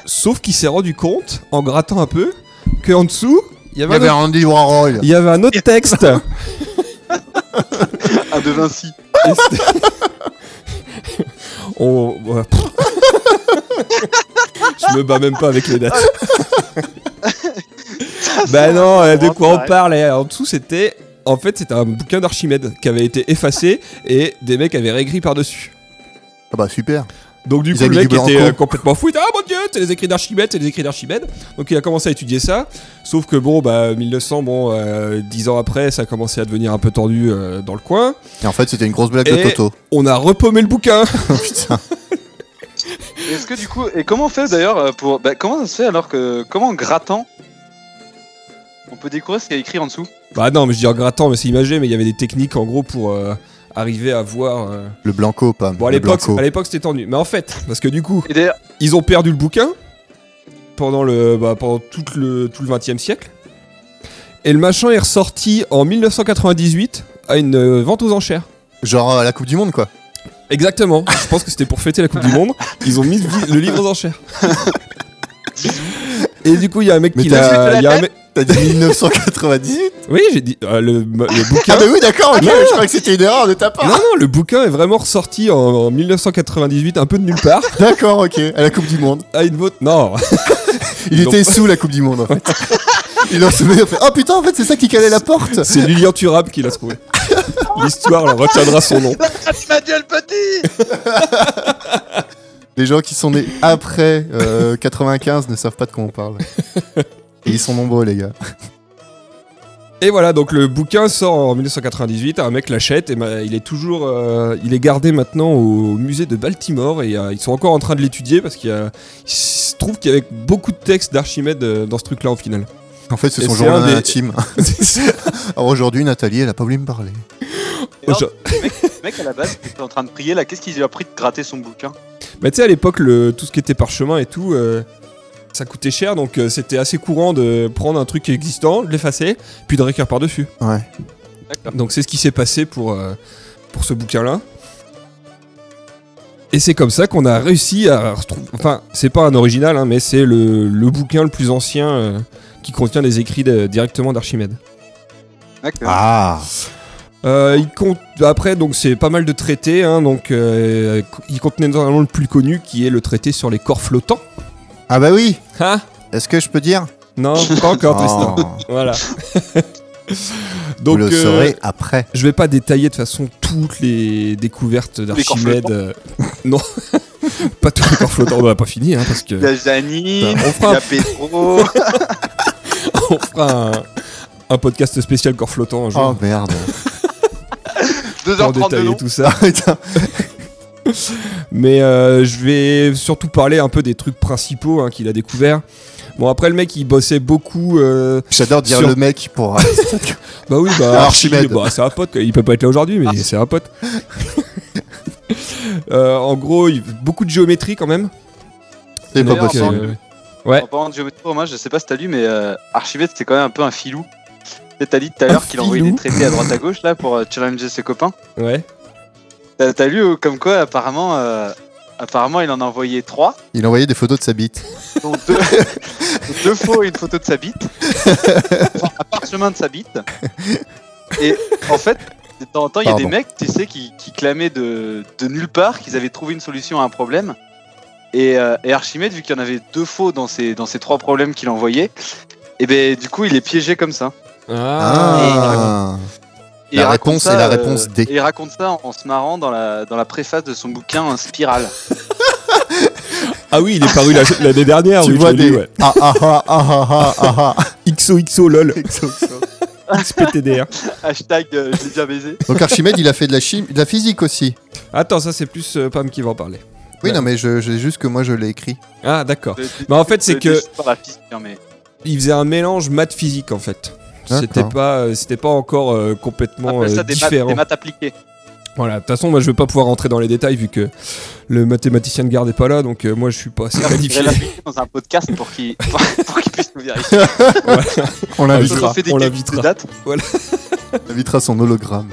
Speaker 2: Sauf qu'il s'est rendu compte, en grattant un peu, qu'en dessous, il y
Speaker 1: Il y
Speaker 2: avait,
Speaker 1: avait
Speaker 2: un autre,
Speaker 1: Andy Warhol.
Speaker 2: il y avait un autre texte.
Speaker 3: Ah de Vinci.
Speaker 2: Et c'était- On- Oh, ouais, pff. Je me bats même pas avec les dates.
Speaker 3: Ah,
Speaker 2: bah non, euh, de quoi on parle eh, En dessous, c'était. En fait, c'était un bouquin d'Archimède qui avait été effacé et des mecs avaient réécrit par-dessus.
Speaker 1: Ah bah super.
Speaker 2: Donc du
Speaker 1: Ils
Speaker 2: coup, le
Speaker 1: avaient
Speaker 2: mec
Speaker 1: dit
Speaker 2: était
Speaker 1: Blanco.
Speaker 2: euh, complètement fou. Il était, ah mon dieu, c'est les écrits d'Archimède, c'est les écrits d'Archimède. Donc il a commencé à étudier ça. Sauf que bon, bah 1900, bon, euh, 10 ans après, ça a commencé à devenir un peu tendu euh, dans le coin.
Speaker 1: Et en fait, c'était une grosse blague de
Speaker 2: Et-
Speaker 1: Toto.
Speaker 2: On a repaumé le bouquin.
Speaker 1: Putain.
Speaker 3: Est-ce que du coup, et comment on fait d'ailleurs euh, pour, bah, comment ça se fait alors que, comment en grattant, on peut découvrir ce qu'il y a écrit en dessous
Speaker 2: Bah non, mais je dis en grattant, mais c'est imagé, mais il y avait des techniques en gros pour euh, arriver à voir. euh.
Speaker 1: Le Blanco, pas.
Speaker 2: Bon, à
Speaker 1: le
Speaker 2: l'époque,
Speaker 1: Blanco.
Speaker 2: à l'époque, c'était tendu. Mais en fait, parce que du coup,
Speaker 3: Et d'ailleurs,
Speaker 2: ils ont perdu le bouquin pendant le bah, pendant tout le tout le 20e siècle. Et le machin est ressorti en 1998 à une euh, vente aux enchères.
Speaker 1: Genre euh, à la Coupe du Monde, quoi.
Speaker 2: Exactement. Je pense que c'était pour fêter la Coupe du Monde. Ils ont mis le vi- le livre aux enchères. Et du coup, il y a un mec
Speaker 1: Mais
Speaker 2: qui
Speaker 1: t'as
Speaker 2: l'a.
Speaker 3: juste la
Speaker 2: il y a un mec-
Speaker 1: T'as dit 1998
Speaker 2: Oui, j'ai dit euh, le, le
Speaker 1: Ah, hein.
Speaker 2: bouquin.
Speaker 1: bah oui, d'accord, ok,
Speaker 2: Non.
Speaker 1: je croyais que c'était une erreur de ta part.
Speaker 2: Non, non, le bouquin est vraiment ressorti en, en 1998, un peu de nulle part.
Speaker 1: D'accord, ok, à la Coupe du Monde.
Speaker 2: À une vote. Non.
Speaker 1: Il
Speaker 2: Ils
Speaker 1: était sous la Coupe du Monde, en fait. Il en souvenait, en fait. Oh putain, en fait, c'est ça qui calait la porte
Speaker 2: C'est Lilian Turab qui l'a trouvé. L'histoire elle retiendra son nom.
Speaker 3: tu m'as dit le petit
Speaker 1: Les gens qui sont nés après euh, 95 ne savent pas de quoi on parle. Et ils sont nombreux, les gars.
Speaker 2: Et voilà, donc le bouquin sort en 1998, un mec l'achète et ben, il est toujours, euh, il est gardé maintenant au musée de Baltimore et euh, ils sont encore en train de l'étudier parce qu'il y a- il se trouve qu'il y avait beaucoup de textes d'Archimède euh, dans ce truc-là au final.
Speaker 1: En fait, ce
Speaker 2: Et
Speaker 1: sont
Speaker 2: c'est
Speaker 1: journaux
Speaker 2: un des-
Speaker 1: intimes. Alors aujourd'hui, Nathalie, elle a pas voulu me parler.
Speaker 3: Le mec à la base il était en train de prier là, qu'est-ce qu'il lui a pris de gratter son bouquin
Speaker 2: Mais tu sais, à l'époque, le- tout ce qui était parchemin et tout, euh, ça coûtait cher, donc euh, c'était assez courant de prendre un truc existant, de l'effacer, puis de réécrire par-dessus.
Speaker 1: Ouais.
Speaker 3: D'accord.
Speaker 2: Donc c'est ce qui s'est passé pour, euh, pour ce bouquin-là. Et c'est comme ça qu'on a réussi à retrouver... Enfin, c'est pas un original, hein, mais c'est le, le bouquin le plus ancien euh, qui contient des écrits de- directement d'Archimède.
Speaker 3: D'accord.
Speaker 1: Ah
Speaker 2: Euh, il compte... Après, donc c'est pas mal de traités, hein, donc euh, il contenait notamment le plus connu, qui est le traité sur les corps flottants.
Speaker 1: Ah bah oui
Speaker 2: Hein
Speaker 1: Est-ce que je peux dire
Speaker 2: Non, pas encore, Ah, Tristan.
Speaker 1: Oh,
Speaker 2: Voilà.
Speaker 1: Vous
Speaker 2: Donc,
Speaker 1: le
Speaker 2: euh,
Speaker 1: saurez après.
Speaker 2: je vais pas détailler de façon toutes les découvertes d'Archimède. euh, non, pas tous les corps flottants, on n'en a pas fini, hein, parce que
Speaker 3: Il y a Janine,
Speaker 2: euh, on
Speaker 3: il y
Speaker 2: fera,
Speaker 3: a Pedro,
Speaker 2: on fera un, un podcast spécial corps flottant un jour.
Speaker 1: Oh merde. Ah,
Speaker 3: 2h30
Speaker 2: pour
Speaker 3: de
Speaker 2: détailler
Speaker 3: long.
Speaker 2: tout ça.
Speaker 1: Putain.
Speaker 2: Mais euh, je vais surtout parler un peu des trucs principaux hein, qu'il a découverts. Bon, après, le mec, il bossait beaucoup. euh,
Speaker 1: J'adore dire
Speaker 2: Sur-
Speaker 1: le mec pour... euh,
Speaker 2: Bah oui, bah
Speaker 1: Archimède.
Speaker 2: Archie, bah, c'est un pote, quoi. il peut pas être là aujourd'hui, mais c'est un pote. Euh, en gros, il- beaucoup de géométrie quand même.
Speaker 1: C'est pas
Speaker 3: D'ailleurs,
Speaker 2: Donc,
Speaker 1: possible.
Speaker 3: en
Speaker 2: euh, Ouais.
Speaker 3: En parlant de géométrie, moi je sais pas si t'as lu, mais euh, Archimède c'était quand même un peu un filou. Tu sais, T'as dit tout à l'heure qu'il envoyait des
Speaker 2: filou
Speaker 3: traités à droite à gauche là pour euh, challenger ses copains.
Speaker 2: euh, Ouais.
Speaker 3: T'as t'as lu euh, comme quoi apparemment, euh, apparemment il en a envoyé 3
Speaker 1: Il envoyait des photos de sa bite.
Speaker 3: dont deux, deux faux et une photo de sa bite, enfin, un parchemin de sa bite. Et en fait, de temps en temps, il y a des
Speaker 1: Pardon.
Speaker 3: mecs, tu sais, qui, qui clamaient de, de nulle part qu'ils avaient trouvé une solution à un problème. Et, euh, et Archimède, vu qu'il y en avait deux faux dans ces, dans ces trois problèmes qu'il envoyait, et ben du coup, il est piégé comme ça.
Speaker 1: Ah,
Speaker 3: Et
Speaker 1: La
Speaker 3: il raconte
Speaker 1: réponse
Speaker 3: euh,
Speaker 1: est la réponse D.
Speaker 3: et il raconte ça en, en se marrant dans la, dans la préface de son bouquin en spirale.
Speaker 2: Ah oui, il est paru la- l'année dernière.
Speaker 1: Tu
Speaker 2: oui, je
Speaker 1: vois
Speaker 2: l'ai lu,
Speaker 1: des...
Speaker 2: ouais.
Speaker 1: Ah ah ah ah ah ah ah
Speaker 2: XOXO lol,
Speaker 1: Exo-exo.
Speaker 2: XPTDR.
Speaker 3: Hashtag, euh, je l'ai bien baisé.
Speaker 1: Donc Archimède, il a fait de la, chimie, de la physique aussi.
Speaker 2: Attends, ça c'est plus euh, Pam qui va en parler.
Speaker 1: Oui,
Speaker 2: Ouais.
Speaker 1: non, mais je, je- juste que moi, je l'ai écrit.
Speaker 2: Ah d'accord.
Speaker 3: Je-
Speaker 2: Bah en fait,
Speaker 3: je-
Speaker 2: c'est que
Speaker 3: je- par la piste, hein, mais-
Speaker 2: il faisait un mélange maths physique en fait.
Speaker 1: D'accord.
Speaker 2: C'était pas, euh, c'était pas encore euh, complètement
Speaker 3: appelle
Speaker 2: euh,
Speaker 3: ça des maths,
Speaker 2: différent.
Speaker 3: des maths appliquées.
Speaker 2: Voilà, de toute façon, moi je vais pas pouvoir rentrer dans les détails vu que le mathématicien de garde est pas là, donc euh, moi je suis pas assez
Speaker 3: Je
Speaker 2: qualifié.
Speaker 3: l'appliquer dans un podcast pour qu'il pour, pour qu'il puisse nous vérifier.
Speaker 1: On
Speaker 2: Ah,
Speaker 3: On
Speaker 2: l'invitera,
Speaker 1: l'invitera.
Speaker 3: fait des
Speaker 2: on
Speaker 3: calculs
Speaker 2: l'invitera.
Speaker 3: de date.
Speaker 1: On invitera son hologramme.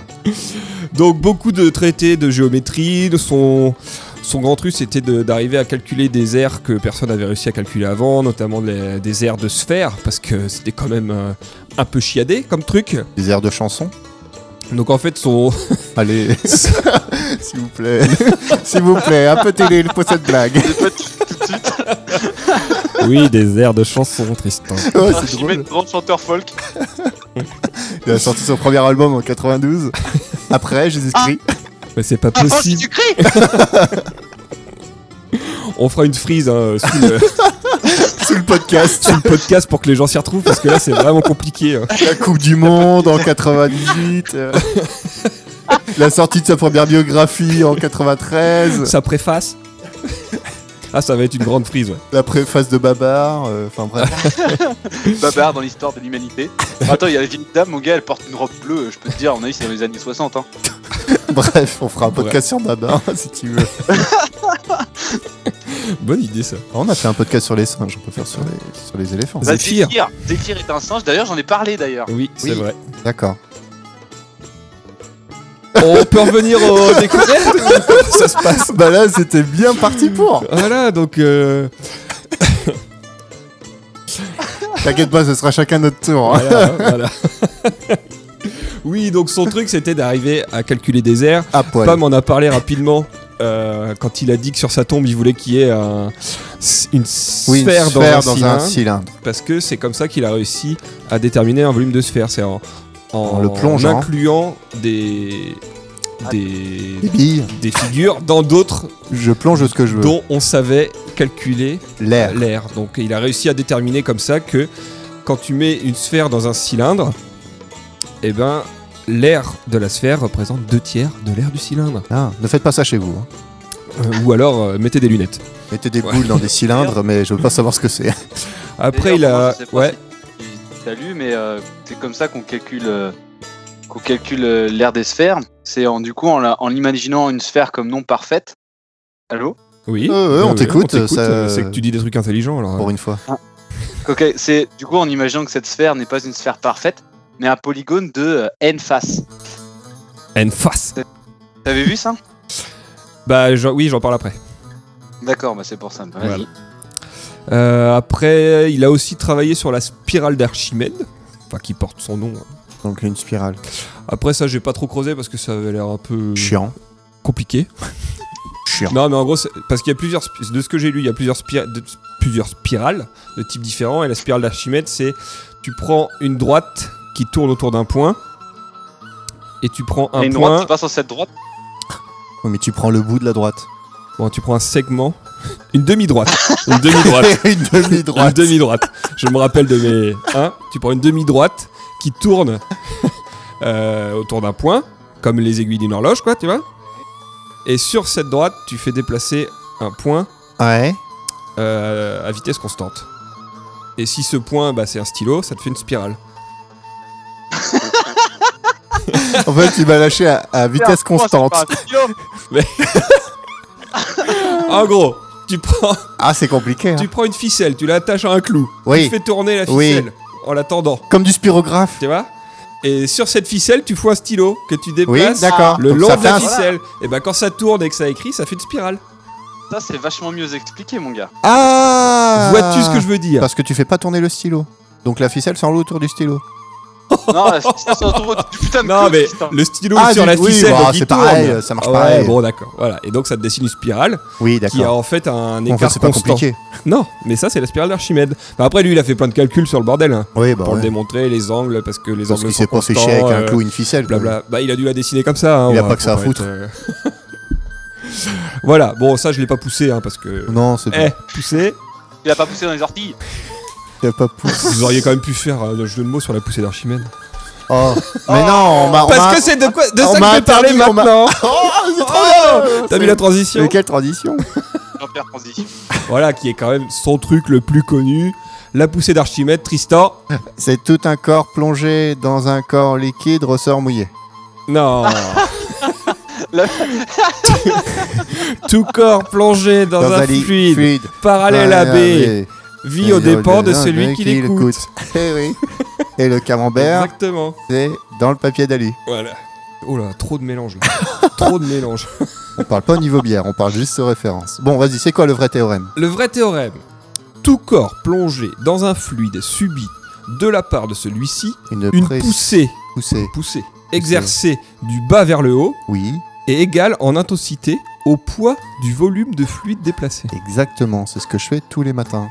Speaker 2: Donc beaucoup de traités de géométrie, de son, son grand truc c'était de- d'arriver à calculer des aires que personne n'avait réussi à calculer avant, notamment les- des aires de sphère, parce que c'était quand même euh, un peu chiadé comme truc.
Speaker 1: Des airs de chansons.
Speaker 2: Donc en fait son...
Speaker 1: Allez, s'il vous plaît. s'il vous plaît, un peu télé pour cette blague.
Speaker 3: Des petits- tout de suite.
Speaker 2: oui, des aires de chansons, Tristan.
Speaker 1: Ouais, c'est
Speaker 3: Archimède,
Speaker 1: drôle.
Speaker 3: grand chanteur folk.
Speaker 1: Il a sorti son premier album en 92. Après, Jésus-Christ.
Speaker 3: Ah, oh,
Speaker 2: Mais c'est pas
Speaker 4: Avant
Speaker 2: possible.
Speaker 4: Jésus-Christ
Speaker 2: on fera une frise hein, sous, le,
Speaker 1: Ah. C'est le podcast.
Speaker 2: sous le podcast pour que les gens s'y retrouvent parce que là c'est vraiment compliqué. hein.
Speaker 1: La Coupe du Monde en 98. euh, La sortie de sa première biographie en 93.
Speaker 2: Sa préface. Ah, ça va être une grande frise, ouais.
Speaker 1: La préface de Babar. euh, Enfin bref.
Speaker 3: Babar dans l'histoire de l'humanité. Attends, il y a la vieille dame, mon gars, elle porte une robe bleue, je peux te dire, on a vu, c'est dans les années 60. Hein.
Speaker 1: bref, on fera un podcast sur Babar si tu veux.
Speaker 2: Bonne idée ça.
Speaker 1: On a fait un podcast sur les singes, on peut faire sur les, sur les éléphants.
Speaker 2: Vas-y. Zéphyr.
Speaker 3: Zéphyr. Zéphyr est un singe, d'ailleurs, j'en ai parlé d'ailleurs.
Speaker 2: Oui, c'est
Speaker 1: Oui.
Speaker 2: vrai.
Speaker 1: D'accord.
Speaker 2: On peut revenir au découvert Ça se passe.
Speaker 1: Bah là, c'était bien parti pour.
Speaker 2: Ah, Voilà, donc euh,
Speaker 1: T'inquiète pas, ce sera chacun notre tour. hein.
Speaker 2: voilà, hein, voilà. Oui, donc son truc c'était d'arriver à calculer des airs.
Speaker 1: À poil.
Speaker 2: Pam en a parlé rapidement euh, quand il a dit que sur sa tombe il voulait qu'il y ait un- une sphère,
Speaker 1: Oui, une sphère,
Speaker 2: dans, un,
Speaker 1: dans
Speaker 2: cylindre,
Speaker 1: un cylindre.
Speaker 2: parce que c'est comme ça qu'il a réussi à déterminer un volume de sphère. C'est en, en,
Speaker 1: En le plongeant.
Speaker 2: en incluant des des,
Speaker 1: Des billes,
Speaker 2: des figures dans d'autres
Speaker 1: je plonge ce que je veux.
Speaker 2: dont on savait calculer
Speaker 1: L'air.
Speaker 2: l'air. Donc il a réussi à déterminer comme ça que quand tu mets une sphère dans un cylindre, eh ben l'air de la sphère représente deux tiers de l'air du cylindre.
Speaker 1: Ah, ne faites pas ça chez vous. hein.
Speaker 2: Euh, ou alors euh, mettez des lunettes.
Speaker 1: Mettez des
Speaker 2: Ouais.
Speaker 1: boules dans des cylindres, mais je veux pas savoir ce que c'est.
Speaker 2: Après il
Speaker 3: D'ailleurs,
Speaker 2: a
Speaker 3: je sais pas
Speaker 2: ouais,
Speaker 3: si tu as lu, mais euh, c'est comme ça qu'on calcule, euh, qu'on calcule euh, l'air des sphères. C'est en du coup en, la- en imaginant une sphère comme non parfaite. Allô
Speaker 2: oui.
Speaker 1: Euh, ouais, on t'écoute, ça-
Speaker 2: euh, C'est que tu dis des trucs intelligents alors.
Speaker 1: Pour une fois.
Speaker 3: Ok, c'est du coup en imaginant que cette sphère n'est pas une sphère parfaite, mais un polygone de euh, n faces.
Speaker 2: euh, En face.
Speaker 3: T'avais vu ça
Speaker 2: Bah j'en- oui, j'en parle après.
Speaker 3: D'accord, bah c'est pour ça. Bah, vas-y.
Speaker 2: Voilà. Euh, après, il a aussi travaillé sur la spirale d'Archimède, enfin qui porte son nom. hein.
Speaker 1: Donc une spirale.
Speaker 2: Après ça, j'ai pas trop creusé parce que ça avait l'air un peu
Speaker 1: Chiant.
Speaker 2: compliqué.
Speaker 1: Chiant.
Speaker 2: Non, mais en gros, c'est- parce qu'il y a plusieurs. spi- De ce que j'ai lu, il y a plusieurs, spira- de- plusieurs spirales de types différents. Et la spirale d'Archimède, c'est tu prends une droite qui tourne autour d'un point. Et tu prends un
Speaker 3: Et une droite
Speaker 2: point.
Speaker 3: qui passe en cette droite.
Speaker 1: Oui, mais tu prends le bout de la droite.
Speaker 2: Bon, tu prends un segment. Une demi-droite. une demi-droite.
Speaker 1: une demi-droite.
Speaker 2: Une demi-droite. Je me rappelle de mes. Hein tu prends une demi-droite qui tourne euh, autour d'un point, comme les aiguilles d'une horloge, quoi, tu vois. Et sur cette droite, tu fais déplacer un point
Speaker 1: Ouais.
Speaker 2: euh, à vitesse constante. Et si ce point, bah, c'est un stylo, ça te fait une spirale.
Speaker 1: En fait, il m'a lâché à, à vitesse
Speaker 3: Pourquoi c'est
Speaker 1: constante.
Speaker 3: pas un stylo
Speaker 2: En Ah, gros, tu prends,
Speaker 1: Ah, c'est compliqué. hein.
Speaker 2: tu prends une ficelle, tu l'attaches à un clou, tu
Speaker 1: Oui.
Speaker 2: fais tourner la
Speaker 1: Oui.
Speaker 2: ficelle en l'attendant,
Speaker 1: Comme du spirographe.
Speaker 2: tu vois Et sur cette ficelle, tu fous un stylo que tu
Speaker 1: Oui,
Speaker 2: déplaces
Speaker 1: d'accord.
Speaker 2: le
Speaker 1: Donc
Speaker 2: long
Speaker 1: ça
Speaker 2: de
Speaker 1: fait
Speaker 2: la
Speaker 1: un-
Speaker 2: ficelle. Et bah quand ça tourne et que ça écrit, ça fait une spirale.
Speaker 3: Ça c'est vachement mieux expliqué, mon gars.
Speaker 1: Ah
Speaker 2: Vois-tu ce que je veux dire
Speaker 1: Parce que tu fais pas tourner le stylo. Donc la ficelle s'enroule autour du stylo.
Speaker 3: Non, la ficelle, ça se retrouve au- du putain de
Speaker 2: Non
Speaker 3: clou,
Speaker 2: mais
Speaker 3: putain.
Speaker 2: le stylo
Speaker 1: Ah,
Speaker 2: est sur
Speaker 1: du-
Speaker 2: la
Speaker 1: oui,
Speaker 2: ficelle,
Speaker 1: bah,
Speaker 2: donc il
Speaker 1: c'est
Speaker 2: tourne. Ah
Speaker 1: pareil, ça marche
Speaker 2: Ouais,
Speaker 1: pareil.
Speaker 2: bon d'accord, voilà. Et donc ça te dessine une spirale
Speaker 1: Oui,
Speaker 2: qui a
Speaker 1: d'accord.
Speaker 2: en fait un
Speaker 1: Enfin,
Speaker 2: écart
Speaker 1: c'est pas
Speaker 2: constant.
Speaker 1: compliqué.
Speaker 2: Non, mais ça c'est la spirale d'Archimède. Enfin, après lui il a fait plein de calculs sur le bordel hein,
Speaker 1: Oui, bah
Speaker 2: pour
Speaker 1: ouais.
Speaker 2: le démontrer, les angles parce que les
Speaker 1: Parce
Speaker 2: angles
Speaker 1: qu'il
Speaker 2: sont
Speaker 1: s'est pas fait
Speaker 2: constants,
Speaker 1: chier avec un
Speaker 2: euh,
Speaker 1: clou et une ficelle. quoi.
Speaker 2: blabla. Bah il a dû la dessiner comme ça. hein,
Speaker 1: Il a
Speaker 2: on va-
Speaker 1: pas que
Speaker 2: faut
Speaker 1: ça à
Speaker 2: être,
Speaker 1: foutre.
Speaker 2: euh, voilà, bon ça je l'ai pas poussé hein, parce que.
Speaker 1: Non, c'est
Speaker 2: Eh,
Speaker 1: bon.
Speaker 2: poussé
Speaker 3: Il a pas poussé dans les orties.
Speaker 1: Il a pas poussé.
Speaker 2: Vous auriez quand même pu faire euh, le jeu de mots sur la poussée d'Archimède.
Speaker 1: Oh. Mais non, on m'a. on m'a-
Speaker 2: Parce que c'est de quoi de
Speaker 1: on
Speaker 2: ça que
Speaker 1: m'a
Speaker 2: je vais parler
Speaker 1: interdit, on m'a-
Speaker 2: maintenant
Speaker 1: Oh, c'est trop bien
Speaker 2: T'as vu la transition
Speaker 1: Mais quelle transition
Speaker 3: J'en perds transition.
Speaker 2: Voilà, qui est quand même son truc le plus connu. La poussée d'Archimède, Tristan.
Speaker 1: C'est tout un corps plongé dans un corps liquide, ressort mouillé.
Speaker 2: Non
Speaker 3: Le-
Speaker 2: Tout corps plongé dans, un
Speaker 1: lit
Speaker 2: fluide, parallèle à B, vit aux dépens de celui qui l'écoute.
Speaker 1: Eh oui. Et le camembert,
Speaker 2: Exactement.
Speaker 1: c'est dans le papier d'Ali.
Speaker 2: Voilà. Oh là, trop de mélange. là. trop de mélange.
Speaker 1: On parle pas au niveau bière, on parle juste de référence. Bon, vas-y, c'est quoi le vrai théorème
Speaker 2: Le vrai théorème. Tout corps plongé dans un fluide subit de la part de celui-ci une
Speaker 1: presse
Speaker 2: poussée,
Speaker 1: poussée.
Speaker 2: poussée exercée du bas vers le haut
Speaker 1: Oui,
Speaker 2: et égale en intensité au poids du volume de fluide déplacé.
Speaker 1: exactement, c'est ce que je fais tous les matins.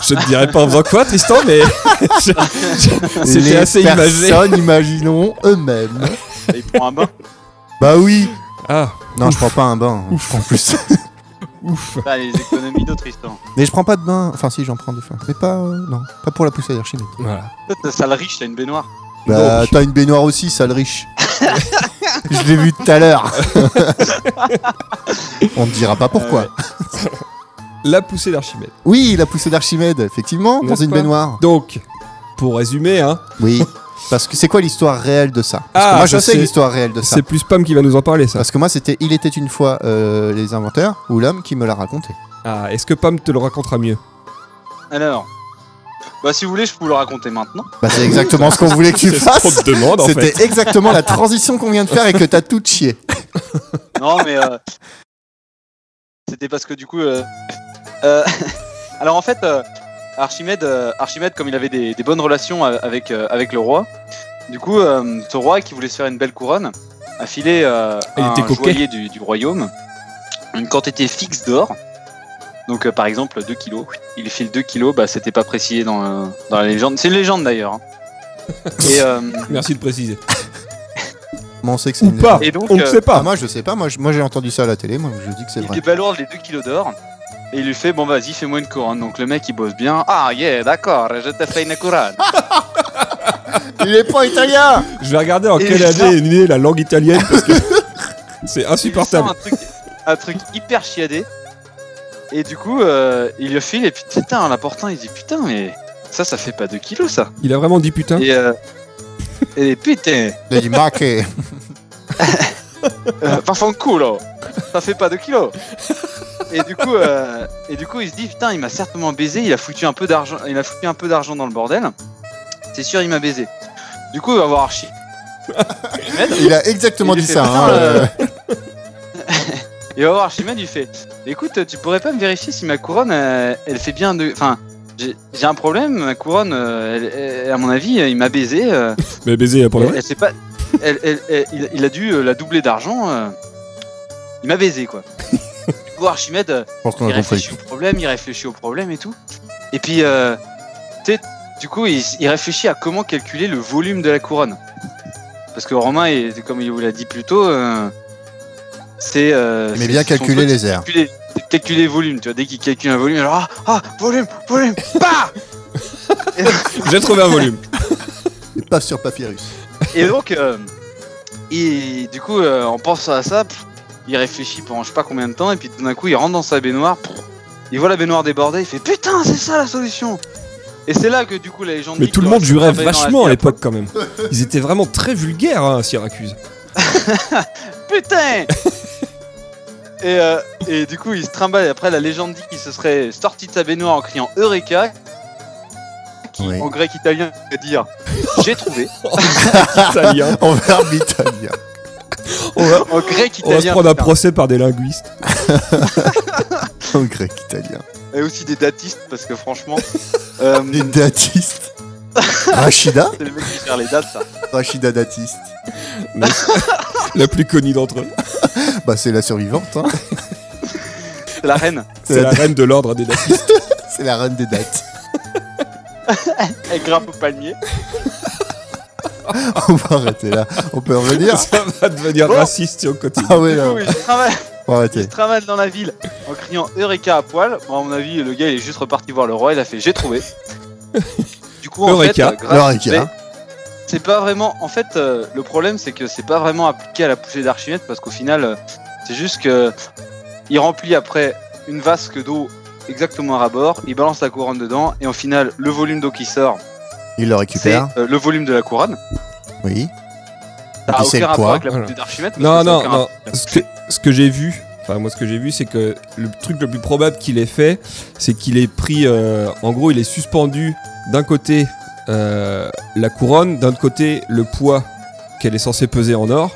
Speaker 2: Je te dirais pas en faisant quoi, Tristan, mais je- je-
Speaker 1: les
Speaker 2: c'était assez imagé.
Speaker 1: personnes imaginons eux-mêmes.
Speaker 3: Il prend un bain.
Speaker 1: Bah oui
Speaker 2: Ah,
Speaker 1: Non,
Speaker 2: Ouf.
Speaker 1: je prends pas un bain, je prends hein, plus.
Speaker 2: Ouf.
Speaker 3: Putain, Bah, les économies d'autres histoires.
Speaker 1: Mais je prends pas de bain. Enfin, si, j'en prends des fois. Mais pas. euh, non, pas pour la poussée d'Archimède.
Speaker 2: Voilà.
Speaker 3: Toi, t'as sale riche, t'as une baignoire.
Speaker 1: Bah,
Speaker 2: Non.
Speaker 1: t'as une baignoire aussi, sale riche. je l'ai vu tout à l'heure. On ne dira pas pourquoi.
Speaker 3: Euh,
Speaker 2: La poussée d'Archimède.
Speaker 1: Oui, la poussée d'Archimède, effectivement, dans
Speaker 2: N'est-ce
Speaker 1: une
Speaker 2: pas
Speaker 1: baignoire.
Speaker 2: Donc, pour résumer, hein,
Speaker 1: Oui. Parce que c'est quoi l'histoire réelle de ça Parce
Speaker 2: Ah,
Speaker 1: que moi je
Speaker 2: ça,
Speaker 1: sais
Speaker 2: c'est-
Speaker 1: l'histoire réelle de ça.
Speaker 2: c'est plus Pam qui va nous en parler, ça.
Speaker 1: Parce que moi c'était Il était une fois euh, les inventeurs ou l'homme qui me l'a raconté.
Speaker 2: Ah, est-ce que Pam te le racontera mieux
Speaker 3: Alors, bah, si vous voulez, je peux vous le raconter maintenant.
Speaker 1: Bah, c'est exactement ce qu'on voulait que tu
Speaker 2: C'est ce qu'on
Speaker 1: fasses.
Speaker 2: te demande, en fait.
Speaker 1: C'était exactement la transition qu'on vient de faire et que t'as tout chié.
Speaker 3: Non, mais euh, c'était parce que du coup. euh, euh, alors en fait, euh, Archimède, euh, Archimède, comme il avait des, des bonnes relations euh, avec, euh, avec le roi, du coup, euh, ce roi qui voulait se faire une belle couronne a filé euh,
Speaker 2: Il
Speaker 3: un
Speaker 2: était coquet.
Speaker 3: joaillier du, du royaume une quantité fixe d'or. Donc euh, par exemple 2 kilos. Il file 2 kilos, bah, c'était pas précisé dans, euh, dans la légende. C'est une légende d'ailleurs. hein. Et, euh,
Speaker 2: Merci de préciser.
Speaker 1: Comment on sait que c'est
Speaker 2: Ou
Speaker 1: une
Speaker 2: pas,
Speaker 3: Et donc,
Speaker 2: on ne
Speaker 3: euh,
Speaker 2: sait
Speaker 1: Ah,
Speaker 2: pas.
Speaker 1: moi je sais pas, moi je- moi, j'ai entendu ça à la télé, moi je dis que c'est
Speaker 3: il
Speaker 1: vrai.
Speaker 3: débalourde les 2 kilos d'or et il lui fait bon vas-y fais-moi une couronne. Donc le mec il bosse bien. Ah yeah d'accord je te fais une couronne.
Speaker 1: Il est pas italien
Speaker 2: Je vais regarder en
Speaker 3: Et
Speaker 2: quelle
Speaker 3: ça-
Speaker 2: année est née la langue italienne, parce que
Speaker 3: Il
Speaker 2: c'est
Speaker 3: lui sort
Speaker 2: insupportable.
Speaker 3: Un truc, un truc hyper chiadé. Et du coup euh, il le file et puis putain l'important il dit putain mais ça ça fait pas 2 kilos ça.
Speaker 2: Il a vraiment dit putain
Speaker 3: Et, euh, et putain
Speaker 1: Il a dit maqué.
Speaker 3: Euh, Pas son culo Ça fait pas de kilos Et du coup, euh, et du coup, il se dit putain, il m'a certainement baisé. Il a foutu un peu d'argent, il a foutu un peu d'argent dans le bordel. C'est sûr, il m'a baisé. Du coup, il va voir Archie. Archimède,
Speaker 1: Il a exactement
Speaker 3: Il
Speaker 1: dit
Speaker 3: fait
Speaker 1: ça.
Speaker 3: ça,
Speaker 1: hein,
Speaker 3: euh,
Speaker 1: euh.
Speaker 3: il va voir Archimède, il fait écoute, tu pourrais pas me vérifier si ma couronne, euh, elle fait bien de, enfin. j'ai- J'ai un problème, ma couronne, euh, elle- elle- à mon avis, il m'a baisé. euh,
Speaker 2: Mais baiser pour le
Speaker 3: elle, elle sait pas. elle- elle- elle- il, il a dû euh, la doubler d'argent. euh, il m'a baisé, quoi. du coup, Archimède, euh,
Speaker 1: Je pense qu'on
Speaker 3: il
Speaker 1: a compris.
Speaker 3: réfléchit au problème, il réfléchit au problème et tout. Et puis, euh, tu sais, du coup, il, il réfléchit à comment calculer le volume de la couronne. Parce que Romain, il- comme il vous l'a dit plus tôt, euh, c'est. euh,
Speaker 1: Mais
Speaker 3: c'est-
Speaker 1: bien
Speaker 3: son
Speaker 1: calculer
Speaker 3: truc,
Speaker 1: les airs.
Speaker 3: calculer, calculer volume, tu vois, dès qu'il calcule un volume, alors ah, ah volume, volume, bah
Speaker 2: J'ai trouvé un volume.
Speaker 1: Et paf sur papyrus.
Speaker 3: Et donc, euh, il- du coup, euh, en pensant à ça, pff, il réfléchit pendant je sais pas combien de temps, et puis tout d'un coup, il rentre dans sa baignoire, pff, il voit la baignoire déborder, il fait putain, c'est ça la solution Et c'est là que du coup, la légende.
Speaker 2: Mais
Speaker 3: dit
Speaker 2: tout le
Speaker 3: que
Speaker 2: monde
Speaker 3: lorsque
Speaker 2: jurait
Speaker 3: travaillait dans hein. la
Speaker 2: vachement à
Speaker 3: pierre,
Speaker 2: l'époque quand même. Ils étaient vraiment très vulgaires hein, à Syracuse.
Speaker 3: Putain et, euh, et du coup, il se trimballe. et Après, la légende dit qu'il se serait sorti de sa baignoire en criant Eureka, qui
Speaker 1: Oui.
Speaker 3: en grec italien veut dire J'ai trouvé.
Speaker 2: Italien.
Speaker 1: On verra l'italien.
Speaker 2: On va,
Speaker 3: En grec
Speaker 2: on va se
Speaker 3: italien.
Speaker 2: prendre un
Speaker 3: putain.
Speaker 2: procès par des linguistes.
Speaker 1: En grec italien.
Speaker 3: Et aussi des datistes, parce que franchement. euh,
Speaker 1: Des datistes. Rachida
Speaker 3: C'est le mec qui gère les dates, ça.
Speaker 1: Rachida Datiste.
Speaker 2: Mais- la plus connue d'entre eux.
Speaker 1: Bah, c'est la survivante, hein.
Speaker 3: C'est la reine.
Speaker 2: C'est la reine de l'ordre des dates.
Speaker 1: C'est la reine des dates.
Speaker 3: Elle grimpe au palmier.
Speaker 1: On va arrêter là. On peut revenir
Speaker 2: Ça va devenir
Speaker 3: Bon.
Speaker 2: raciste si on continue.
Speaker 1: Ah ouais,
Speaker 3: Du
Speaker 1: là,
Speaker 3: coup, il se trimballe-
Speaker 1: on va
Speaker 3: il se
Speaker 1: arrêter.
Speaker 3: trimballe dans la ville en criant Eureka à poil. Bon, à mon avis, le gars, il est juste reparti voir le roi. Il a fait J'ai trouvé. Du coup, en
Speaker 2: Eureka.
Speaker 3: fait, euh, grâce-
Speaker 1: Alors, Ikea,
Speaker 3: mais c'est pas vraiment. En fait, euh, le problème, c'est que c'est pas vraiment appliqué à la poussée d'Archimède parce qu'au final, euh, c'est juste que il remplit après une vasque d'eau exactement à ras bord. Il balance la couronne dedans et au final, le volume d'eau qui sort,
Speaker 1: il le
Speaker 3: c'est
Speaker 1: récupère.
Speaker 3: euh, le volume de la couronne.
Speaker 1: Oui.
Speaker 3: Ça a
Speaker 1: il sait
Speaker 3: aucun
Speaker 1: le
Speaker 3: rapport
Speaker 1: poids.
Speaker 3: avec la
Speaker 2: Voilà.
Speaker 3: poussée d'Archimède. parce
Speaker 2: Non,
Speaker 3: que ça a
Speaker 2: non,
Speaker 3: aucun
Speaker 2: non.
Speaker 3: rapport.
Speaker 2: Ce que, ce que j'ai vu, enfin moi ce que j'ai vu, c'est que le truc le plus probable qu'il ait fait, c'est qu'il ait pris, euh, en gros, il est suspendu d'un côté euh, la couronne, d'un autre côté le poids qu'elle est censée peser en or.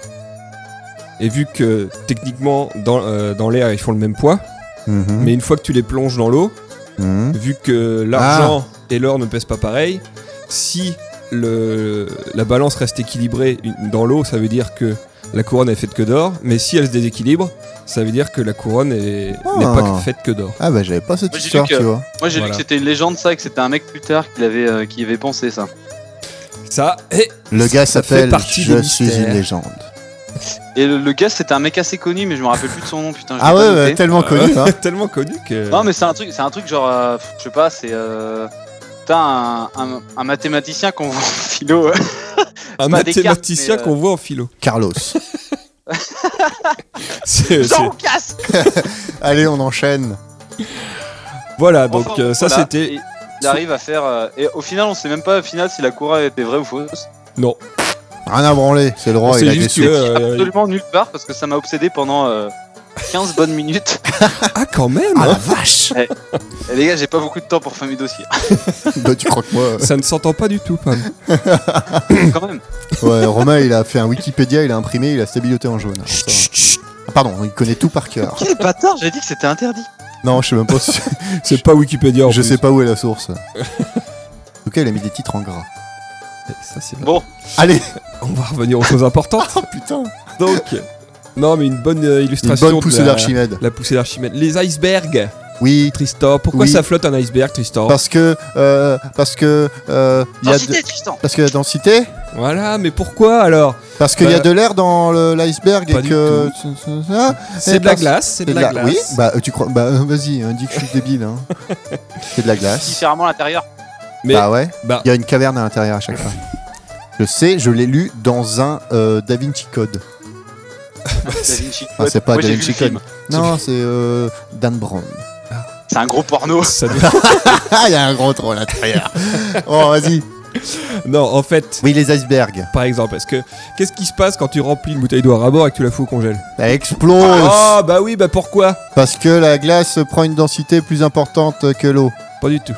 Speaker 2: Et vu que techniquement dans, euh, dans l'air ils font le même poids,
Speaker 1: Mhm.
Speaker 2: mais une fois que tu les plonges dans l'eau,
Speaker 1: Mhm.
Speaker 2: vu que l'argent
Speaker 1: Ah.
Speaker 2: et l'or ne pèsent pas pareil, si le, la balance reste équilibrée une- dans l'eau, ça veut dire que la couronne est faite que d'or, mais si elle se déséquilibre, ça veut dire que la couronne est- n'est
Speaker 1: Ah.
Speaker 2: pas que- faite que d'or.
Speaker 1: Ah bah j'avais pas cette
Speaker 3: Moi, j'ai lu
Speaker 1: histoire,
Speaker 3: que-
Speaker 1: tu vois.
Speaker 3: Moi j'ai
Speaker 2: Voilà.
Speaker 3: lu que c'était une légende ça et que c'était un mec plus tard qui l'avait euh, qui y avait pensé ça.
Speaker 2: Ça, et
Speaker 1: Le gars
Speaker 2: ça fait
Speaker 1: s'appelle
Speaker 2: partie
Speaker 1: Je
Speaker 2: des
Speaker 1: suis
Speaker 2: mystères.
Speaker 1: une légende.
Speaker 3: Et le, le gars, c'était un mec assez connu, mais je me rappelle plus de son nom, putain. je
Speaker 1: Ah
Speaker 3: l'ai
Speaker 1: ouais,
Speaker 3: pas
Speaker 1: ouais,
Speaker 3: noté.
Speaker 1: tellement connu. hein.
Speaker 2: Tellement connu que.
Speaker 3: Non, mais c'est un truc, c'est un truc genre, euh, pff, je sais pas, c'est. Euh... T'as un, un, un mathématicien qu'on voit en philo. euh.
Speaker 2: un
Speaker 3: pas des cartes,
Speaker 2: mathématicien
Speaker 3: mais, euh,
Speaker 2: qu'on voit en philo.
Speaker 1: Carlos.
Speaker 2: C'est- c'est-
Speaker 4: Jean Casse
Speaker 1: Allez, on enchaîne.
Speaker 2: Voilà, donc
Speaker 3: Enfin,
Speaker 2: euh, ça
Speaker 3: voilà.
Speaker 2: c'était.
Speaker 3: Et Il arrive à faire. euh, Et au final, on sait même pas au final si la coureur était vraie ou fausse.
Speaker 2: Non,
Speaker 1: Rien à branler, c'est le roi, Oh, il
Speaker 2: c'est
Speaker 1: a
Speaker 2: juste que.
Speaker 1: décidé.
Speaker 2: euh,
Speaker 3: Absolument nulle part parce que ça m'a obsédé pendant euh, 15 bonnes minutes.
Speaker 2: Ah, quand même
Speaker 1: Ah la
Speaker 2: hein.
Speaker 1: vache
Speaker 3: Et les gars, j'ai pas beaucoup de temps pour faire mes dossiers.
Speaker 1: Bah tu crois que moi...
Speaker 2: Ça ne s'entend pas du tout, Pam.
Speaker 3: Quand même.
Speaker 1: Ouais, Romain, il a fait un Wikipédia, il a imprimé, il a stabilité en jaune. Ça va. Ah, Pardon, il connaît tout par cœur.
Speaker 3: Quel bâtard, j'ai dit que c'était interdit.
Speaker 1: Non, je sais même pas si-
Speaker 2: C'est pas Wikipédia en
Speaker 1: Je
Speaker 2: plus.
Speaker 1: sais pas où est la source. En tout cas, il a mis des titres en gras.
Speaker 2: Ça, c'est vrai.
Speaker 3: Bon,
Speaker 1: Allez
Speaker 2: On va revenir aux choses importantes.
Speaker 1: Oh putain
Speaker 2: Donc, non, mais une bonne euh,
Speaker 1: Une
Speaker 2: illustration.
Speaker 1: bonne poussée
Speaker 2: de la-
Speaker 1: d'Archimède.
Speaker 2: La poussée d'Archimède. Les icebergs,
Speaker 1: Oui,
Speaker 2: Tristan. Pourquoi
Speaker 1: Oui.
Speaker 2: ça flotte un iceberg, Tristan
Speaker 1: parce que... euh, parce que... euh, il y a de-
Speaker 4: Cité Tristan
Speaker 1: Parce que la densité
Speaker 2: Voilà, mais pourquoi alors
Speaker 1: Parce qu'il y a
Speaker 2: Bah,
Speaker 1: de l'air dans le- l'iceberg
Speaker 2: pas
Speaker 1: et
Speaker 2: du
Speaker 1: que... Ah,
Speaker 2: C'est de la
Speaker 1: parce-
Speaker 2: glace, c'est de la glace.
Speaker 1: Oui, bah euh, tu crois... Bah euh, vas-y, hein, dis que je suis débile. Hein. C'est de la glace.
Speaker 3: différemment à l'intérieur.
Speaker 2: Mais-
Speaker 1: Bah ouais.
Speaker 2: Bah,
Speaker 1: Il y a une caverne à l'intérieur à chaque fois. Je sais, je l'ai lu dans un euh, Da Vinci Code.
Speaker 3: Da Vinci
Speaker 1: Ah, c'est
Speaker 3: Code.
Speaker 1: pas
Speaker 3: Moi,
Speaker 1: Da
Speaker 3: j'ai vu
Speaker 1: Vinci
Speaker 3: le film.
Speaker 1: Code. Non, c'est euh, Dan Brown.
Speaker 3: C'est un gros porno.
Speaker 2: ça doit-
Speaker 1: Ah, il y a un gros troll à l'intérieur. oh, vas-y.
Speaker 2: non, en fait,
Speaker 1: Oui, les icebergs.
Speaker 2: par exemple, parce que qu'est-ce qui se passe quand tu remplis une bouteille d'eau à rabord et que tu la fous au congèle
Speaker 1: Elle explose
Speaker 2: Oh, bah oui, bah pourquoi
Speaker 1: parce que la glace prend une densité plus importante que l'eau.
Speaker 2: Pas du tout.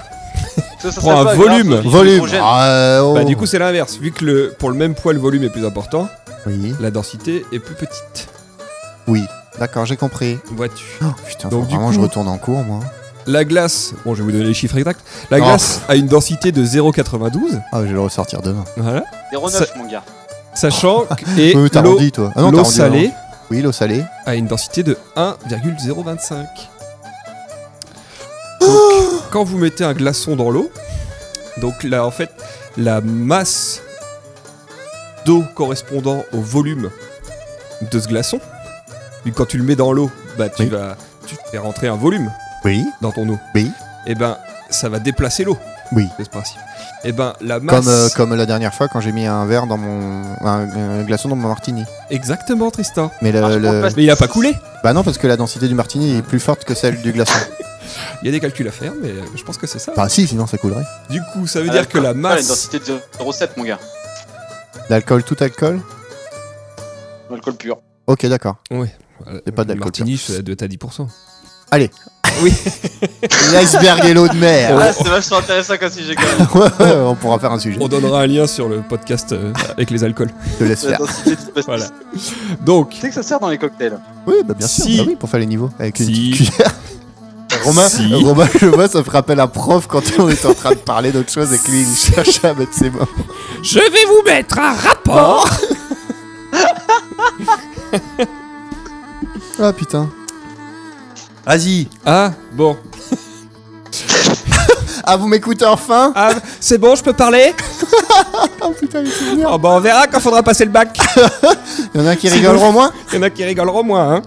Speaker 3: Ça, ça
Speaker 2: Prends
Speaker 3: serait
Speaker 2: un
Speaker 3: pas
Speaker 2: volume.
Speaker 3: grave, c'est
Speaker 1: Volume.
Speaker 3: l'hydrogène.
Speaker 1: Ah, oh.
Speaker 2: Bah, du coup, c'est l'inverse. Vu que le, pour le même poids, le volume est plus important,
Speaker 1: oui,
Speaker 2: la densité est plus petite.
Speaker 1: oui. D'accord, j'ai compris.
Speaker 2: Vois-tu
Speaker 1: Oh, putain,
Speaker 2: Donc,
Speaker 1: faut
Speaker 2: du
Speaker 1: vraiment
Speaker 2: coup-
Speaker 1: je retourne en cours, moi.
Speaker 2: La glace, bon, je vais vous donner les chiffres exacts. La
Speaker 1: Oh.
Speaker 2: glace a une densité de 0,92.
Speaker 1: Ah, je vais le ressortir demain.
Speaker 2: Voilà.
Speaker 3: 09, mon gars.
Speaker 2: Sachant que. Et
Speaker 1: Euh, t'as
Speaker 2: l'eau-
Speaker 1: arrondi, toi. Ah non, t'as
Speaker 2: l'eau
Speaker 1: arrondi, non.
Speaker 2: salée
Speaker 1: Oui, l'eau salée.
Speaker 2: à une densité de 1,025.
Speaker 1: Oh.
Speaker 2: Donc, quand vous mettez un glaçon dans l'eau, donc là en fait la masse d'eau correspondant au volume de ce glaçon, et quand tu le mets dans l'eau, bah tu
Speaker 1: Oui.
Speaker 2: vas tu fais rentrer un volume
Speaker 1: Oui.
Speaker 2: dans ton eau.
Speaker 1: Oui.
Speaker 2: Et ben ça va déplacer l'eau.
Speaker 1: Oui.
Speaker 2: C'est ce principe. Et ben la masse.
Speaker 1: Comme, euh, comme la dernière fois quand j'ai mis un verre dans mon. un, un glaçon dans mon martini.
Speaker 2: Exactement Tristan.
Speaker 1: Mais le.
Speaker 3: Alors, je
Speaker 1: le-
Speaker 3: prends le plastique.
Speaker 2: Mais il a pas coulé.
Speaker 1: Bah non, parce que la densité du martini est plus forte que celle du glaçon.
Speaker 2: Il y a des calculs à faire, mais je pense que c'est ça.
Speaker 1: Enfin, si, sinon ça coulerait.
Speaker 2: Du coup, ça veut
Speaker 3: Ah,
Speaker 2: dire que la
Speaker 3: Ah, la
Speaker 2: masse
Speaker 3: densité de 0,7, mon gars.
Speaker 1: L'alcool, tout alcool
Speaker 3: L'alcool pur.
Speaker 2: Oh.
Speaker 1: Ok, d'accord.
Speaker 2: C'est
Speaker 1: Et pas d'alcool
Speaker 2: Martini, ça doit être à 10%.
Speaker 1: L'iceberg et l'eau de mer
Speaker 3: Ah, c'est vachement intéressant comme sujet quand même.
Speaker 1: Ouais, ouais, on pourra faire un sujet.
Speaker 2: On donnera un lien sur le podcast euh, avec les alcools.
Speaker 1: Je te laisse
Speaker 3: La
Speaker 1: faire.
Speaker 3: densité du pastis.
Speaker 2: Voilà.
Speaker 3: Tu
Speaker 2: Donc,
Speaker 3: sais que ça sert dans les cocktails.
Speaker 1: Oui, bah bien sûr.
Speaker 2: Si.
Speaker 1: Bah oui, pour faire les niveaux. Avec une
Speaker 2: Si.
Speaker 1: petite cuillère. Romain,
Speaker 2: Si.
Speaker 1: Romain, je vois, ça me rappelle un prof quand on était en train de parler d'autre chose et que lui, il cherchait à mettre ses mains.
Speaker 2: je vais vous mettre un rapport.
Speaker 1: Ah putain. Vas-y.
Speaker 2: Ah bon.
Speaker 1: Ah, vous m'écoutez enfin
Speaker 2: Ah c'est bon, je peux parler
Speaker 1: Ah putain, les souvenirs.
Speaker 2: Oh bah on verra quand faudra passer le bac.
Speaker 1: Il y en a qui
Speaker 2: C'est
Speaker 1: rigoleront moins
Speaker 2: Il y en a qui rigoleront moins, hein.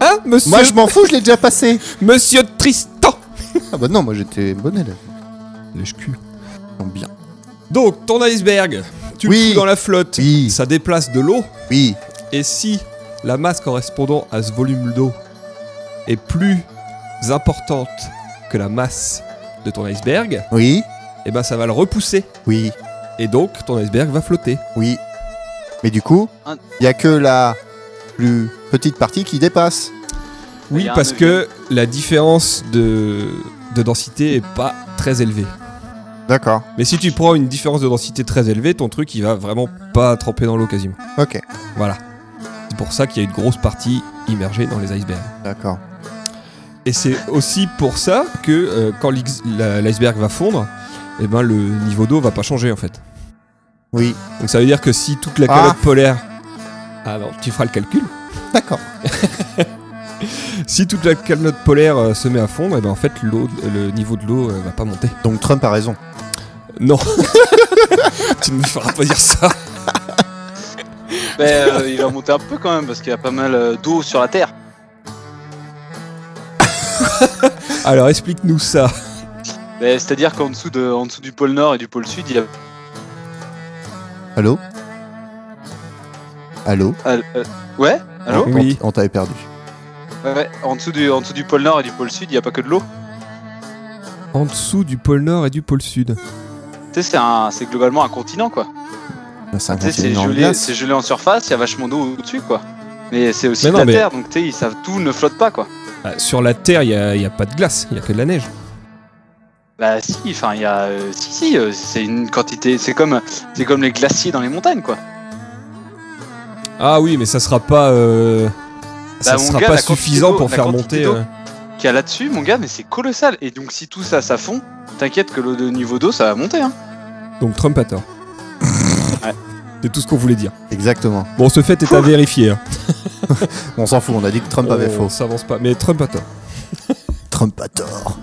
Speaker 2: Hein, monsieur
Speaker 1: Moi, je m'en fous, je l'ai déjà passé.
Speaker 2: Monsieur Tristan.
Speaker 1: Ah bah non, moi j'étais bon élève.
Speaker 2: Lèche-cul.
Speaker 1: Bien.
Speaker 2: Donc ton iceberg, tu
Speaker 1: Oui.
Speaker 2: le fous dans la flotte,
Speaker 1: Oui.
Speaker 2: ça déplace de l'eau
Speaker 1: Oui.
Speaker 2: et si la masse correspondant à ce volume d'eau est plus importante que la masse de ton iceberg,
Speaker 1: Oui.
Speaker 2: eh ben ça va le repousser
Speaker 1: Oui.
Speaker 2: Et donc, ton iceberg va flotter.
Speaker 1: Oui. Mais du coup,
Speaker 3: Un-
Speaker 1: il y a que la plus petite partie qui dépasse.
Speaker 3: Oui,
Speaker 2: Oui,
Speaker 3: un
Speaker 2: parce
Speaker 3: levier.
Speaker 2: que la différence de, de densité est pas très élevée.
Speaker 1: D'accord.
Speaker 2: Mais si tu prends une différence de densité très élevée, ton truc, il va vraiment pas tremper dans l'eau quasiment.
Speaker 1: Ok.
Speaker 2: Voilà. C'est pour ça qu'il y a une grosse partie immergée dans les icebergs.
Speaker 1: D'accord.
Speaker 2: Et c'est aussi pour ça que euh, quand l'ix- la- l'iceberg va fondre, eh ben, le niveau d'eau va pas changer en fait.
Speaker 1: Oui.
Speaker 2: Donc ça veut dire que si toute la
Speaker 1: Ah.
Speaker 2: calotte polaire... Ah non, tu feras le calcul.
Speaker 1: D'accord.
Speaker 2: Si toute la calotte polaire euh, se met à fondre, eh ben, en fait l'eau, le niveau de l'eau euh, va pas monter.
Speaker 1: Donc Trump a raison.
Speaker 2: Non. tu ne me feras pas dire ça.
Speaker 3: Mais euh, il va monter un peu quand même parce qu'il y a pas mal euh, d'eau sur la Terre.
Speaker 2: Alors explique-nous ça.
Speaker 3: Mais Ben, c'est-à-dire qu'en dessous, de, en dessous du pôle Nord et du pôle Sud, il y a.
Speaker 1: Allô Allô
Speaker 3: euh, euh, ouais Allô
Speaker 1: On-
Speaker 2: Oui.
Speaker 1: On t'avait perdu.
Speaker 3: ouais, ouais. En, dessous du, en dessous du pôle Nord et du pôle Sud, il n'y a pas que de l'eau.
Speaker 2: En dessous du pôle Nord et du pôle Sud.
Speaker 3: Tu sais, c'est un- c'est globalement un continent quoi.
Speaker 1: Bah, C'est un
Speaker 3: Tu sais, c'est
Speaker 1: continent en
Speaker 3: gelé,
Speaker 1: glace.
Speaker 3: c'est gelé en surface, il y a vachement d'eau au-dessus quoi. Mais c'est aussi
Speaker 2: Mais
Speaker 3: de
Speaker 2: non,
Speaker 3: la
Speaker 2: mais-
Speaker 3: Terre, donc tu sais, ils savent tout ne flotte pas quoi.
Speaker 2: Ah, sur la Terre, il n'y a, il y a pas de glace, il n'y a que de la neige.
Speaker 3: Bah si, enfin il y a, euh, si si, euh, c'est une quantité, c'est comme, c'est comme les glaciers dans les montagnes quoi.
Speaker 2: Ah oui, mais ça sera pas. euh, ça
Speaker 3: Bah, mon
Speaker 2: sera
Speaker 3: gars,
Speaker 2: pas
Speaker 3: la quantité
Speaker 2: suffisant
Speaker 3: d'eau-
Speaker 2: pour
Speaker 3: la
Speaker 2: faire
Speaker 3: quantité
Speaker 2: monter.
Speaker 3: d'eau.
Speaker 2: euh,
Speaker 3: Qu'il y a là-dessus, mon gars, mais c'est colossal. Et donc si tout ça, ça fond, t'inquiète que le le niveau d'eau, ça va monter. Hein.
Speaker 2: Donc Trump a tort.
Speaker 3: Ouais.
Speaker 2: C'est tout ce qu'on voulait dire.
Speaker 1: Exactement.
Speaker 2: Bon, ce fait est à vérifier. hein.
Speaker 1: On s'en fout, on a dit que Trump avait faux.
Speaker 2: On s'avance pas, mais Trump a tort.
Speaker 1: Trump a tort.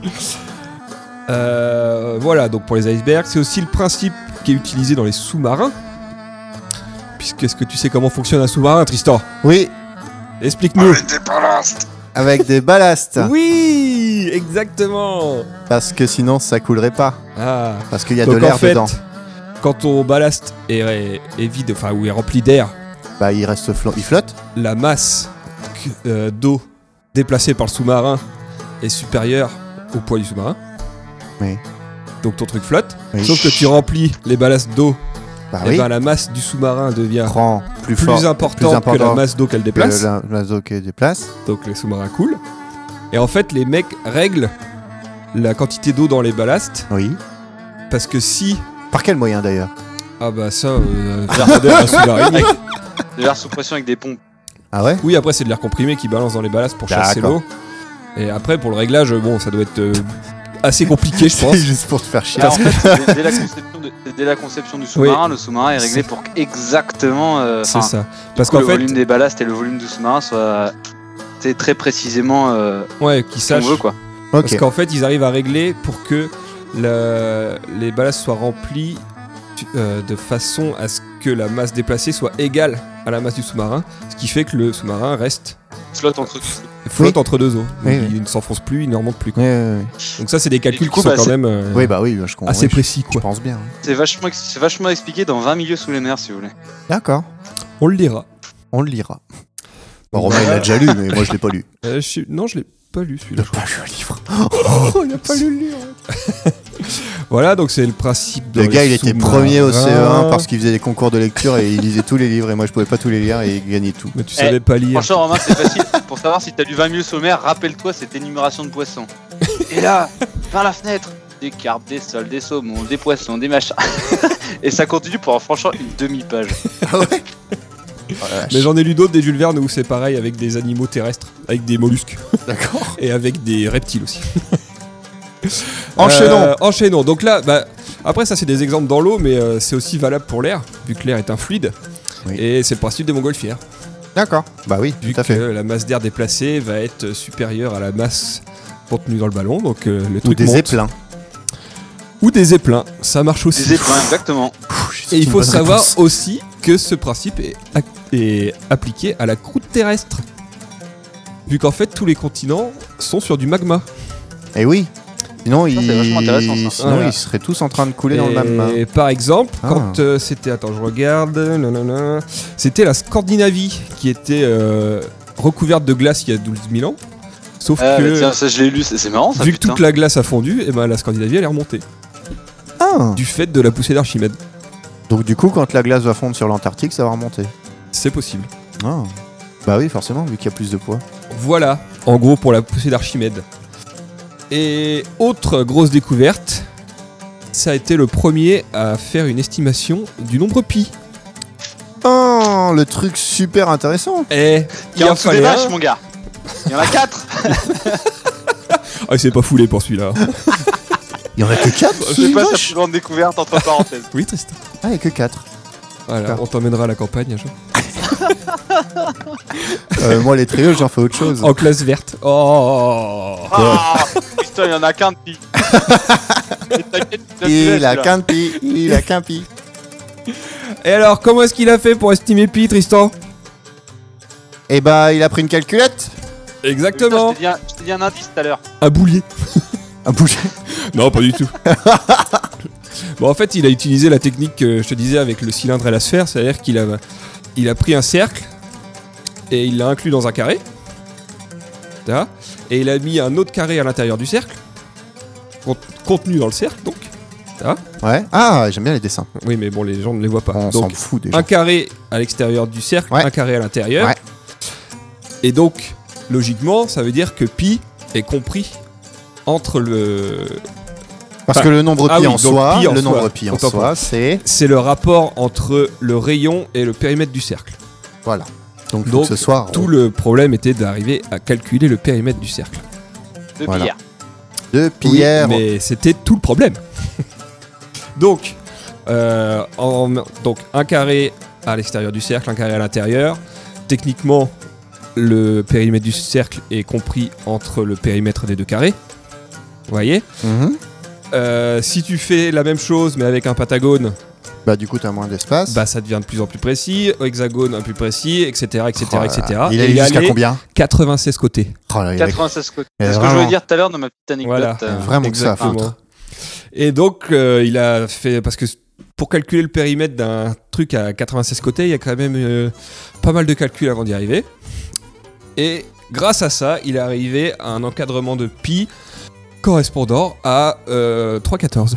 Speaker 2: Euh, voilà, donc pour les icebergs, c'est aussi le principe qui est utilisé dans les sous-marins. Puisque est-ce que tu sais comment fonctionne un sous-marin, Tristan
Speaker 1: Oui,
Speaker 2: Explique-nous.
Speaker 1: Ah, avec des ballasts.
Speaker 2: oui, exactement.
Speaker 1: Parce que sinon, ça coulerait pas.
Speaker 2: Ah.
Speaker 1: Parce qu'il y a
Speaker 2: Donc,
Speaker 1: de
Speaker 2: en
Speaker 1: l'air
Speaker 2: fait,
Speaker 1: dedans.
Speaker 2: Quand ton ballast est, est- est vide, enfin ou est rempli d'air,
Speaker 1: Bah, il reste flo- il flotte.
Speaker 2: la masse que- euh, d'eau déplacée par le sous-marin est supérieure au poids du sous-marin.
Speaker 1: Oui.
Speaker 2: Donc ton truc flotte.
Speaker 1: Oui.
Speaker 2: Sauf que tu remplis les ballasts d'eau,
Speaker 1: Bah
Speaker 2: et
Speaker 1: oui.
Speaker 2: ben la masse du sous-marin devient
Speaker 1: Grand, plus
Speaker 2: plus,
Speaker 1: fort.
Speaker 2: importante
Speaker 1: plus
Speaker 2: que la
Speaker 1: important
Speaker 2: masse d'eau qu'elle
Speaker 1: que
Speaker 2: déplace.
Speaker 1: la- l'oiseau qui déplace.
Speaker 2: Donc les sous-marins coulent. Et en fait, les mecs règlent la quantité d'eau dans les ballasts
Speaker 1: Oui.
Speaker 2: parce que si
Speaker 1: Par quel moyen d'ailleurs
Speaker 2: ah bah ça euh, Verhaeren a su la régler.
Speaker 3: De l'air sous pression avec des pompes.
Speaker 1: Ah ouais
Speaker 2: Oui, après, c'est de l'air comprimé qui balance dans les ballasts pour chasser
Speaker 1: D'accord.
Speaker 2: l'eau. Et après, pour le réglage, bon, ça doit être euh, assez compliqué, je pense.
Speaker 1: C'est juste pour te faire chier.
Speaker 3: Là, en fait, dès, dès la conception de- dès la conception du sous-marin, le sous-marin est réglé pour exactement euh,
Speaker 2: C'est
Speaker 3: enfin,
Speaker 2: ça.
Speaker 3: du
Speaker 2: Parce
Speaker 3: coup,
Speaker 2: qu'en
Speaker 3: le
Speaker 2: fait,
Speaker 3: volume des ballasts et le volume du sous-marin soit tu sais, très précisément euh,
Speaker 2: ouais, qu'ils
Speaker 3: ce qu'on
Speaker 2: sachent.
Speaker 3: veut quoi.
Speaker 1: ok.
Speaker 2: Parce qu'en fait, ils arrivent à régler pour que la- les ballasts soient remplis euh, de façon à ce que la masse déplacée soit égale à la masse du sous-marin, ce qui fait que le sous-marin reste
Speaker 3: Flotte entre
Speaker 2: flotte entre deux eaux. Donc,
Speaker 1: Oui, oui.
Speaker 2: Il ne s'enfonce plus, il ne remonte plus. quoi.
Speaker 1: Oui, oui, oui.
Speaker 2: Donc ça, c'est des calculs
Speaker 3: du coup,
Speaker 2: qui sont
Speaker 3: bah,
Speaker 2: quand
Speaker 3: c'est-
Speaker 2: même euh,
Speaker 1: Oui, bah oui, je comprends.
Speaker 2: assez
Speaker 1: oui, je-
Speaker 2: précis.
Speaker 1: Je
Speaker 2: Quoi.
Speaker 1: pense bien. hein.
Speaker 3: C'est vachement, c'est vachement expliqué dans 20 milieux sous les mers si vous voulez.
Speaker 1: D'accord.
Speaker 2: On le lira.
Speaker 1: On le lira. Bon, Bah, Romain, il l'a déjà lu, mais moi, je l'ai pas lu.
Speaker 2: Euh, je suis- Non, je l'ai pas lu celui-là.
Speaker 1: Il a pas lu le livre.
Speaker 2: Oh, il a pas lu le livre. voilà, donc c'est le principe de. Ah,
Speaker 1: Le gars, il était premier au CE1 parce qu'il faisait des concours de lecture et il lisait tous les livres. Et moi, je pouvais pas tous les lire et il gagnait tout.
Speaker 2: Mais tu savais pas lire.
Speaker 3: Eh, Franchement Romain c'est facile. Pour savoir si t'as lu 20 milieux sous les mers, rappelle-toi cette énumération de poissons. Et là, par la fenêtre, des carpes, des sols, des saumons, des poissons, des machins. Et ça continue pour franchement une demi-page.
Speaker 1: Oh la vache.
Speaker 2: Mais j'en ai lu d'autres des Jules Verne où c'est pareil avec des animaux terrestres, avec des mollusques
Speaker 1: D'accord.
Speaker 2: et avec des reptiles aussi.
Speaker 1: Enchaînons.
Speaker 2: Euh, enchaînons. Donc là, bah, après ça c'est des exemples dans l'eau, mais euh, c'est aussi valable pour l'air, vu que l'air est un fluide.
Speaker 1: Oui.
Speaker 2: Et c'est le principe des montgolfières,
Speaker 1: D'accord. Bah oui,
Speaker 2: vu
Speaker 1: tout à
Speaker 2: que
Speaker 1: fait.
Speaker 2: la masse d'air déplacée va être supérieure à la masse contenue dans le ballon, donc euh, le
Speaker 1: Ou
Speaker 2: truc
Speaker 1: des
Speaker 2: monte.
Speaker 1: éplins.
Speaker 2: Ou des éplins, ça marche aussi.
Speaker 3: Des éplins, exactement.
Speaker 2: Et il faut savoir aussi que ce principe est, ac- est appliqué à la croûte terrestre. Vu qu'en fait, tous les continents sont sur du magma.
Speaker 1: Et Eh oui. Sinon, ils...
Speaker 3: vachement intéressant, ça.
Speaker 1: Sinon
Speaker 2: Voilà.
Speaker 1: ils seraient tous en train de couler dans le même main.
Speaker 2: Et par exemple,
Speaker 1: Ah.
Speaker 2: quand euh, c'était. Attends, je regarde. nanana, C'était la Scandinavie qui était euh, recouverte de glace il y a 12 000 ans. Sauf
Speaker 3: Ah, bah
Speaker 2: que,
Speaker 3: tiens, ça je l'ai lu, c'est c'est marrant ça.
Speaker 2: vu que
Speaker 3: putain.
Speaker 2: toute la glace a fondu, et ben, la Scandinavie elle est remontée.
Speaker 1: Ah.
Speaker 2: Du fait de la poussée d'Archimède.
Speaker 1: Donc du coup, quand la glace va fondre sur l'Antarctique, ça va remonter.
Speaker 2: C'est possible.
Speaker 1: Ah. Bah oui, forcément, vu qu'il y a plus de poids.
Speaker 2: Voilà, en gros pour la poussée d'Archimède. Et autre grosse découverte, ça a été le premier à faire une estimation du nombre pi.
Speaker 1: Oh, le truc super intéressant.
Speaker 2: Eh,
Speaker 3: Il y a en dessous des vaches, mon gars. Il y en a 4
Speaker 2: Ah, c'est pas foulé pour celui-là.
Speaker 1: Il y en a que 4
Speaker 3: Je sais pas, ça plus grande découverte entre parenthèses.
Speaker 2: oui, triste.
Speaker 1: Ah, il y a que 4.
Speaker 2: Voilà, on t'emmènera à la campagne un jour.
Speaker 1: Euh, moi, les trios, j'en fais autre chose.
Speaker 2: En classe verte. Oh
Speaker 3: Ah Putain, il y en a qu'un de pire. Et t'inquiète, tu l'as
Speaker 1: il
Speaker 3: celui-là.
Speaker 1: a qu'un pi, il a qu'un pi.
Speaker 2: Et alors, comment est-ce qu'il a fait pour estimer pi, Tristan
Speaker 1: Et bah, il a pris une calculette.
Speaker 3: Putain,
Speaker 2: Exactement.
Speaker 3: je t'ai dit un- je t'ai dit un indice tout à l'heure.
Speaker 2: Un boulier.
Speaker 1: Un bouger.
Speaker 2: Non, pas du tout. bon, en fait, il a utilisé la technique que je te disais avec le cylindre et la sphère, c'est-à-dire qu'il a, il a pris un cercle et il l'a inclus dans un carré. Là, et il a mis un autre carré à l'intérieur du cercle, cont- contenu dans le cercle donc.
Speaker 1: Ouais. Ah, j'aime bien les dessins.
Speaker 2: Oui, mais bon, les gens ne les voient pas.
Speaker 1: On s'en
Speaker 2: donc,
Speaker 1: fout déjà.
Speaker 2: un carré à l'extérieur du cercle,
Speaker 1: Ouais.
Speaker 2: un carré à l'intérieur.
Speaker 1: Ouais.
Speaker 2: Et donc, logiquement, ça veut dire que pi est compris entre le,
Speaker 1: Parce
Speaker 2: Enfin,
Speaker 1: que le nombre
Speaker 2: ah
Speaker 1: pi
Speaker 2: oui,
Speaker 1: en
Speaker 2: donc
Speaker 1: soi,
Speaker 2: pi en
Speaker 1: le
Speaker 2: soi.
Speaker 1: nombre pi en
Speaker 2: Autant pour
Speaker 1: soi, c'est
Speaker 2: c'est le rapport entre le rayon et le périmètre du cercle.
Speaker 1: voilà. Donc, faut
Speaker 2: Donc,
Speaker 1: que ce soir,
Speaker 2: Tout le problème était d'arriver à calculer le périmètre du cercle.
Speaker 3: De
Speaker 1: Voilà.
Speaker 3: Pierre.
Speaker 1: de
Speaker 2: Oui,
Speaker 1: pierre.
Speaker 2: mais c'était tout le problème. donc, euh, en- donc, un carré à l'extérieur du cercle, un carré à l'intérieur. Techniquement, le périmètre du cercle est compris entre le périmètre des deux carrés. Vous voyez
Speaker 1: Mhm.
Speaker 2: Euh, Si tu fais la même chose mais avec un pentagone,
Speaker 1: Bah du coup, t'as moins d'espace.
Speaker 2: bah ça devient de plus en plus précis, hexagone un peu plus précis, etc. etc.,
Speaker 1: Oh là
Speaker 2: etc.
Speaker 1: là. Il
Speaker 2: Et
Speaker 1: est allé jusqu'à
Speaker 2: allé
Speaker 1: combien
Speaker 2: 96 côtés.
Speaker 1: Oh là, il est-
Speaker 3: 96 côtés.
Speaker 1: Mais
Speaker 3: C'est ce que je voulais
Speaker 1: vraiment.
Speaker 3: dire tout à l'heure dans ma petite anecdote.
Speaker 2: Voilà.
Speaker 3: euh,
Speaker 1: Vraiment que ça à
Speaker 2: Exactement.
Speaker 1: foutre.
Speaker 2: Et donc, euh, il a fait. Parce que pour calculer le périmètre d'un truc à 96 côtés, il y a quand même euh, pas mal de calculs avant d'y arriver. Et grâce à ça, il est arrivé à un encadrement de pi correspondant à euh, 3,14.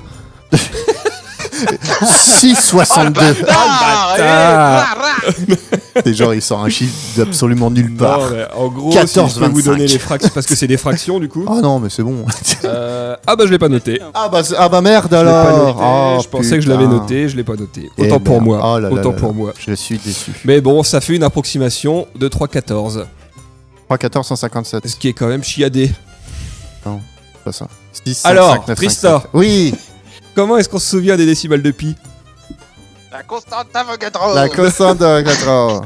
Speaker 3: Oh,
Speaker 1: 6,62.
Speaker 3: Ah,
Speaker 2: Oh, bâtard
Speaker 4: Ra, ra.
Speaker 1: C'est genre, il sort un chiffre d'absolument nulle part.
Speaker 2: Oh, Non, mais en gros,
Speaker 1: 14,
Speaker 2: si je peux vous
Speaker 1: 25.
Speaker 2: donner les fractions, parce que c'est des fractions du coup.
Speaker 1: Oh non, mais c'est bon.
Speaker 2: Euh, ah bah je l'ai pas noté.
Speaker 1: ah, bah, c'est- ah bah merde
Speaker 2: Je l'ai pas
Speaker 1: alors.
Speaker 2: noté,
Speaker 1: Oh,
Speaker 2: je pensais que je l'avais
Speaker 1: putain.
Speaker 2: noté, je l'ai pas noté.
Speaker 1: Eh
Speaker 2: Autant pour
Speaker 1: merde.
Speaker 2: moi.
Speaker 1: Oh là là
Speaker 2: autant
Speaker 1: là
Speaker 2: pour
Speaker 1: là.
Speaker 2: moi.
Speaker 1: Je suis déçu.
Speaker 2: Mais bon, ça fait une approximation de 3,14,
Speaker 1: 3,1457.
Speaker 2: ce qui est quand même chiadé.
Speaker 1: Pas ça. 6,
Speaker 2: Alors, Trista.
Speaker 1: Oui,
Speaker 2: Comment est-ce qu'on se souvient des décimales de pi
Speaker 4: La constante d'Avogadro.
Speaker 1: la consonne de 4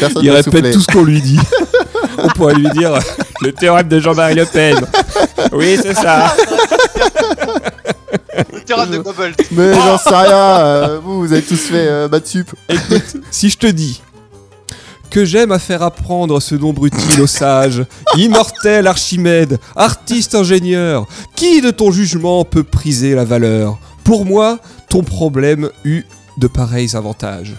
Speaker 1: Personne
Speaker 2: Il
Speaker 1: n'a
Speaker 2: répète
Speaker 1: soufflé.
Speaker 2: tout ce qu'on lui dit. On pourrait lui dire le théorème de Jean-Marie Le Pen. Oui, c'est ça.
Speaker 3: le théorème de Goebbels.
Speaker 1: Mais j'en sais rien. euh, vous, vous avez tous fait euh, maths sup.
Speaker 2: Écoute, si je te dis que j'aime à faire apprendre ce nombre utile aux sages, immortel Archimède, artiste ingénieur, qui de ton jugement peut priser la valeur Pour moi, ton problème eut de pareils avantages.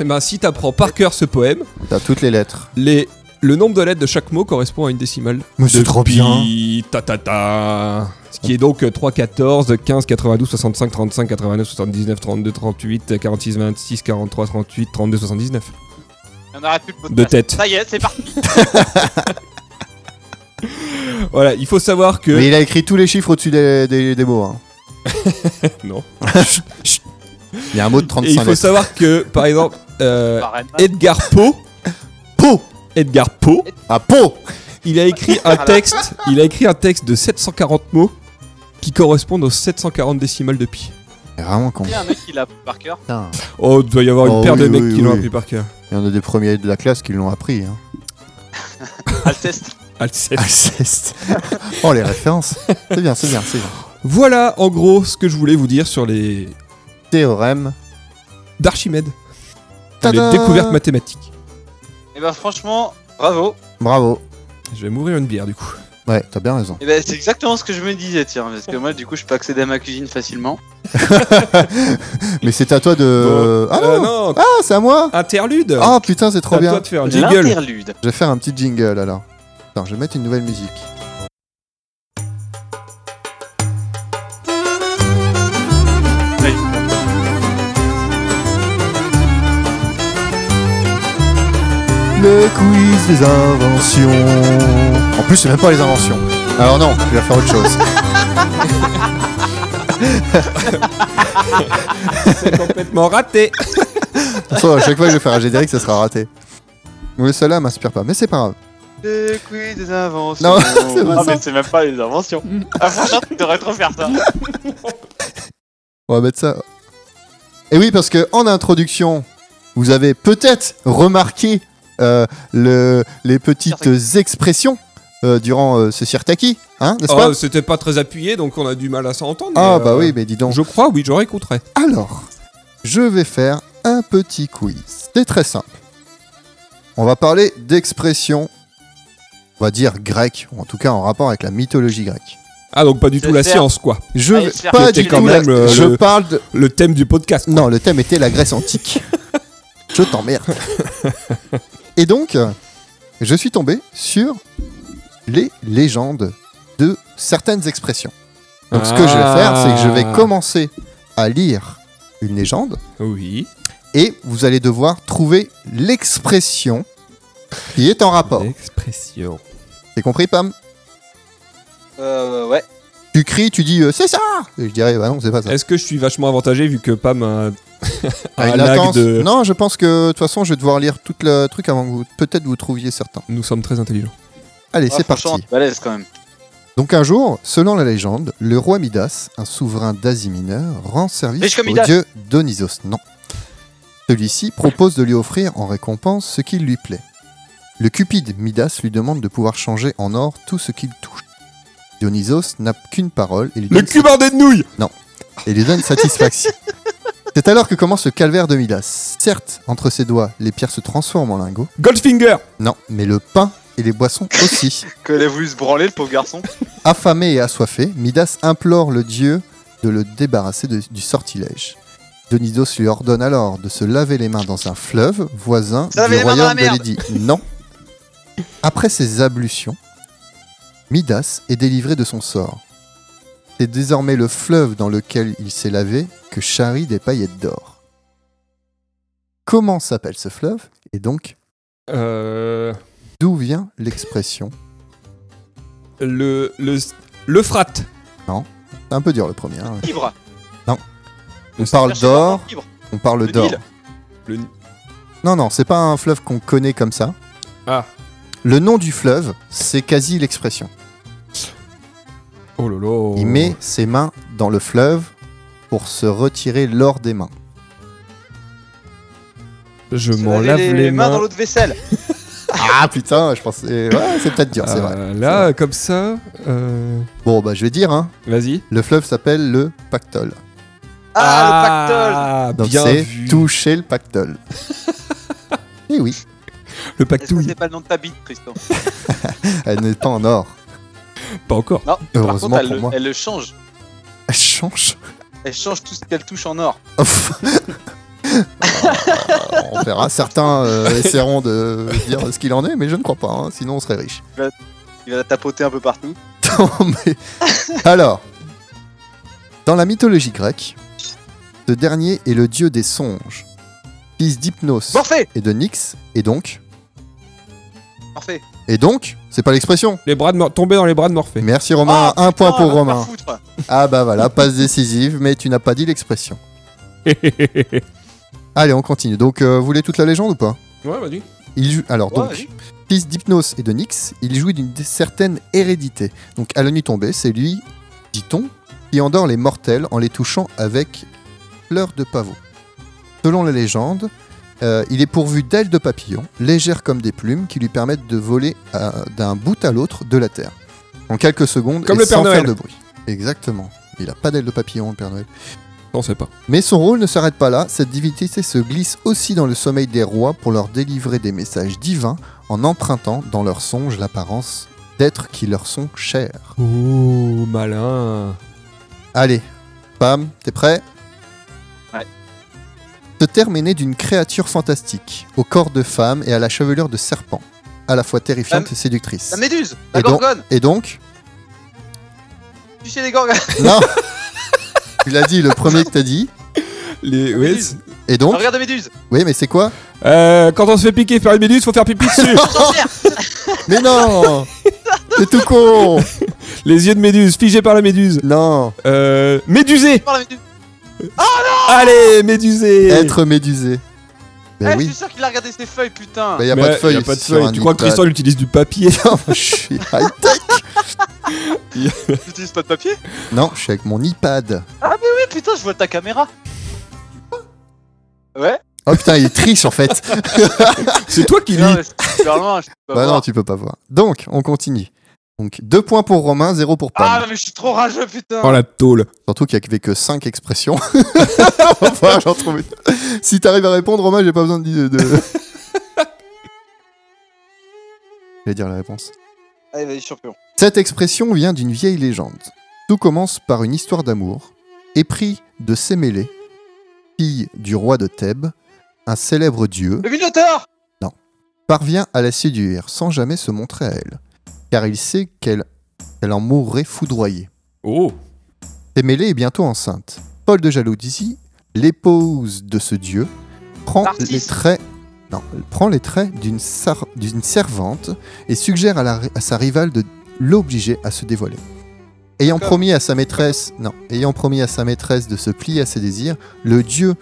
Speaker 2: Eh ben, si t'apprends par cœur ce poème,
Speaker 1: T'as toutes les lettres.
Speaker 2: les, le nombre de lettres de chaque mot correspond à une décimale.
Speaker 1: Mais c'est
Speaker 2: De
Speaker 1: trop
Speaker 2: pi,
Speaker 1: bien.
Speaker 2: Ta ta ta. Ce qui est donc euh, 3, 14, 15, 92, 65, 35, 89, 79, 32, 38, 46, 26, 43, 38, 32, 79.
Speaker 3: On arrête plus le podcast.
Speaker 2: De tête.
Speaker 3: Ça y est, c'est parti.
Speaker 2: Voilà, il faut savoir que.
Speaker 1: Mais il a écrit tous les chiffres au-dessus des, des, des mots. hein.
Speaker 2: Non.
Speaker 1: Il y a un mot de
Speaker 2: Et il
Speaker 1: 35
Speaker 2: faut
Speaker 1: lettres.
Speaker 2: savoir que, par exemple, euh,
Speaker 3: Arrête.
Speaker 2: Edgar Poe.
Speaker 1: Poe
Speaker 2: Edgar Poe,
Speaker 1: Ah, pot
Speaker 2: il a écrit un texte, il a écrit un texte de 740 mots qui correspondent aux 740 décimales de pi.
Speaker 1: C'est vraiment con.
Speaker 3: Il y a un mec qui l'a par cœur.
Speaker 1: Putain.
Speaker 2: Oh, il doit y avoir une
Speaker 1: Oh,
Speaker 2: paire de
Speaker 1: oui,
Speaker 2: mecs
Speaker 1: oui,
Speaker 2: qui l'ont
Speaker 1: oui.
Speaker 2: appris par cœur.
Speaker 1: Il y en a des premiers de la classe qui l'ont appris. Hein.
Speaker 3: Alceste.
Speaker 2: Alceste.
Speaker 1: Alceste. oh, les références. C'est bien, c'est bien, c'est bien.
Speaker 2: Voilà en gros ce que je voulais vous dire sur les
Speaker 1: Théorème.
Speaker 2: d'Archimède,
Speaker 1: Tadam
Speaker 2: les découvertes mathématiques.
Speaker 3: Et ben franchement, bravo.
Speaker 1: Bravo.
Speaker 2: Je vais m'ouvrir une bière du coup.
Speaker 1: Ouais, t'as bien raison.
Speaker 3: Et ben c'est exactement ce que je me disais, tiens, parce que moi du coup je peux accéder à ma cuisine facilement.
Speaker 1: Mais c'est à toi de. Ah
Speaker 2: Euh,
Speaker 1: non,
Speaker 2: non,
Speaker 1: Ah, c'est à moi
Speaker 2: interlude.
Speaker 1: Ah putain, c'est trop
Speaker 2: C'est
Speaker 1: bien.
Speaker 2: à toi de faire un jingle.
Speaker 3: L'interlude.
Speaker 1: Je vais faire un petit jingle alors. Attends, je vais mettre une nouvelle musique. Le quiz des inventions. En plus, c'est même pas les inventions. Alors non, je vais faire autre chose.
Speaker 2: C'est complètement raté.
Speaker 1: De toute façon, à chaque fois que je vais faire un générique, ça sera raté. Mais cela m'inspire pas, mais c'est pas grave.
Speaker 3: Le quiz des inventions.
Speaker 1: Non, c'est pas
Speaker 3: Ah,
Speaker 1: ça.
Speaker 3: mais c'est même pas les inventions. ah franchement, tu devrais trop faire ça.
Speaker 1: On va mettre ça. Et oui, parce que en introduction, vous avez peut-être remarqué euh, le- les petites expressions euh, durant euh, ces Sirtaki, hein, n'est-ce pas
Speaker 2: Ah, C'était pas très appuyé, donc on a du mal à s'entendre.
Speaker 1: Ah
Speaker 2: mais,
Speaker 1: bah
Speaker 2: euh,
Speaker 1: oui, mais dis donc.
Speaker 2: Je crois, oui, je réécouterai.
Speaker 1: Alors, je vais faire un petit quiz. C'est très simple. On va parler d'expressions, on va dire grecques, ou en tout cas en rapport avec la mythologie grecque.
Speaker 2: Ah, donc pas du
Speaker 3: Je
Speaker 2: tout la
Speaker 3: vais faire-
Speaker 2: science, quoi.
Speaker 1: Je
Speaker 3: Allez,
Speaker 1: vais
Speaker 3: c'est
Speaker 1: pas
Speaker 2: parti.
Speaker 1: du
Speaker 2: Quand
Speaker 1: tout.
Speaker 2: même,
Speaker 1: la-
Speaker 2: euh,
Speaker 1: Je
Speaker 2: le-
Speaker 1: parle de.
Speaker 2: Le thème du podcast.
Speaker 1: Non, le thème était la Grèce antique. je t'emmerde. Et donc, je suis tombé sur les légendes de certaines expressions. Donc, ce que je vais faire, c'est que je vais
Speaker 2: Ah.
Speaker 1: commencer à lire une légende.
Speaker 2: Oui.
Speaker 1: et vous allez devoir trouver l'expression qui est en rapport.
Speaker 2: L'expression.
Speaker 1: T'as compris, Pam
Speaker 3: Euh, ouais.
Speaker 1: Tu cries, tu dis euh, c'est ça Et je dirais bah non, c'est pas ça.
Speaker 2: Est-ce que je suis vachement avantagé vu que Pam a
Speaker 1: Ah,
Speaker 2: un
Speaker 1: une
Speaker 2: lag
Speaker 1: latence.
Speaker 2: de.
Speaker 1: Non, je pense que de toute façon, je vais devoir lire tout le truc avant que vous peut-être vous trouviez certains.
Speaker 2: Nous sommes très intelligents.
Speaker 1: Allez,
Speaker 3: Ah,
Speaker 1: c'est parti.
Speaker 3: franchement, Balèze quand même.
Speaker 1: Donc un jour, selon la légende, le roi Midas, un souverain d'Asie mineure, rend service
Speaker 3: Riche
Speaker 1: au
Speaker 3: comme Midas.
Speaker 1: dieu Dionysos. Non. Celui-ci propose de lui offrir en récompense ce qu'il lui plaît. Le cupide Midas lui demande de pouvoir changer en or tout ce qu'il touche. Dionysos n'a qu'une parole et lui,
Speaker 2: Le
Speaker 1: donne,
Speaker 2: cube en de nouilles
Speaker 1: et lui donne satisfaction. C'est alors que commence le calvaire de Midas. Certes, entre ses doigts, les pierres se transforment en lingots.
Speaker 2: Goldfinger
Speaker 1: Non, mais le pain et les boissons aussi.
Speaker 3: Qu'elle a voulu se branler, le pauvre garçon.
Speaker 1: Affamé et assoiffé, Midas implore le dieu de le débarrasser de- du sortilège. Dionysos lui ordonne alors de se laver les mains dans un fleuve voisin
Speaker 3: Se laver
Speaker 1: du
Speaker 3: les mains dans
Speaker 1: royaume
Speaker 3: la
Speaker 1: de
Speaker 3: merde.
Speaker 1: Lydie. Non. Après ces ablutions, Midas est délivré de son sort. C'est désormais le fleuve dans lequel il s'est lavé que charrie des paillettes d'or. Comment s'appelle ce fleuve Et donc,
Speaker 2: euh,
Speaker 1: d'où vient l'expression
Speaker 2: Le. Le. Le frat
Speaker 1: C'est un peu dur le premier. hein.
Speaker 3: Libre.
Speaker 1: On parle
Speaker 3: Cherchez
Speaker 1: d'or,
Speaker 3: l'enfant libre.
Speaker 1: on parle
Speaker 3: Le
Speaker 1: d'or.
Speaker 3: Nil.
Speaker 2: Le-
Speaker 1: Non, non, c'est pas un fleuve qu'on connaît comme ça.
Speaker 2: Ah
Speaker 1: Le nom du fleuve, c'est quasi l'expression.
Speaker 2: Oh lolo
Speaker 1: Il met ses mains dans le fleuve pour se retirer l'or des mains.
Speaker 2: Je
Speaker 3: Se
Speaker 2: m'en
Speaker 3: laver
Speaker 2: lave les, mains.
Speaker 3: dans l'eau de vaisselle.
Speaker 1: Ah putain, je pensais. Ouais, c'est peut-être dur, c'est vrai.
Speaker 2: Euh, Là, comme ça. euh,
Speaker 1: Bon, bah je vais dire, hein,
Speaker 2: Vas-y.
Speaker 1: le fleuve s'appelle le pactole.
Speaker 3: Ah, le pactole.
Speaker 2: Ah,
Speaker 1: Donc
Speaker 2: bien
Speaker 1: c'est
Speaker 2: vu.
Speaker 1: toucher le pactole. Et oui,
Speaker 2: Le
Speaker 3: Est-ce que
Speaker 2: pactouille.
Speaker 3: c'est pas le nom de ta bite, Tristan
Speaker 1: elle n'est pas en or.
Speaker 2: Pas encore.
Speaker 3: Non, mais par
Speaker 1: Heureusement
Speaker 3: contre, elle,
Speaker 1: pour
Speaker 3: le-
Speaker 1: moi.
Speaker 3: elle le change.
Speaker 1: Elle change.
Speaker 3: Elle change tout ce qu'elle touche en or.
Speaker 1: on verra. Certains euh, essaieront de dire ce qu'il en est, mais je ne crois pas, hein, sinon on serait riche.
Speaker 3: Il va la tapoter un peu partout.
Speaker 1: Non, mais- Alors, dans la mythologie grecque, ce dernier est le dieu des songes, fils d'Hypnos
Speaker 3: Morphée
Speaker 1: et de Nyx, et donc,
Speaker 3: Morphée
Speaker 1: et donc, c'est pas l'expression.
Speaker 2: Les bras de Mor- Tomber dans les bras de Morphée.
Speaker 1: Merci Romain,
Speaker 3: Ah,
Speaker 1: un point
Speaker 3: putain,
Speaker 1: pour
Speaker 3: va te faire
Speaker 1: Romain.
Speaker 3: foutre.
Speaker 1: Ah bah voilà, passe décisive, mais tu n'as pas dit l'expression. Allez, on continue. Donc, euh, vous voulez toute la légende ou pas
Speaker 2: Ouais, vas-y.
Speaker 1: Il joue- Alors
Speaker 3: Ouais,
Speaker 1: donc,
Speaker 3: vas-y.
Speaker 1: fils d'Hypnos et de Nyx, il jouit d'une certaine hérédité. Donc à la nuit tombée, c'est lui, dit-on, qui endort les mortels en les touchant avec fleurs de pavot. Selon la légende, euh, il est pourvu d'ailes de papillon, légères comme des plumes, qui lui permettent de voler euh, d'un bout à l'autre de la terre. En quelques secondes,
Speaker 2: Comme
Speaker 1: et
Speaker 2: le Père
Speaker 1: sans
Speaker 2: Noël.
Speaker 1: faire de bruit. Exactement. Il n'a pas d'ailes de papillon, le Père Noël.
Speaker 2: Non, c'est pas.
Speaker 1: Mais son rôle ne s'arrête pas là, cette divinité se glisse aussi dans le sommeil des rois pour leur délivrer des messages divins en empruntant dans leurs songes l'apparence d'êtres qui leur sont chers.
Speaker 2: Oh, malin.
Speaker 1: Allez, Pam, t'es prêt
Speaker 3: Ouais.
Speaker 1: Ce terme est né d'une créature fantastique, au corps de femme et à la chevelure de serpent, à la fois terrifiante et séductrice.
Speaker 3: La méduse La
Speaker 1: Et donc-
Speaker 3: gorgone
Speaker 1: Et donc
Speaker 3: Tu sais les gorgones
Speaker 1: Non Tu l'as dit, le premier que t'as dit.
Speaker 2: Les. ouais, c'est-
Speaker 1: Et donc
Speaker 3: Ah, Regarde la méduse
Speaker 1: Oui, mais c'est quoi
Speaker 2: Euh, quand on se fait piquer par une méduse, faut faire pipi dessus.
Speaker 1: Oh
Speaker 3: Sorcière
Speaker 1: Mais non T'es tout con
Speaker 2: Les yeux de méduse, figés par la méduse.
Speaker 1: Non
Speaker 2: Euh, médusé.
Speaker 3: Par la méduse
Speaker 2: Allez, médusé.
Speaker 1: Être médusé. Ben
Speaker 3: Eh, Je
Speaker 1: oui,
Speaker 3: suis sûr qu'il a regardé ses feuilles, putain
Speaker 1: il n'y a
Speaker 2: Mais
Speaker 1: pas de
Speaker 2: ouais,
Speaker 1: feuille.
Speaker 2: y a pas de
Speaker 1: sur
Speaker 2: feuille.
Speaker 1: un
Speaker 2: Tu crois que
Speaker 1: iPad.
Speaker 2: Tristan il utilise du papier
Speaker 1: Non, je suis high-tech.
Speaker 3: Tu utilises pas de papier
Speaker 1: Non, je suis avec mon iPad.
Speaker 3: Oui, putain, je vois ta caméra Ouais
Speaker 1: Oh putain, il triche en fait.
Speaker 2: C'est toi qui lis.
Speaker 3: Non, mais je suis super loin, je peux pas
Speaker 1: bah non,
Speaker 3: voir.
Speaker 1: tu peux pas voir. Donc, on continue. Donc 2 points pour Romain, 0 pour Pam.
Speaker 4: Ah, mais je suis trop rageux, putain.
Speaker 2: Oh la tôle.
Speaker 1: Surtout qu'il n'y avait que 5 expressions. Enfin, j'en trouve une. Si t'arrives à répondre, Romain, j'ai pas besoin de. dire- de... J'allais dire la réponse.
Speaker 4: Allez, vas-y, champion.
Speaker 1: Cette expression vient d'une vieille légende. Tout commence par une histoire d'amour. Épris de Sémélé, fille du roi de Thèbes, un célèbre dieu,
Speaker 4: Le Minotaur
Speaker 1: parvient à la séduire sans jamais se montrer à elle, car il sait qu'elle qu'elle en mourrait foudroyée.
Speaker 2: Oh.
Speaker 1: Sémélé est bientôt enceinte. Paul de jalousie, l'épouse de ce dieu, prend
Speaker 4: Narcisse.
Speaker 1: les traits, non, prend les traits d'une sar- d'une servante et suggère à, la- à sa rivale de l'obliger à se dévoiler. Ayant
Speaker 4: D'accord.
Speaker 1: promis à sa maîtresse, non, ayant promis à sa maîtresse de se plier à ses désirs, le dieu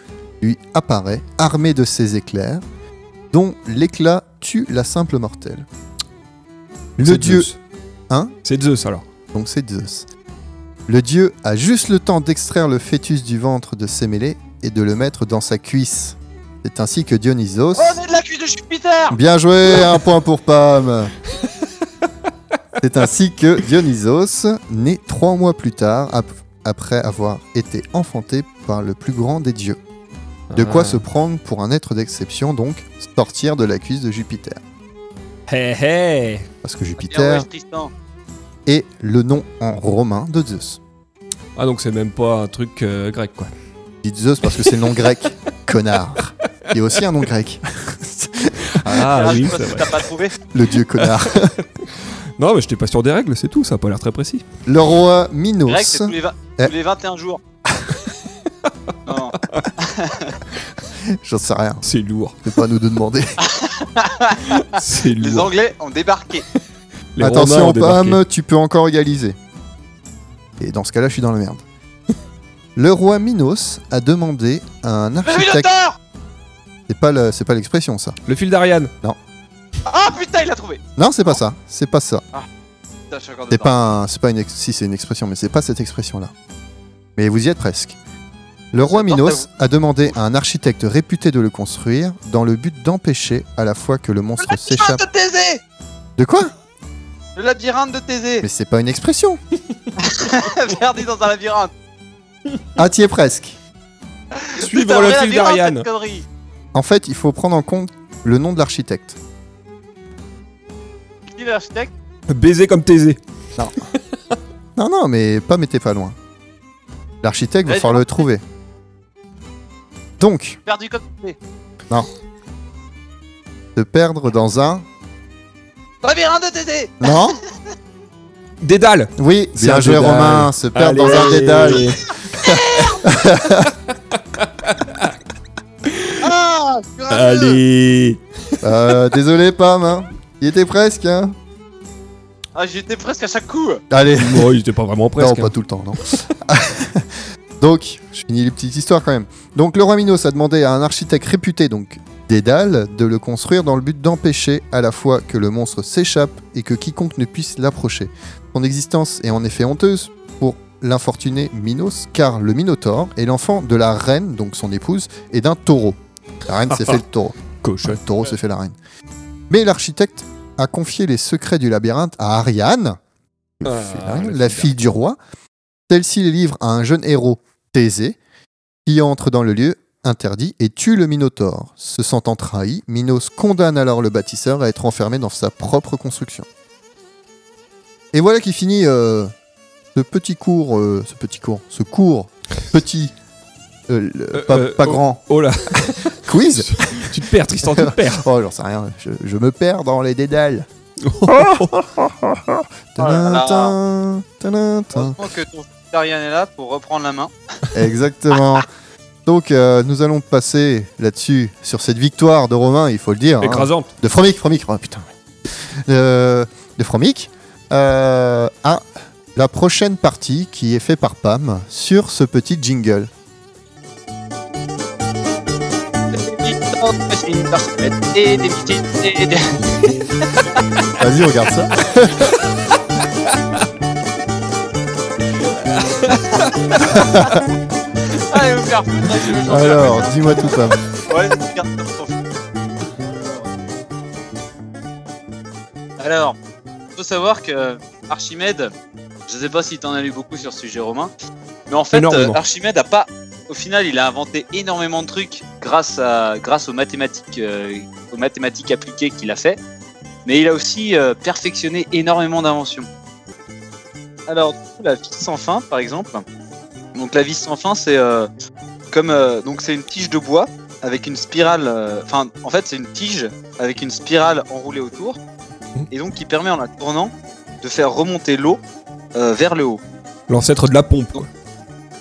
Speaker 1: lui apparaît armé de ses éclairs, dont l'éclat tue la simple mortelle. Le
Speaker 2: C'est
Speaker 1: dieu
Speaker 2: Zeus.
Speaker 1: Hein
Speaker 2: C'est Zeus alors.
Speaker 1: donc c'est Zeus. Le dieu a juste le temps d'extraire le fœtus du ventre de Sémélé et de le mettre dans sa cuisse. C'est ainsi que Dionysos.
Speaker 4: Oh, on est de la cuisse de Jupiter
Speaker 1: Bien joué, un point pour Pam. C'est ainsi que Dionysos, né trois mois plus tard, ap- après avoir été enfanté par le plus grand des dieux. De quoi
Speaker 2: Ah.
Speaker 1: se prendre pour un être d'exception, donc sortir de la cuisse de Jupiter.
Speaker 2: Hey hey.
Speaker 1: Parce que
Speaker 3: Bien,
Speaker 1: Jupiter
Speaker 3: Ah ouais, Tristan.
Speaker 1: est le nom en romain de Zeus.
Speaker 2: Ah donc c'est même pas un truc euh, grec quoi.
Speaker 1: Dites Zeus parce que c'est le nom grec. Connard. Il y a aussi un nom grec.
Speaker 2: Ah
Speaker 3: Ah, je
Speaker 2: oui,
Speaker 3: sais
Speaker 2: c'est
Speaker 3: pas si
Speaker 2: vrai.
Speaker 3: T'as pas trouvé
Speaker 1: Le dieu connard.
Speaker 2: Non mais j'étais pas sûr des règles, c'est tout, ça a pas l'air très précis.
Speaker 1: Le roi
Speaker 3: Greg, c'est
Speaker 1: Minos.
Speaker 3: tous les, vingt-
Speaker 1: Eh.
Speaker 3: tous les 21 jours. non,
Speaker 1: J'en sais rien.
Speaker 2: C'est lourd.
Speaker 1: C'est pas à nous de demander.
Speaker 2: C'est
Speaker 3: les
Speaker 2: lourd.
Speaker 3: Anglais ont débarqué.
Speaker 2: Les Romains
Speaker 1: Attention,
Speaker 2: ont débarqué.
Speaker 1: Pam, tu peux encore égaliser. Et dans ce cas-là, je suis dans la merde. Le roi Minos a demandé à un
Speaker 3: Ah,
Speaker 4: Le
Speaker 1: architecte.
Speaker 4: Minotaur
Speaker 1: C'est pas le- c'est pas l'expression, ça.
Speaker 2: Le fil d'Ariane.
Speaker 4: Ah, putain, il l'a trouvé
Speaker 1: Non, c'est pas ça. C'est pas ça.
Speaker 3: Putain, je suis encore
Speaker 1: C'est
Speaker 3: dedans.
Speaker 1: pas, un- c'est pas une, ex- si c'est une expression, mais c'est pas cette expression-là. Mais vous y êtes presque. Le roi
Speaker 3: J'adore
Speaker 1: Minos a demandé à un architecte réputé de le construire dans le but d'empêcher à la fois que le monstre
Speaker 4: Le labyrinthe
Speaker 1: s'échappe.
Speaker 4: de Thésée
Speaker 1: De quoi
Speaker 4: Le labyrinthe de Thésée
Speaker 1: Mais c'est pas une expression.
Speaker 3: Perdu dans un labyrinthe.
Speaker 1: Ah, t'y es presque.
Speaker 3: C'est un
Speaker 2: Suivre le
Speaker 3: vrai
Speaker 2: fil
Speaker 3: labyrinthe,
Speaker 2: d'Ariane.
Speaker 3: cette connerie.
Speaker 1: En fait, il faut prendre en compte le nom de l'architecte.
Speaker 3: Qui est l'architecte
Speaker 2: Baiser comme Thésée.
Speaker 1: Non, non, mais pas mettez pas loin. L'architecte va
Speaker 3: Ouais,
Speaker 1: falloir le trouver. Donc,
Speaker 3: Perdu comme Thésée.
Speaker 1: se perdre dans un.
Speaker 4: Labyrinthe de Thésée
Speaker 1: Non
Speaker 2: Dédale.
Speaker 1: Oui,
Speaker 2: C'est
Speaker 1: bien
Speaker 2: un
Speaker 1: joué
Speaker 2: dédale.
Speaker 1: Romain, se perdre dans un
Speaker 2: Allez.
Speaker 1: dédale.
Speaker 4: Ah, je suis rageux.
Speaker 2: Allez.
Speaker 1: Euh, désolé Pam, hein. il était presque. Hein.
Speaker 3: Ah, j'étais presque à chaque coup.
Speaker 2: Ah.
Speaker 1: Allez,
Speaker 2: Bon, il était pas vraiment presque.
Speaker 1: non, pas
Speaker 2: hein.
Speaker 1: tout le temps, non. donc, je finis les petites histoires quand même. Donc, le roi Minos a demandé à un architecte réputé, donc Dédale, de le construire dans le but d'empêcher à la fois que le monstre s'échappe et que quiconque ne puisse l'approcher. Son existence est en effet honteuse pour l'infortuné Minos, car le Minotaure est l'enfant de la reine, donc son épouse, et d'un taureau. La reine s'est fait le taureau.
Speaker 2: Cochon.
Speaker 1: Le taureau s'est fait la reine. Mais l'architecte a confié les secrets du labyrinthe à Ariane, le
Speaker 2: Ah,
Speaker 1: félin,
Speaker 2: le
Speaker 1: la
Speaker 2: félin.
Speaker 1: fille du roi. Celle-ci les livre à un jeune héros, Thésée, qui entre dans le lieu interdit et tue le Minotaure. Se sentant trahi, Minos condamne alors le bâtisseur à être enfermé dans sa propre construction. Et voilà qui finit euh, ce petit cours, euh, ce petit cours, ce cours petit, euh, le-
Speaker 2: Euh,
Speaker 1: pas,
Speaker 2: euh,
Speaker 1: pas grand,
Speaker 2: Oh là,
Speaker 1: quiz.
Speaker 2: tu te perds, Tristan, tu te perds.
Speaker 1: Oh, j'en sais rien, je, je me perds dans les dédales. Oh Tadam, tadam, tadam.
Speaker 3: Heureusement que ton fils d'Ariane est là pour reprendre la main.
Speaker 1: Exactement. Donc, euh, nous allons passer là-dessus, sur cette victoire de Romain, il faut le dire. hein.
Speaker 2: Écrasante.
Speaker 1: De Fromic, Fromic, oh putain. Euh, de Fromic euh, à la prochaine partie qui est faite par Pam sur ce petit jingle.
Speaker 4: Et des petites... Et des...
Speaker 1: Vas-y, regarde ça.
Speaker 3: Allez, vous faire foutre, je vais changer la
Speaker 1: Alors, dis-moi tout, Pam.
Speaker 3: musique. Ouais, je garde ça pour ton film. Alors, faut savoir que Archimède, je sais pas si t'en as lu beaucoup sur ce sujet, Romain, mais en fait,
Speaker 2: Énormément.
Speaker 3: euh, Archimède a pas. Au final, il a inventé énormément de trucs grâce, à, grâce aux, mathématiques, euh, aux mathématiques appliquées qu'il a fait, mais il a aussi euh, perfectionné énormément d'inventions. Alors, du coup, la vis sans fin, par exemple. Donc, la vis sans fin, c'est euh, comme euh, donc c'est une tige de bois avec une spirale. euh, Enfin, en fait, c'est une tige avec une spirale enroulée autour, et donc qui permet en la tournant de faire remonter l'eau euh, vers le haut.
Speaker 2: L'ancêtre de la pompe, quoi.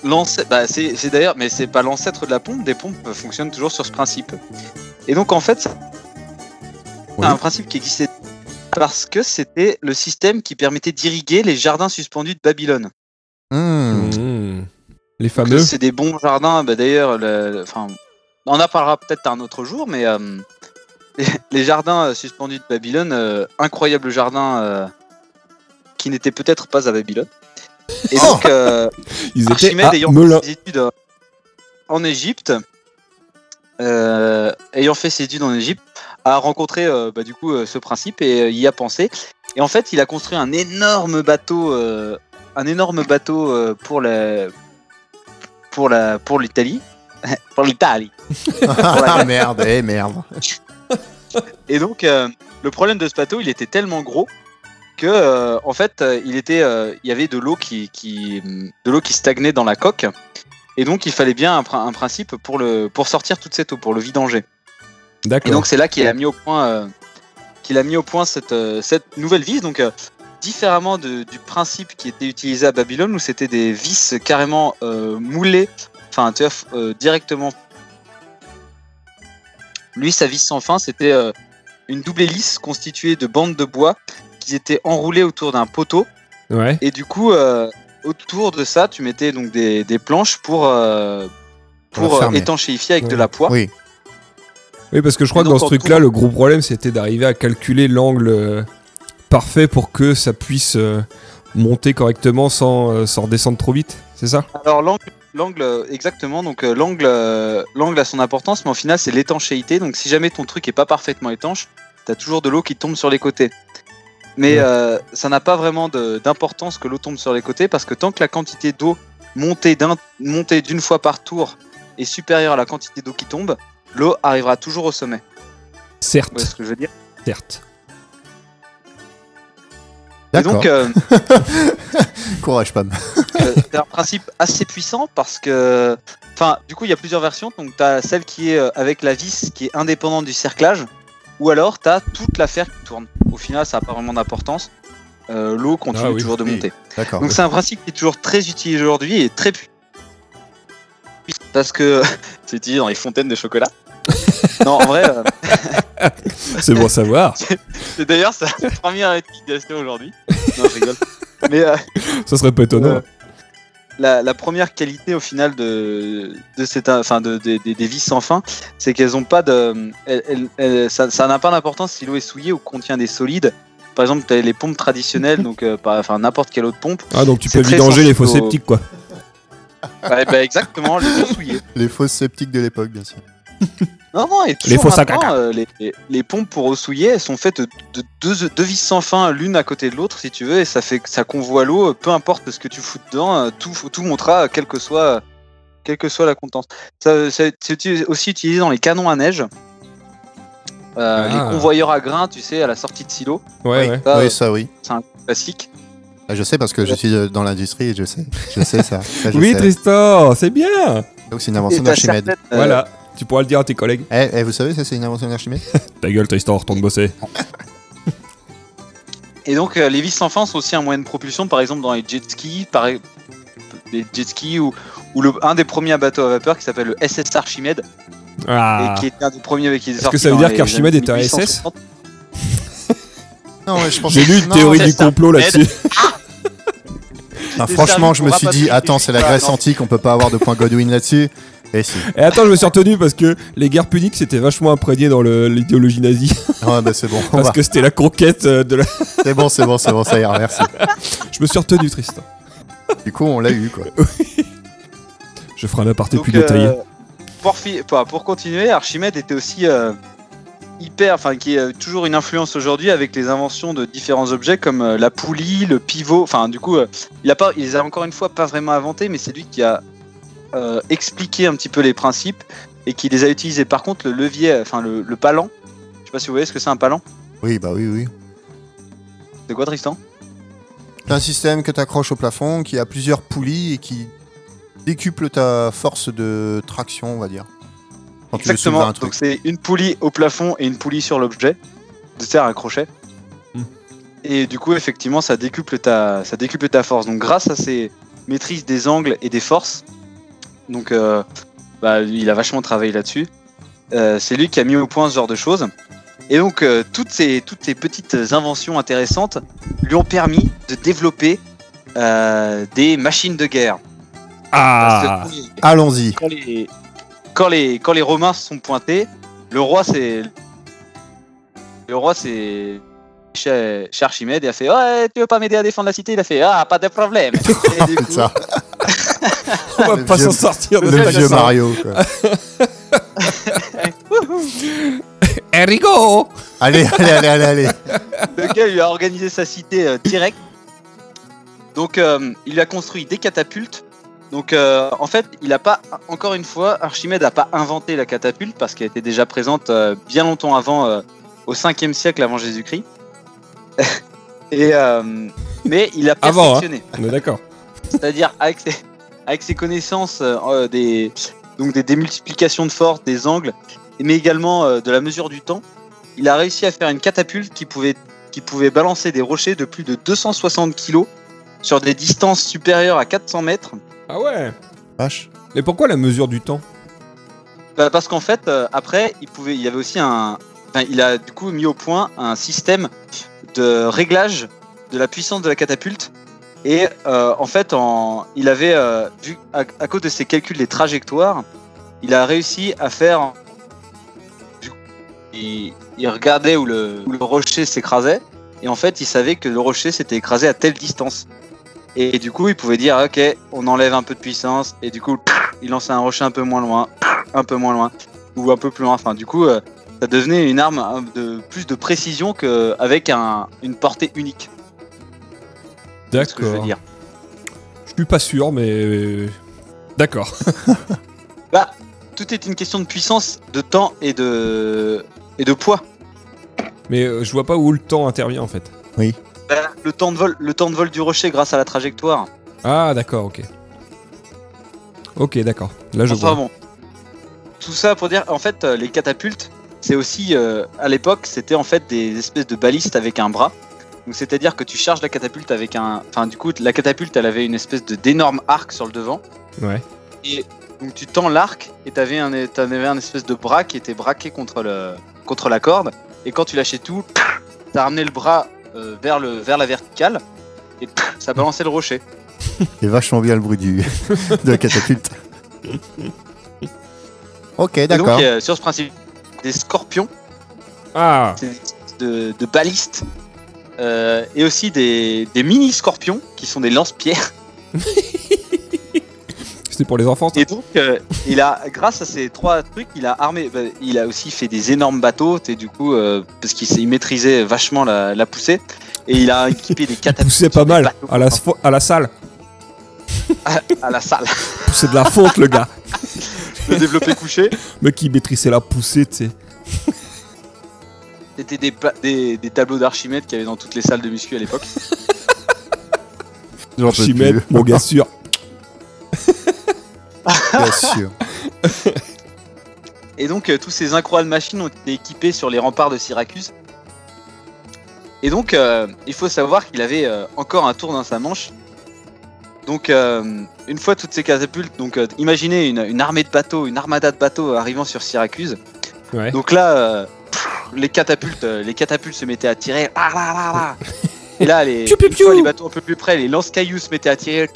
Speaker 3: L'ancêtre, bah, c'est c'est d'ailleurs, mais c'est pas l'ancêtre de la pompe. Des pompes euh, fonctionnent toujours sur ce principe. Et donc en fait, c'est
Speaker 2: Oui.
Speaker 3: un principe qui existait parce que c'était le système qui permettait d'irriguer les jardins suspendus de Babylone.
Speaker 1: Hmm.
Speaker 2: Mmh. Les
Speaker 3: que
Speaker 2: fameux.
Speaker 3: C'est des bons jardins. Bah, D'ailleurs, le- le- enfin, on en parlera peut-être un autre jour, mais euh, les, les jardins euh, suspendus de Babylone, euh, incroyable jardin euh, qui n'était peut-être pas à Babylone. Et donc, euh,
Speaker 2: Ils étaient
Speaker 3: Archimède
Speaker 2: à
Speaker 3: ayant
Speaker 2: Melun.
Speaker 3: fait ses études euh, en Égypte, euh, ayant fait ses études en Égypte, a rencontré euh, bah, du coup euh, ce principe et euh, y a pensé. Et en fait, il a construit un énorme bateau, euh, un énorme bateau euh, pour la pour la pour l'Italie, pour l'Italie.
Speaker 1: Ah, merde, eh merde.
Speaker 3: Et donc, euh, le problème de ce bateau, il était tellement gros que euh, en fait, euh, il était, euh, il y avait de l'eau qui, qui- de l'eau qui stagnait dans la coque. Et donc, il fallait bien un, prin- un principe pour le, pour sortir toute cette eau, pour le vidanger. Et
Speaker 2: D'accord.
Speaker 3: donc, c'est là qu'il a mis au point, euh, qu'il a mis au point cette, euh, cette nouvelle vis. Donc, euh, différemment de- du principe qui était utilisé à Babylone, où c'était des vis carrément euh, moulées, enfin, tu vois, f- euh, directement. Lui, sa vis sans fin, c'était euh, une double hélice constituée de bandes de bois qui étaient enroulées autour d'un poteau.
Speaker 2: Ouais.
Speaker 3: Et du coup, euh, autour de ça, tu mettais donc des, des planches pour, euh,
Speaker 1: Pour la
Speaker 3: pour euh,
Speaker 1: fermer.
Speaker 3: étanchéifier avec
Speaker 2: Ouais.
Speaker 3: de la poix.
Speaker 1: Oui.
Speaker 2: Oui, parce que je crois
Speaker 3: Et
Speaker 2: que
Speaker 3: donc,
Speaker 2: dans ce
Speaker 3: en
Speaker 2: truc-là,
Speaker 3: tout-
Speaker 2: le gros problème, c'était d'arriver à calculer l'angle euh, parfait pour que ça puisse euh, monter correctement sans, euh, sans descendre trop vite, c'est ça
Speaker 3: Alors l'angle, l'angle, euh, exactement. Donc euh, l'angle, euh, l'angle a son importance, mais au final c'est l'étanchéité. Donc si jamais ton truc est pas parfaitement étanche, t'as toujours de l'eau qui tombe sur les côtés. Mais
Speaker 2: Ouais.
Speaker 3: euh, ça n'a pas vraiment de- d'importance que l'eau tombe sur les côtés parce que tant que la quantité d'eau montée d'un- montée d'une fois par tour est supérieure à la quantité d'eau qui tombe, l'eau arrivera toujours au sommet.
Speaker 2: Certes,
Speaker 3: Vous voyez ce que je veux dire
Speaker 2: certes.
Speaker 3: Et
Speaker 1: D'accord.
Speaker 3: donc euh,
Speaker 1: Courage, Pam.
Speaker 3: Euh, c'est un principe assez puissant parce que, enfin, du coup, il y a plusieurs versions. Donc, tu as celle qui est euh, avec la vis qui est indépendante du cerclage, ou alors tu as toute l'affaire qui tourne. Au final, ça n'a pas vraiment d'importance. Euh, L'eau continue
Speaker 2: Ah oui,
Speaker 3: toujours de
Speaker 1: oui.
Speaker 3: monter.
Speaker 1: D'accord.
Speaker 3: Donc, c'est un principe qui est toujours très utilisé aujourd'hui et très puissant. Parce que c'est utilisé dans les fontaines de chocolat. non, en vrai, euh,
Speaker 2: C'est bon à savoir.
Speaker 3: c'est d'ailleurs sa première utilisation aujourd'hui. Non, je rigole. Mais. euh,
Speaker 2: ça serait pas étonnant.
Speaker 3: Ouais. la, la première qualité au final de, de cette, enfin de, de- des- des vis sans fin, c'est qu'elles ont pas de, elles- elles- elles- ça ça n'a pas d'importance si l'eau est souillée ou contient des solides. Par exemple, t'as les pompes traditionnelles, donc euh, par- enfin n'importe quelle autre pompe.
Speaker 2: Ah, donc tu
Speaker 3: C'est
Speaker 2: peux
Speaker 3: très
Speaker 2: vidanger les faux
Speaker 3: sensible au-
Speaker 2: sceptiques, quoi.
Speaker 3: Ouais, bah, exactement, les pompes souillées.
Speaker 1: Les fausses sceptiques de l'époque, bien sûr.
Speaker 3: Non, non, et toujours
Speaker 2: Les fausses à
Speaker 3: maintenant,
Speaker 2: caca.
Speaker 3: euh, les, les- les pompes pour eau souillée, elles sont faites de, de deux, deux vis sans fin, l'une à côté de l'autre, si tu veux, et ça fait que ça convoie l'eau, euh, peu importe ce que tu fous dedans, euh, tout, tout montera, euh, quelle que soit, euh, quelle que soit la contente. Ça, ça- c'est uti- aussi utilisé dans les canons à neige. Euh,
Speaker 2: Ah.
Speaker 3: Les convoyeurs à grains, tu sais, à la sortie de silo,
Speaker 2: Ouais,
Speaker 1: oui.
Speaker 2: ouais.
Speaker 3: Ça, euh,
Speaker 1: oui, ça, oui.
Speaker 3: classique.
Speaker 1: Ah, Je sais parce que je suis euh, dans l'industrie et je sais. Je sais ça. Ça, je
Speaker 2: Oui,
Speaker 1: sais.
Speaker 2: Tristan, c'est
Speaker 3: Euh.
Speaker 2: bien.
Speaker 1: Donc, c'est une
Speaker 3: Et
Speaker 1: invention
Speaker 3: t'as
Speaker 1: d'Archimède.
Speaker 3: certaines, euh,
Speaker 2: Voilà. Tu pourras le dire à tes collègues.
Speaker 1: Eh, eh, vous savez, ça, c'est une invention d'Archimède
Speaker 2: Ta gueule, Tristan, retourne bosser.
Speaker 3: Et donc euh, les vis sans fin sont aussi un moyen de propulsion, par exemple dans les jet skis, par e-, les jet skis ou, ou le, un des premiers bateaux à vapeur qui s'appelle le SS Archimède
Speaker 2: Ah.
Speaker 3: et qui était un des premiers qui est
Speaker 2: que
Speaker 3: sorti
Speaker 2: ça veut
Speaker 3: dans
Speaker 2: dire
Speaker 3: les
Speaker 2: qu'Archimède
Speaker 3: années
Speaker 2: était un
Speaker 3: 1860.
Speaker 1: Non, ouais, je pense
Speaker 2: J'ai lu une
Speaker 1: Non,
Speaker 2: théorie
Speaker 1: c'est-
Speaker 2: du
Speaker 3: ça.
Speaker 2: complot
Speaker 3: Aide.
Speaker 2: là-dessus.
Speaker 1: Enfin, Ah, franchement, je me suis dit, attends, c'est la Grèce
Speaker 3: Non.
Speaker 1: antique, on peut pas avoir de point Godwin là-dessus. Et si.
Speaker 2: Et attends, je me suis retenu parce que les guerres puniques, c'était vachement imprégné dans le- l'idéologie nazie.
Speaker 1: Ah, bah, c'est bon. on
Speaker 2: Parce
Speaker 1: va.
Speaker 2: que c'était la conquête euh, de la.
Speaker 1: C'est bon, c'est bon, c'est bon, ça ira, merci.
Speaker 2: Je me suis retenu, Tristan.
Speaker 1: Du coup, on l'a eu, quoi.
Speaker 2: Je ferai un aparté
Speaker 3: Donc,
Speaker 2: plus détaillé.
Speaker 3: euh, pour, fi- pour- pour continuer, Archimède était aussi euh, hyper, enfin qui a toujours une influence aujourd'hui avec les inventions de différents objets comme euh, la poulie, le pivot. Enfin, du coup, euh, il a pas, il les a encore une fois pas vraiment inventés, mais c'est lui qui a euh, expliqué un petit peu les principes et qui les a utilisés. Par contre, le levier, euh, enfin le, le palan, je sais pas si vous voyez ce que c'est un palan.
Speaker 1: Oui, bah oui, oui.
Speaker 3: C'est quoi, Tristan
Speaker 1: C'est un système que tu accroches au plafond, qui a plusieurs poulies et qui décuple ta force de traction, on va dire. Quand tu veux soulever
Speaker 3: Exactement.
Speaker 1: un truc.
Speaker 3: Donc c'est une poulie au plafond et une poulie sur l'objet de terre un crochet.
Speaker 2: Hmm.
Speaker 3: Et du coup, effectivement, ça décuple ta, ça décuple ta force. Donc grâce à ses maîtrises des angles et des forces, donc euh, bah, il a vachement travaillé là-dessus. Euh, c'est lui qui a mis au point ce genre de choses. Et donc euh, toutes ces toutes ces petites inventions intéressantes lui ont permis de développer euh, des machines de guerre.
Speaker 2: Ah
Speaker 3: Parce que-
Speaker 1: Allons-y.
Speaker 3: quand les, quand les, quand les Romains se sont pointés, le roi c'est le roi c'est chez, chez Archimède et a fait ouais tu veux pas m'aider à défendre la cité il a fait ah pas de problème et du coup,
Speaker 1: C'est ça,
Speaker 2: On va
Speaker 1: le
Speaker 2: pas
Speaker 1: vieux-
Speaker 2: s'en sortir de
Speaker 1: le
Speaker 2: cette
Speaker 1: vieux
Speaker 2: façon.
Speaker 1: Mario. quoi.
Speaker 2: Erigo
Speaker 1: allez, allez, allez, allez, allez.
Speaker 3: le gars lui a organisé sa cité euh, direct donc euh, il lui a construit des catapultes donc euh, en fait il a pas encore une fois Archimède a pas inventé la catapulte parce qu'elle était déjà présente euh, bien longtemps avant euh, au 5e siècle avant Jésus-Christ et euh, mais il a
Speaker 2: Avant, hein.
Speaker 3: perfectionné
Speaker 2: On est d'accord.
Speaker 3: C'est-à-dire avec ses, avec ses connaissances euh, euh, des, donc des démultiplications de force, des angles, mais également euh, de la mesure du temps, il a réussi à faire une catapulte qui pouvait, qui pouvait balancer des rochers de plus de 260 kg sur des distances supérieures à 400 mètres.
Speaker 2: Ah ouais
Speaker 1: Vache.
Speaker 2: Mais pourquoi la mesure du temps
Speaker 3: Bah, parce qu'en fait, euh, après, il, pouvait, il y avait aussi un. enfin, il a du coup mis au point un système de réglage de la puissance de la catapulte. Et euh, en fait, en, il avait, euh, vu, à, à cause de ses calculs des trajectoires, il a réussi à faire. du coup, il, il regardait où le, où le rocher s'écrasait. Et en fait, il savait que le rocher s'était écrasé à telle distance. Et du coup, il pouvait dire ah, Ok, on enlève un peu de puissance. Et du coup, il lançait un rocher un peu moins loin un peu moins loin ou un peu plus loin. Enfin, du coup, euh, ça devenait une arme hein, de plus de précision qu'avec un, une portée unique. C'est ce que je veux
Speaker 2: D'accord.
Speaker 3: dire.
Speaker 2: Je suis pas sûr, mais. euh, D'accord.
Speaker 3: Bah, tout est une question de puissance, de temps et de et de poids.
Speaker 2: Mais euh, je vois pas où le temps intervient en fait.
Speaker 3: Bah, le temps de vol, le temps de vol du rocher grâce à la trajectoire.
Speaker 2: Ah, d'accord, ok. Ok, d'accord. Là, je
Speaker 3: Enfin
Speaker 2: vois.
Speaker 3: bon, tout ça pour dire, en fait, euh, les catapultes, c'est aussi euh, à l'époque, c'était en fait des espèces de balistes avec un bras. Donc c'est-à-dire que tu charges la catapulte avec un, enfin du coup, la catapulte, elle avait une espèce de d'énorme arc sur le devant.
Speaker 2: Ouais.
Speaker 3: Donc tu tends l'arc et t'avais un, t'avais un espèce de bras qui était braqué contre, le, contre la corde. Et quand tu lâchais tout, t'as ramené le bras euh, vers, le, vers la verticale et ça balançait le rocher.
Speaker 1: C'est vachement bien le bruit du... de la catapulte. Ok,
Speaker 3: Et donc
Speaker 1: d'accord.
Speaker 3: euh, sur ce principe, des scorpions,
Speaker 2: Ah
Speaker 3: c'est des espèces de, de balistes euh, et aussi des, des mini-scorpions qui sont des lance-pierres.
Speaker 2: C'était pour les enfants ça
Speaker 3: Et donc, euh, il a, grâce à ces trois trucs, il a armé. bah, il a aussi fait des énormes bateaux, et du coup, euh, parce qu'il s'est- il maîtrisait vachement la, la poussée. Et il a équipé des catapultes.
Speaker 2: Poussez
Speaker 3: sur
Speaker 2: pas
Speaker 3: des
Speaker 2: mal
Speaker 3: bateaux,
Speaker 2: à la, sfo- à la salle.
Speaker 3: à la salle.
Speaker 2: C'est de la fonte, le gars.
Speaker 3: Le développé couché.
Speaker 2: Mais qui maîtrisait la poussée, tu sais.
Speaker 3: C'était des, pla- des, des tableaux d'Archimède qu'il y avait dans toutes les salles de muscu à l'époque.
Speaker 1: J'en peux
Speaker 2: Chimède,
Speaker 1: plus.
Speaker 2: mon gars sûr.
Speaker 1: Bien sûr.
Speaker 3: Et donc, euh, tous ces incroyables machines ont été équipées sur les remparts de Syracuse. Et donc, euh, il faut savoir qu'il avait euh, encore un tour dans sa manche. Donc, euh, une fois toutes ces catapultes, donc euh, imaginez une, une armée de bateaux, une armada de bateaux arrivant sur Syracuse.
Speaker 2: Ouais.
Speaker 3: Donc là, euh, pff, les catapultes, euh, les catapultes se mettaient à tirer. Ah là là là. Et là, les,
Speaker 2: Piou, piou,
Speaker 3: une fois
Speaker 2: piou.
Speaker 3: les bateaux un peu plus près, les lance-cailloux se mettaient à tirer.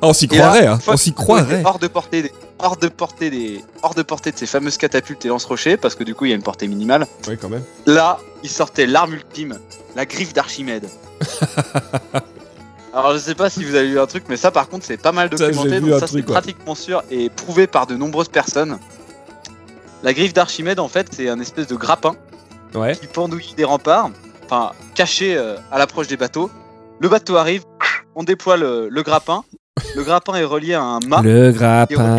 Speaker 2: Ah, on s'y
Speaker 3: Et là,
Speaker 2: croirait, hein.
Speaker 3: faut-
Speaker 2: On s'y
Speaker 3: Ouais,
Speaker 2: croirait.
Speaker 3: Hors de portée, des, hors de portée des, hors de portée de ces fameuses catapultes et lance-rochers, parce que du coup il y a une portée minimale.
Speaker 2: Ouais, quand même.
Speaker 3: Là, il sortait l'arme ultime, la griffe d'Archimède. Alors je sais pas si vous avez vu un truc, mais ça par contre c'est pas mal
Speaker 2: Ça, j'ai
Speaker 3: documenté,
Speaker 2: vu
Speaker 3: donc
Speaker 2: un
Speaker 3: ça c'est
Speaker 2: truc, ouais.
Speaker 3: pratiquement sûr et prouvé par de nombreuses personnes. La griffe d'Archimède, en fait, c'est un espèce de grappin
Speaker 2: Ouais.
Speaker 3: qui pendouille des remparts, enfin, caché euh, à l'approche des bateaux. Le bateau arrive, on déploie le, le grappin. Le grappin est relié à un mât,
Speaker 2: Le
Speaker 3: grappin.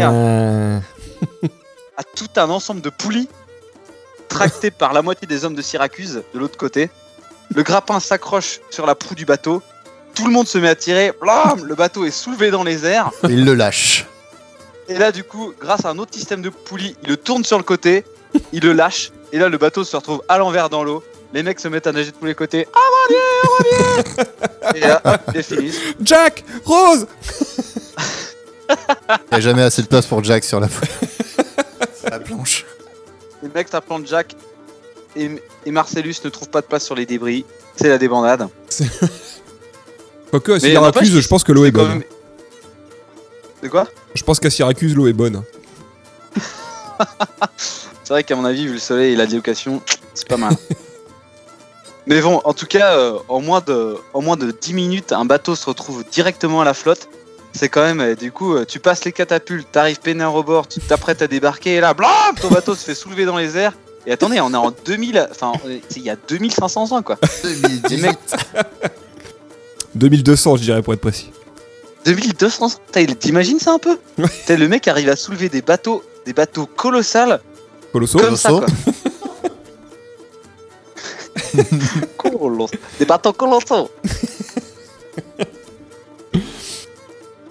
Speaker 3: à tout un ensemble de poulies tractées par la moitié des hommes de Syracuse de l'autre côté. Le grappin s'accroche sur la proue du bateau. Tout le monde se met à tirer. Blam le bateau est soulevé dans les airs.
Speaker 1: Il le lâche.
Speaker 3: Et là, du coup, grâce à un autre système de poulies, il le tourne sur le côté, il le lâche, et là, le bateau se retrouve à l'envers dans l'eau. Les mecs se mettent à nager de tous les côtés. Ah, mon dieu, mon dieu Et là, hop, ils finissent.
Speaker 2: Jack Rose
Speaker 1: Il n'y a jamais assez de place pour Jack sur la, sur la planche.
Speaker 3: Les mecs s'appellent Jack et, et Marcellus ne trouve pas de place sur les débris. C'est la débandade.
Speaker 2: Quoique, à
Speaker 3: Mais n'empêche,
Speaker 2: Syracuse, je pense que l'eau est
Speaker 3: C'est quand
Speaker 2: bonne.
Speaker 3: même. De quoi
Speaker 2: Je pense qu'à Syracuse, l'eau est bonne.
Speaker 3: C'est vrai qu'à mon avis, vu le soleil et la location, c'est pas mal. Mais bon, en tout cas, euh, en, moins de, en moins de 10 minutes, un bateau se retrouve directement à la flotte. C'est quand même, euh, du coup, euh, tu passes les catapultes, t'arrives peinard au bord, tu t'apprêtes à débarquer, et là, blam, ton bateau se fait soulever dans les airs. Et attendez, on est en 2000, enfin, on est- il y a 2500 ans, quoi. Les mecs,
Speaker 2: 2200, je dirais, pour être précis.
Speaker 3: 2200 ans, Putain, il- t'imagines ça un peu
Speaker 2: Ouais.
Speaker 3: Putain, Le mec arrive à soulever des bateaux, des bateaux colossales,
Speaker 2: Colosso
Speaker 3: Comme ça,
Speaker 1: Colosso.
Speaker 3: quoi. Colosso. Des bateaux colossaux.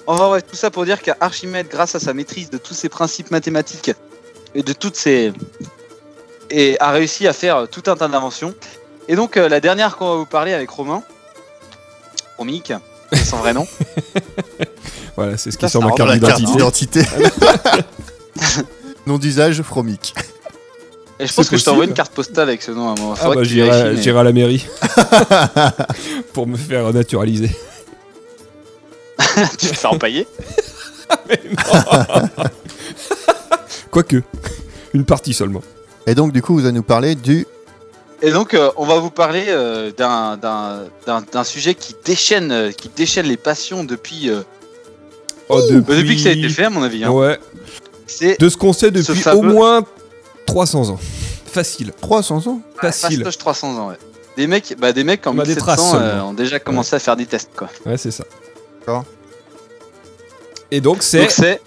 Speaker 3: Enfin ouais, tout ça pour dire qu'Archimède, grâce à sa maîtrise de tous ses principes mathématiques et de toutes ses... et a réussi à faire euh, tout un tas d'inventions. Et donc euh, la dernière qu'on va vous parler avec Romain, Romic, c'est son vrai nom.
Speaker 2: Voilà, c'est ce qui
Speaker 3: Ça,
Speaker 2: sort
Speaker 3: ça
Speaker 2: ma
Speaker 1: Dans
Speaker 2: carte
Speaker 1: la carte
Speaker 3: hein.
Speaker 2: d'identité.
Speaker 1: d'identité. Nom d'usage, Fromic.
Speaker 3: Et je pense
Speaker 2: C'est
Speaker 3: que je t'envoie
Speaker 2: possible.
Speaker 3: une carte postale avec ce nom à moi.
Speaker 2: Ah
Speaker 3: Faudrait
Speaker 2: bah
Speaker 3: que tu
Speaker 2: j'irai
Speaker 3: vérifies, mais-
Speaker 2: j'irai à la mairie pour me faire naturaliser.
Speaker 3: tu vas te faire empailler.
Speaker 2: Quoique, une partie seulement.
Speaker 1: Et donc, du coup, vous allez nous parler du.
Speaker 3: Et donc, euh, on va vous parler euh, d'un- d'un d'un- d'un sujet qui déchaîne, euh, qui déchaîne les passions depuis, euh,
Speaker 2: Oh,
Speaker 3: bah, depuis que ça a été fait, à mon avis. hein.
Speaker 2: Ouais,
Speaker 3: C'est
Speaker 2: de ce qu'on sait
Speaker 3: Ce
Speaker 2: depuis
Speaker 3: fameux-
Speaker 2: au moins 300 ans. Facile,
Speaker 1: 300 ans
Speaker 3: Ah,
Speaker 2: facile.
Speaker 3: Fastoche 300 ans. Ouais. Des mecs, bah, des mecs en
Speaker 2: On a des
Speaker 3: 1700
Speaker 2: traces,
Speaker 3: euh,
Speaker 2: seulement.
Speaker 3: ont déjà commencé à faire des tests. Quoi.
Speaker 2: Ouais, c'est ça.
Speaker 1: D'accord.
Speaker 2: Et donc c'est
Speaker 3: Donc, c'est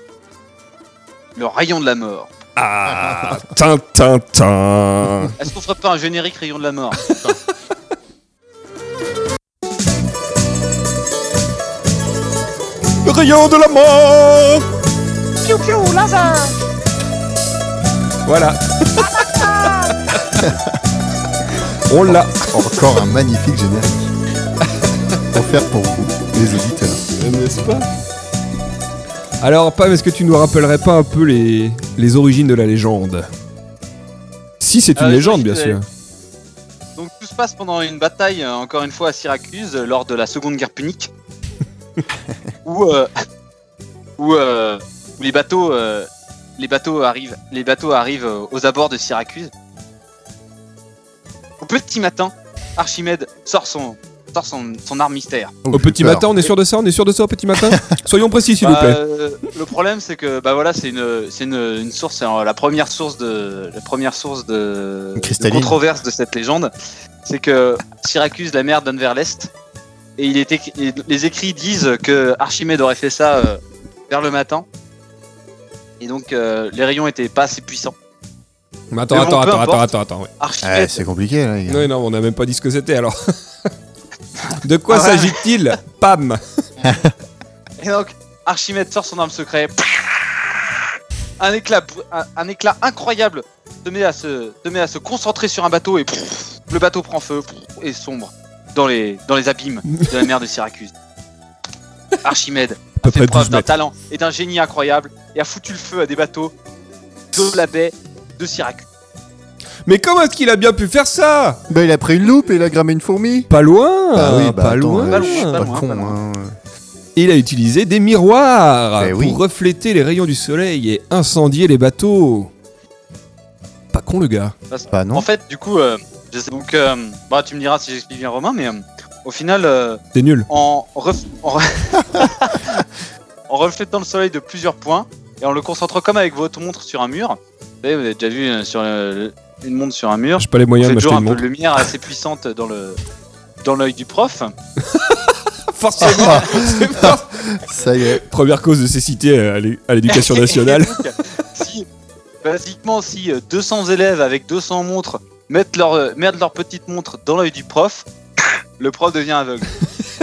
Speaker 3: le rayon de la mort.
Speaker 2: ah tin tin tin.
Speaker 3: Est-ce qu'on ferait pas un générique rayon de la mort
Speaker 2: Rayon de la mort.
Speaker 4: Piu piu, laser
Speaker 2: Voilà. On l'a.
Speaker 1: Encore un magnifique générique. Offert pour vous, les auditeurs.
Speaker 2: N'est-ce pas Alors, Pam, est-ce que tu nous rappellerais pas un peu les, les origines de la légende Si, c'est une
Speaker 3: Euh, je
Speaker 2: légende,
Speaker 3: pense
Speaker 2: bien
Speaker 3: que-
Speaker 2: sûr.
Speaker 3: Donc tout se passe pendant une bataille, euh, encore une fois à Syracuse, euh, lors de la Seconde Guerre punique, où, euh, où, euh, où les bateaux, euh, les bateaux arrivent, les bateaux arrivent euh, aux abords de Syracuse. Au petit matin, Archimède sort son, sort son, son arme mystère.
Speaker 1: Oh,
Speaker 2: Au
Speaker 1: j'ai
Speaker 2: petit
Speaker 1: peur.
Speaker 2: matin, on est sûr de ça On est sûr de ça au petit matin Soyons précis, s'il vous
Speaker 3: Bah,
Speaker 2: plaît.
Speaker 3: euh, le problème, c'est que bah voilà, c'est une, c'est une, une source, c'est euh, la première source de, la première source de, de
Speaker 1: Cristalline.
Speaker 3: controverse de cette légende, c'est que Syracuse, la mer, donne vers l'est, et il est écrit- et les écrits disent que Archimède aurait fait ça euh, vers le matin, et donc euh, les rayons étaient pas assez puissants.
Speaker 2: Mais attends,
Speaker 3: mais
Speaker 2: attends,
Speaker 3: bon, peu
Speaker 2: attends, attends,
Speaker 3: importe.
Speaker 2: attends, attends, ouais.
Speaker 1: Ouais,
Speaker 3: Archimède,
Speaker 1: c'est compliqué, là, les gars.
Speaker 2: Non, non, on n'a même pas dit ce que c'était alors. De quoi
Speaker 3: Ah ouais.
Speaker 2: s'agit-il Pam
Speaker 3: et donc Archimède sort son arme secrète. Un éclat, br- un, un éclat incroyable se met, à se, se met à se concentrer sur un bateau et pff, le bateau prend feu pff, et sombre dans les, dans les abîmes de la mer de Syracuse. Archimède
Speaker 2: peu
Speaker 3: a fait
Speaker 2: près
Speaker 3: preuve
Speaker 2: 12
Speaker 3: d'un
Speaker 2: mètres.
Speaker 3: talent et d'un génie incroyable et a foutu le feu à des bateaux de la baie de Syracuse.
Speaker 2: Mais comment est-ce qu'il a bien pu faire ça
Speaker 1: Bah, il a pris une loupe et il a grammé une fourmi.
Speaker 2: Pas loin
Speaker 1: Ah
Speaker 2: Pas loin
Speaker 3: euh,
Speaker 1: je suis
Speaker 3: Pas
Speaker 1: pas,
Speaker 3: loin,
Speaker 1: con.
Speaker 3: pas
Speaker 1: hein.
Speaker 2: Il a utilisé des miroirs
Speaker 1: Eh
Speaker 2: pour
Speaker 1: oui.
Speaker 2: refléter les rayons du soleil et incendier les bateaux. Pas con le gars.
Speaker 1: Bah, non.
Speaker 3: En fait, du coup, euh, je sais- donc, euh, bah, tu me diras si j'explique bien Romain, mais euh, au final, euh,
Speaker 2: C'est nul.
Speaker 3: en, ref- en re- en reflétant le soleil de plusieurs points et en le concentrant comme avec votre montre sur un mur, savez, vous avez déjà vu euh, sur le- une montre sur un mur.
Speaker 2: J'ai pas les
Speaker 3: Vous
Speaker 2: moyens
Speaker 3: fait
Speaker 2: de m'acheter
Speaker 3: toujours un
Speaker 2: une
Speaker 3: peu
Speaker 2: montre.
Speaker 3: de lumière assez puissante dans le dans l'œil du prof.
Speaker 2: Ah,
Speaker 3: Oh.
Speaker 2: Forcément, c'est pas-
Speaker 1: Ah, Ça y est.
Speaker 2: Première cause de cécité à l'é- à l'éducation nationale.
Speaker 3: Donc, si, basiquement, si euh, 200 élèves avec 200 montres mettent leur, euh, mettent leur petite montre dans l'œil du prof, le prof devient aveugle.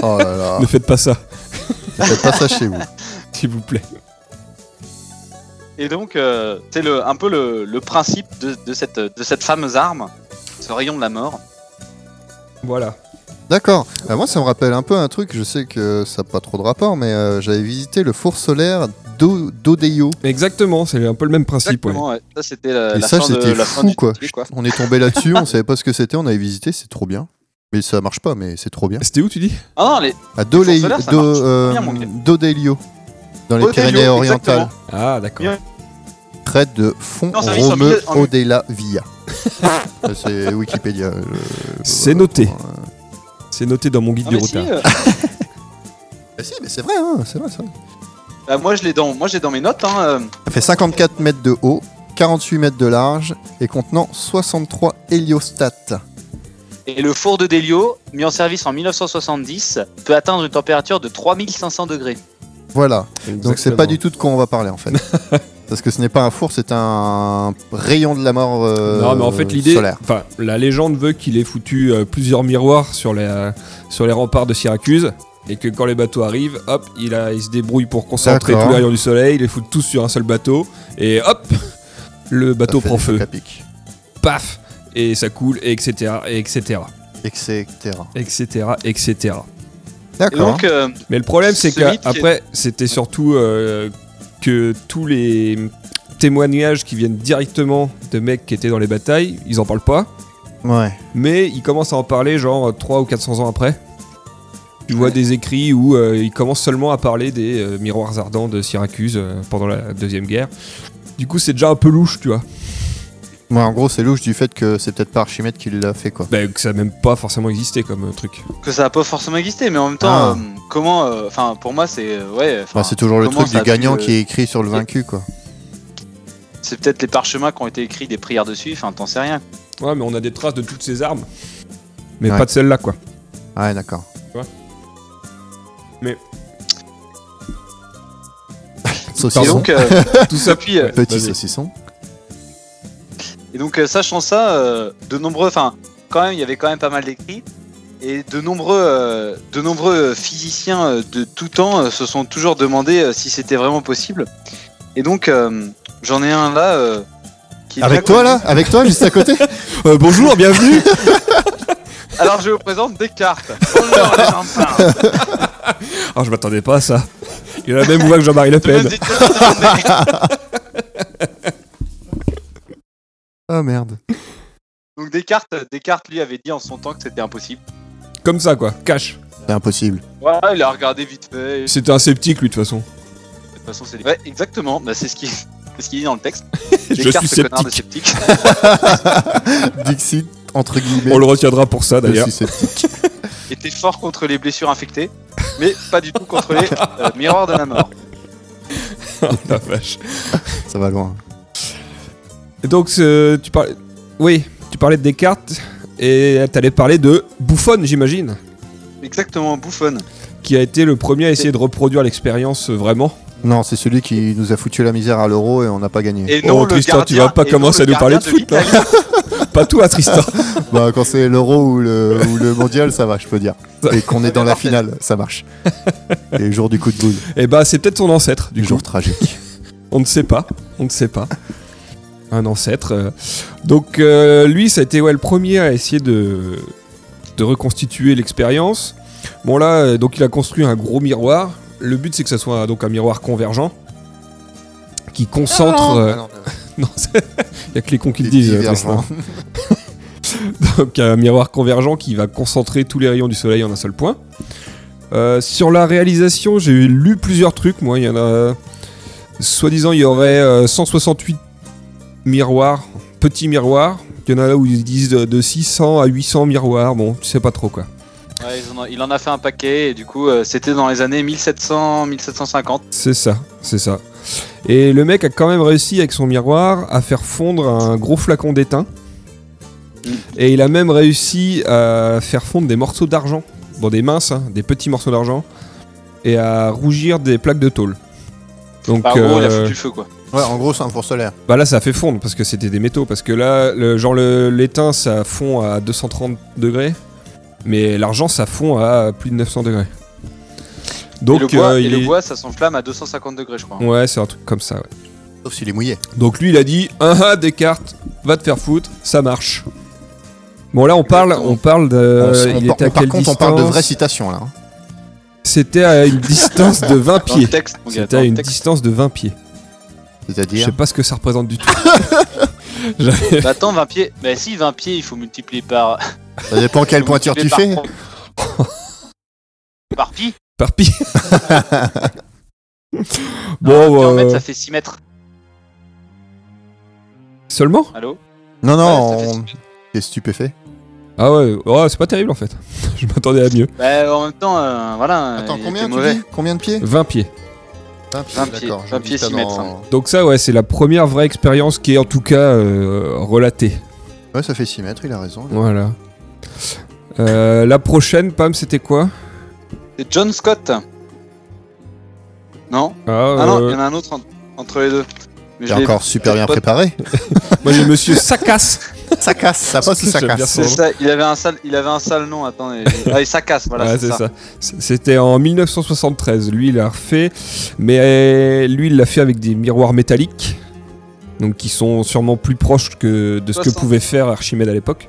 Speaker 1: Oh là là.
Speaker 2: Ne faites pas ça,
Speaker 1: Ne faites pas ça chez vous.
Speaker 2: s'il vous plaît.
Speaker 3: Et donc, euh, c'est le, un peu le, le principe de, de cette, de cette fameuse arme, ce rayon de la mort.
Speaker 2: Voilà.
Speaker 1: D'accord. Euh, moi, ça me rappelle un peu un truc. Je sais que ça n'a pas trop de rapport, mais euh, j'avais visité le four solaire d'O- d'Odeio.
Speaker 2: Exactement, c'est un peu le même principe. ouais.
Speaker 3: Exactement, ouais. Ça, c'était la,
Speaker 1: Et
Speaker 3: Euh, la
Speaker 1: ça,
Speaker 3: fin de-
Speaker 1: c'était
Speaker 3: la fin
Speaker 1: fou,
Speaker 3: du
Speaker 1: quoi.
Speaker 3: tuer, quoi.
Speaker 1: On est tombé là-dessus, on savait pas ce que c'était, on avait visité, c'est trop bien. Mais ça marche pas, mais c'est trop bien.
Speaker 2: C'était où tu dis
Speaker 3: Ah non, les,
Speaker 1: À Dolei-
Speaker 3: solaire, ça
Speaker 1: Do-
Speaker 3: marche
Speaker 1: euh,
Speaker 3: bien, mon gars.
Speaker 1: Dodelio, dans les
Speaker 3: Odelio,
Speaker 1: Pyrénées-Orientales,
Speaker 2: Ah, d'accord.
Speaker 1: près de Font
Speaker 3: Non, ça existe en
Speaker 1: Romeu
Speaker 3: mille- en mille-
Speaker 1: Odela Via. Ça, c'est Wikipédia. euh,
Speaker 2: C'est
Speaker 1: voilà.
Speaker 2: noté. C'est noté dans mon guide
Speaker 3: Ah,
Speaker 2: du
Speaker 3: mais si,
Speaker 2: retard.
Speaker 3: euh,
Speaker 1: Ah si, mais c'est vrai, hein, c'est vrai ça.
Speaker 3: bah, moi, je l'ai dans, moi, j'ai dans mes notes. Hein, euh,
Speaker 1: Ça fait 54 mètres de haut, 48 mètres de large et contenant 63 héliostats.
Speaker 3: Et le four de Delio, mis en service en 1970, peut atteindre une température de 3500 degrés.
Speaker 1: Voilà. Donc c'est pas
Speaker 2: Exactement.
Speaker 1: du tout de quoi on va parler en fait. Parce que ce n'est pas un four, c'est un rayon de la mort euh,
Speaker 2: non, mais en fait, l'idée.
Speaker 1: solaire.
Speaker 2: Enfin, la légende veut qu'il ait foutu euh, plusieurs miroirs sur les, euh, sur les remparts de Syracuse. Et que quand les bateaux arrivent, hop, il, a, il se débrouille pour concentrer
Speaker 1: D'accord.
Speaker 2: tous les rayons du soleil, il les fout tous sur un seul bateau, et hop, le bateau
Speaker 1: Ça fait
Speaker 2: prend
Speaker 1: des
Speaker 2: feu,
Speaker 1: chocs à pic,
Speaker 2: paf, et ça coule, et etc., et etc.,
Speaker 1: Etc.
Speaker 2: etc., etc.
Speaker 3: Et
Speaker 1: D'accord.
Speaker 3: donc, euh,
Speaker 2: Mais le problème, c'est
Speaker 3: Ce mythe qui est-
Speaker 2: qu'après, c'était surtout euh, que tous les témoignages qui viennent directement de mecs qui étaient dans les batailles, ils en parlent pas.
Speaker 1: hein. Ouais.
Speaker 2: Mais ils commencent à en parler genre 3 ou 400 ans après. Tu vois des écrits où euh, ils commencent seulement à parler des euh, miroirs ardents de Syracuse euh, pendant la Deuxième Guerre. Du coup, c'est déjà un peu louche, tu vois.
Speaker 1: Ouais, en gros, c'est louche du fait que c'est peut-être pas Archimède qui l'a fait, quoi.
Speaker 2: Bah, que ça n'a même pas forcément existé comme euh, truc.
Speaker 3: que ça n'a pas forcément existé, mais en même temps,
Speaker 1: Ah.
Speaker 3: euh, comment. euh, Enfin, pour moi, c'est. euh, ouais, enfin,
Speaker 1: Enfin, c'est toujours le
Speaker 3: comment
Speaker 1: truc
Speaker 3: ça
Speaker 1: du
Speaker 3: a pu,
Speaker 1: gagnant
Speaker 3: euh,
Speaker 1: qui est écrit sur le vaincu, quoi.
Speaker 3: c'est peut-être les parchemins qui ont été écrits, des prières dessus, enfin, t'en sais rien.
Speaker 2: Ouais, mais on a des traces de toutes ces armes. Mais
Speaker 1: Ouais.
Speaker 2: pas de celle-là, quoi.
Speaker 1: Ouais, d'accord.
Speaker 2: Ouais. Mais-
Speaker 3: Et
Speaker 1: Saucisson.
Speaker 2: Pardon.
Speaker 3: donc, euh,
Speaker 2: Tout ça.
Speaker 3: Depuis, euh,
Speaker 2: ouais,
Speaker 1: Petit
Speaker 2: vas-y.
Speaker 1: saucisson.
Speaker 3: et donc euh, sachant ça, euh, de nombreux. Enfin, quand même, il y avait quand même pas mal d'écrits. Et de nombreux, euh, de nombreux euh, physiciens euh, de tout temps euh, se sont toujours demandé euh, si c'était vraiment possible. Et donc, euh, j'en ai un là. euh, qui est
Speaker 1: Avec
Speaker 3: très
Speaker 1: toi, là
Speaker 3: connu.
Speaker 1: Avec toi, juste à côté
Speaker 2: Euh, bonjour, bienvenue
Speaker 3: Alors je vous présente Descartes. Bonjour les enfants.
Speaker 2: Ah, je m'attendais pas à ça. Il a la même voix que Jean-Marie Le
Speaker 3: De même
Speaker 2: Pen.
Speaker 3: dit- de-
Speaker 1: Oh merde.
Speaker 3: Donc Descartes, euh, Descartes lui avait dit en son temps que c'était impossible.
Speaker 2: Comme ça, quoi. Cash.
Speaker 1: C'est impossible.
Speaker 3: Voilà, il a regardé vite fait. et De
Speaker 2: C'était un sceptique, lui, de toute façon.
Speaker 3: toute façon, c'est ouais, exactement. Bah, c'est ce qui, c'est ce qu'il dit dans le texte.
Speaker 2: Je suis
Speaker 3: ce connard de
Speaker 2: sceptique.
Speaker 3: sceptique.
Speaker 1: Dixit, entre guillemets.
Speaker 2: On le retiendra pour ça,
Speaker 1: Je
Speaker 2: d'ailleurs.
Speaker 1: suis sceptique.
Speaker 3: était fort contre les blessures infectées, mais pas du tout contre les euh, miroirs de la mort.
Speaker 2: La vache.
Speaker 1: Ça va loin.
Speaker 2: Et Donc, ce- tu parlais. Oui, tu parlais de Descartes et t'allais parler de Buffon, j'imagine,
Speaker 3: Exactement, bouffonne.
Speaker 2: qui a été le premier à essayer de reproduire l'expérience euh, vraiment.
Speaker 1: Non, c'est celui qui nous a foutu la misère à l'euro et on n'a pas gagné.
Speaker 3: Et non,
Speaker 2: Oh,
Speaker 3: le
Speaker 2: Tristan,
Speaker 3: gardien-
Speaker 2: tu vas pas
Speaker 3: et non,
Speaker 2: commencer
Speaker 3: le
Speaker 2: à nous parler de
Speaker 3: gardien
Speaker 2: foot, là.
Speaker 3: l'Italie.
Speaker 2: Pas tout à Tristan.
Speaker 1: Bah, quand c'est l'euro ou le, ou le mondial, ça va, je peux dire. Et qu'on est dans la
Speaker 3: Parfait.
Speaker 1: finale, ça marche. Et le jour du coup de boule,
Speaker 2: et bah, c'est peut-être son ancêtre, du
Speaker 1: du
Speaker 2: coup.
Speaker 1: jour tragique.
Speaker 2: On ne sait pas. On ne sait pas. Un ancêtre. euh. Donc, euh, lui, ça a été ouais, le premier à essayer de, de reconstituer l'expérience. Bon, là, euh, donc, il a construit un gros miroir. Le but, c'est que ça soit donc un miroir convergent qui concentre.
Speaker 1: Ah
Speaker 2: euh, Non, il n'y a que les cons qui le disent. euh,
Speaker 1: Divergent.
Speaker 2: Donc un miroir convergent qui va concentrer tous les rayons du soleil en un seul point. Euh, sur la réalisation, j'ai lu plusieurs trucs. Moi, il y en a. Soi-disant, il y aurait euh, 168 miroirs, petits miroirs. Il y en a là où ils disent de, de 600 à 800 miroirs. Bon, tu sais pas trop quoi.
Speaker 3: Ouais, ils en ont- il en a fait un paquet et du coup, euh, c'était dans les années 1700-1750.
Speaker 2: C'est ça, c'est ça. Et le mec a quand même réussi avec son miroir à faire fondre un gros flacon d'étain.
Speaker 3: Mm.
Speaker 2: Et il a même réussi à faire fondre des morceaux d'argent, dans des minces, hein, des petits morceaux d'argent, et à rougir des plaques de tôle. Donc
Speaker 3: Par Bah, gros, il a
Speaker 2: euh,
Speaker 3: foutu le feu quoi.
Speaker 1: Ouais, en gros, c'est un four solaire.
Speaker 2: bah là ça a fait fondre parce que c'était des métaux parce que là le genre le- l'étain ça fond à 230 degrés mais l'argent ça fond à plus de 900 degrés.
Speaker 3: et le
Speaker 2: Donc
Speaker 3: bois,
Speaker 2: euh,
Speaker 3: et
Speaker 2: il
Speaker 3: le
Speaker 2: est-
Speaker 3: bois, ça s'enflamme à 250 degrés, je crois.
Speaker 2: ouais c'est un truc comme ça ouais.
Speaker 1: Sauf s'il est mouillé.
Speaker 2: Donc lui, il a dit un ah, des cartes, va te faire foutre, ça marche. Bon là, on parle,
Speaker 3: Exactement.
Speaker 2: on parle de.
Speaker 1: On s- on
Speaker 2: Euh, il
Speaker 1: par-
Speaker 2: était à
Speaker 1: par
Speaker 2: quelle
Speaker 1: contre,
Speaker 2: distance
Speaker 1: on parle de vraies citations là. hein.
Speaker 2: C'était à une distance de 20
Speaker 3: Dans le
Speaker 2: pieds.
Speaker 3: texte, mon gars,
Speaker 2: C'était
Speaker 3: dans
Speaker 2: à
Speaker 3: le
Speaker 2: une
Speaker 3: texte.
Speaker 2: distance de 20 pieds. Je
Speaker 1: C'est-à-dire.
Speaker 2: sais pas ce que ça représente du tout.
Speaker 3: Bah, attends, 20 pieds. Bah si, 20 pieds, il faut multiplier par.
Speaker 1: Ça dépend quelle
Speaker 3: faut
Speaker 1: pointure tu
Speaker 3: multiplier
Speaker 1: fais.
Speaker 3: par- Par pi.
Speaker 2: Par pied.
Speaker 3: Bon,
Speaker 2: bon,
Speaker 3: Ah, en mètres,
Speaker 2: euh,
Speaker 3: ça fait 6 mètres.
Speaker 2: seulement
Speaker 3: Allô
Speaker 1: Non, non,
Speaker 3: Ouais, ça fait
Speaker 1: on- t'es stupéfait.
Speaker 2: Ah ouais, ouais, c'est pas terrible en fait. Je m'attendais à mieux.
Speaker 3: Bah, en même temps, euh, voilà.
Speaker 1: Attends,
Speaker 3: il
Speaker 1: combien
Speaker 3: était
Speaker 1: tu
Speaker 3: mauvais.
Speaker 1: dis Combien de pieds
Speaker 2: 20 pieds.
Speaker 1: 20
Speaker 3: 20 pieds, 20 pieds, six mètres,
Speaker 2: Donc ça, ouais, c'est la première vraie expérience qui est en tout cas euh, relatée.
Speaker 1: Ouais, ça fait 6 mètres, il a raison.
Speaker 2: Voilà. Euh, la prochaine, Pam, c'était quoi
Speaker 3: C'est John Scott. Non Ah
Speaker 2: euh,
Speaker 3: non, il y en a un autre en- entre les deux. Mais
Speaker 1: T'es
Speaker 3: l'ai-
Speaker 1: encore super bien
Speaker 3: pas-
Speaker 1: préparé.
Speaker 2: Moi j'ai Monsieur Sakas.
Speaker 1: ça casse, ça passe ou ça
Speaker 2: J'aime bien
Speaker 1: casse
Speaker 2: ça.
Speaker 3: C'est ça, il avait un sale, il avait un sale nom, attendez. ah, et ça casse, voilà,
Speaker 2: Ouais,
Speaker 3: c'est ça.
Speaker 2: C- C'était en 1973. Lui, il l'a refait, mais euh, lui, il l'a fait avec des miroirs métalliques, donc qui sont sûrement plus proches que de ce que
Speaker 3: 60.
Speaker 2: pouvait faire Archimède à l'époque.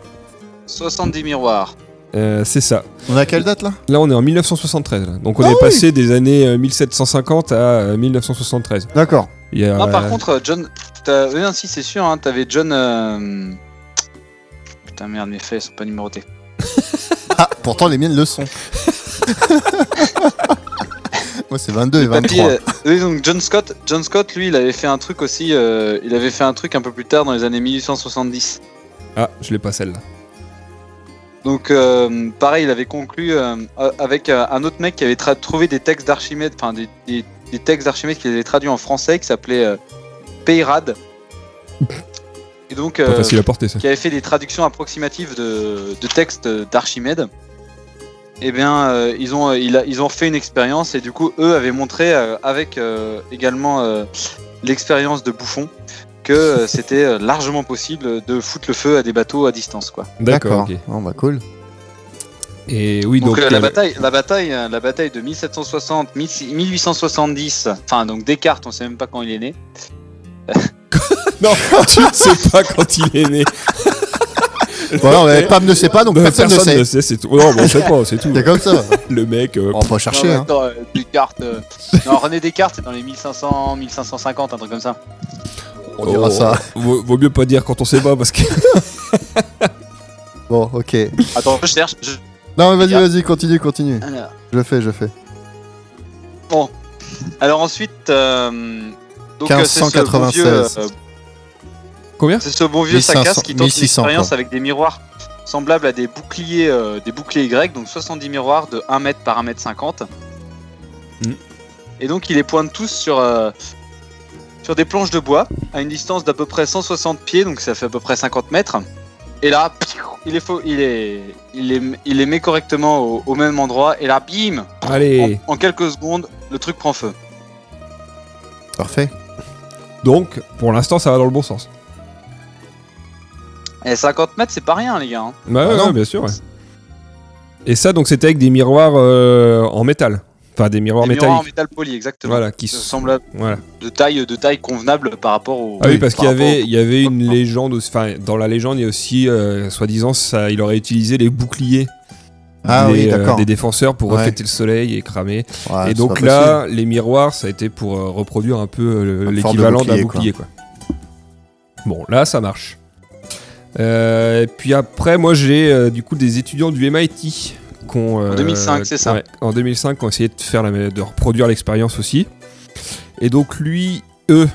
Speaker 3: 70 miroirs.
Speaker 2: Euh, c'est ça.
Speaker 1: On est à quelle date là
Speaker 2: Là, on est en 1973. là. Donc, on
Speaker 3: Ah
Speaker 2: est passé des années euh, 1750 à euh, 1973.
Speaker 1: D'accord.
Speaker 2: Il y a,
Speaker 3: Non, Ah, par
Speaker 2: euh,
Speaker 3: contre, John. t'as- euh, non, si, c'est sûr, hein, t'avais John. euh, Putain, merde, mes faits sont pas numérotés.
Speaker 1: Ah, pourtant les miennes le sont. Moi c'est 22 et
Speaker 3: Papy,
Speaker 1: 23.
Speaker 3: euh, oui, donc John Scott, John Scott, lui, il avait fait un truc aussi. euh, il avait fait un truc un peu plus tard dans les années 1870.
Speaker 2: Ah, je l'ai pas celle-là.
Speaker 3: Donc, euh, pareil, il avait conclu euh, euh, avec euh, un autre mec qui avait tra- trouvé des textes d'Archimède, enfin des, des- des textes d'Archimède qu'il avait traduits en français qui s'appelait euh, Peyrade. Et donc,
Speaker 2: Pas
Speaker 3: euh,
Speaker 2: facile à porter ça.
Speaker 3: qui avait fait des traductions approximatives de, de textes d'Archimède. Eh bien, euh, ils, ont, euh, il a- ils ont fait une expérience et du coup, eux avaient montré euh, avec euh, également euh, l'expérience de Bouffon que euh, c'était euh, largement possible de foutre le feu à des bateaux à distance. Quoi.
Speaker 2: D'accord. ok.
Speaker 1: Bon, bah cool.
Speaker 2: Et oui,
Speaker 3: Donc,
Speaker 2: donc,
Speaker 3: euh, la,
Speaker 2: euh,
Speaker 3: bataille, la, bataille, euh, la bataille de 1760, 16- 1870, enfin donc Descartes, on sait même pas quand il est né.
Speaker 2: non, tu ne sais pas quand il est né.
Speaker 1: Voilà, mais Pam ne sait pas donc
Speaker 2: Non,
Speaker 1: personne,
Speaker 2: personne
Speaker 1: ne
Speaker 2: ne
Speaker 1: sait.
Speaker 2: sait, c'est tout. Non, bon, on sait pas, c'est tout.
Speaker 1: C'est comme ça.
Speaker 2: Le mec. euh,
Speaker 1: On va pas chercher.
Speaker 3: Non, mais
Speaker 1: hein.
Speaker 3: attends, euh, Descartes, euh, non, René Descartes, c'est dans les 1500, 1550, un truc comme ça.
Speaker 1: On dira ça.
Speaker 2: Oh, Vaut, vaut mieux pas dire quand on sait pas parce que.
Speaker 1: Bon, ok.
Speaker 3: Attends, je cherche. je-
Speaker 1: Non, mais vas-y, vas-y, continue, continue.
Speaker 3: Alors,
Speaker 1: Je le fais, je le fais.
Speaker 3: alors ensuite, euh, donc, euh, c'est ce bon vieux,
Speaker 1: 1596.
Speaker 3: euh,
Speaker 2: Combien
Speaker 3: C'est ce bon vieux
Speaker 1: 1500,
Speaker 3: Sakas qui tente une
Speaker 1: 1600,
Speaker 3: expérience
Speaker 1: quoi.
Speaker 3: avec des miroirs semblables à des boucliers, euh, des boucliers grecs, donc 70 miroirs de 1 mètre par 1 mètre 50.
Speaker 2: Mm.
Speaker 3: Et donc il les pointe tous sur, euh, sur des planches de bois à une distance d'à peu près 160 pieds, donc ça fait à peu près 50 mètres. Et là, piou, il les, faut, il les, il les, il les met correctement au, au même endroit, et là, bim
Speaker 2: Allez.
Speaker 3: en, en quelques secondes, le truc prend feu.
Speaker 1: Parfait.
Speaker 2: Donc, pour l'instant, ça va dans le bon sens.
Speaker 3: Et 50 Eh, mètres, c'est pas rien, les gars. hein.
Speaker 2: Bah,
Speaker 1: Ah
Speaker 2: ouais,
Speaker 1: non.
Speaker 2: ouais, bien sûr. ouais. Et ça, donc, c'était avec des miroirs euh, en métal. Enfin, des miroirs
Speaker 3: Des miroirs en
Speaker 2: métalliques.
Speaker 3: métal poli, exactement.
Speaker 2: Voilà, qui
Speaker 3: Qui
Speaker 2: s-
Speaker 3: semblent
Speaker 2: Voilà.
Speaker 3: de taille, de taille convenable par rapport au.
Speaker 2: Ah oui, parce qu'il y
Speaker 3: par rapport
Speaker 2: avait, il y avait une
Speaker 3: Par-
Speaker 2: légende. aussi- Enfin, dans la légende, il y a aussi, euh, soi-disant, ça, il aurait utilisé les boucliers
Speaker 1: Ah
Speaker 2: des,
Speaker 1: oui,
Speaker 2: euh,
Speaker 1: d'accord.
Speaker 2: des défenseurs pour
Speaker 1: Ouais.
Speaker 2: refléter le soleil et cramer.
Speaker 1: Ouais,
Speaker 2: et
Speaker 1: c'est
Speaker 2: donc
Speaker 1: pas
Speaker 2: là, les miroirs, ça a été pour euh, reproduire un peu euh,
Speaker 1: Une forme de
Speaker 2: l'équivalent d'un
Speaker 1: bouclier,
Speaker 2: bouclier. Quoi. Bon, là, ça marche. Euh, et puis après, moi, j'ai euh, du coup des étudiants du MIT. qu'ont, euh,
Speaker 3: 2005, c'est ça
Speaker 2: ouais, en 2005, qui ont essayé de, faire la, même- de reproduire l'expérience aussi. Et donc, lui, eux,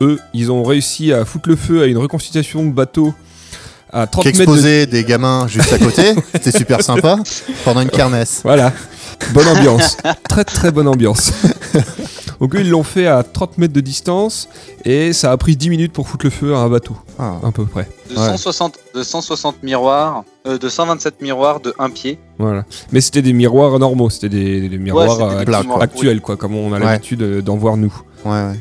Speaker 2: eux, ils ont réussi à foutre le feu à une reconstitution de bateau à 30
Speaker 1: qui
Speaker 2: mètres de...
Speaker 1: exposait des gamins juste à côté. C'était super sympa pendant une kermesse.
Speaker 2: Voilà, bonne ambiance. très très bonne ambiance. Donc eux, ils l'ont fait à 30 mètres de distance et ça a pris 10 minutes pour foutre le feu à un bateau,
Speaker 1: Ah.
Speaker 2: à peu près.
Speaker 3: De,
Speaker 1: Ouais.
Speaker 3: 160, de 160 miroirs, euh, de 127 miroirs de un pied.
Speaker 2: Voilà. Mais c'était des miroirs normaux, c'était des, des miroirs
Speaker 3: c'était des
Speaker 2: euh,
Speaker 3: petits
Speaker 2: actu-
Speaker 1: miroirs
Speaker 3: pourris.
Speaker 2: actuels, quoi, comme on a
Speaker 1: Ouais.
Speaker 2: l'habitude euh, d'en voir nous.
Speaker 1: Ouais, ouais.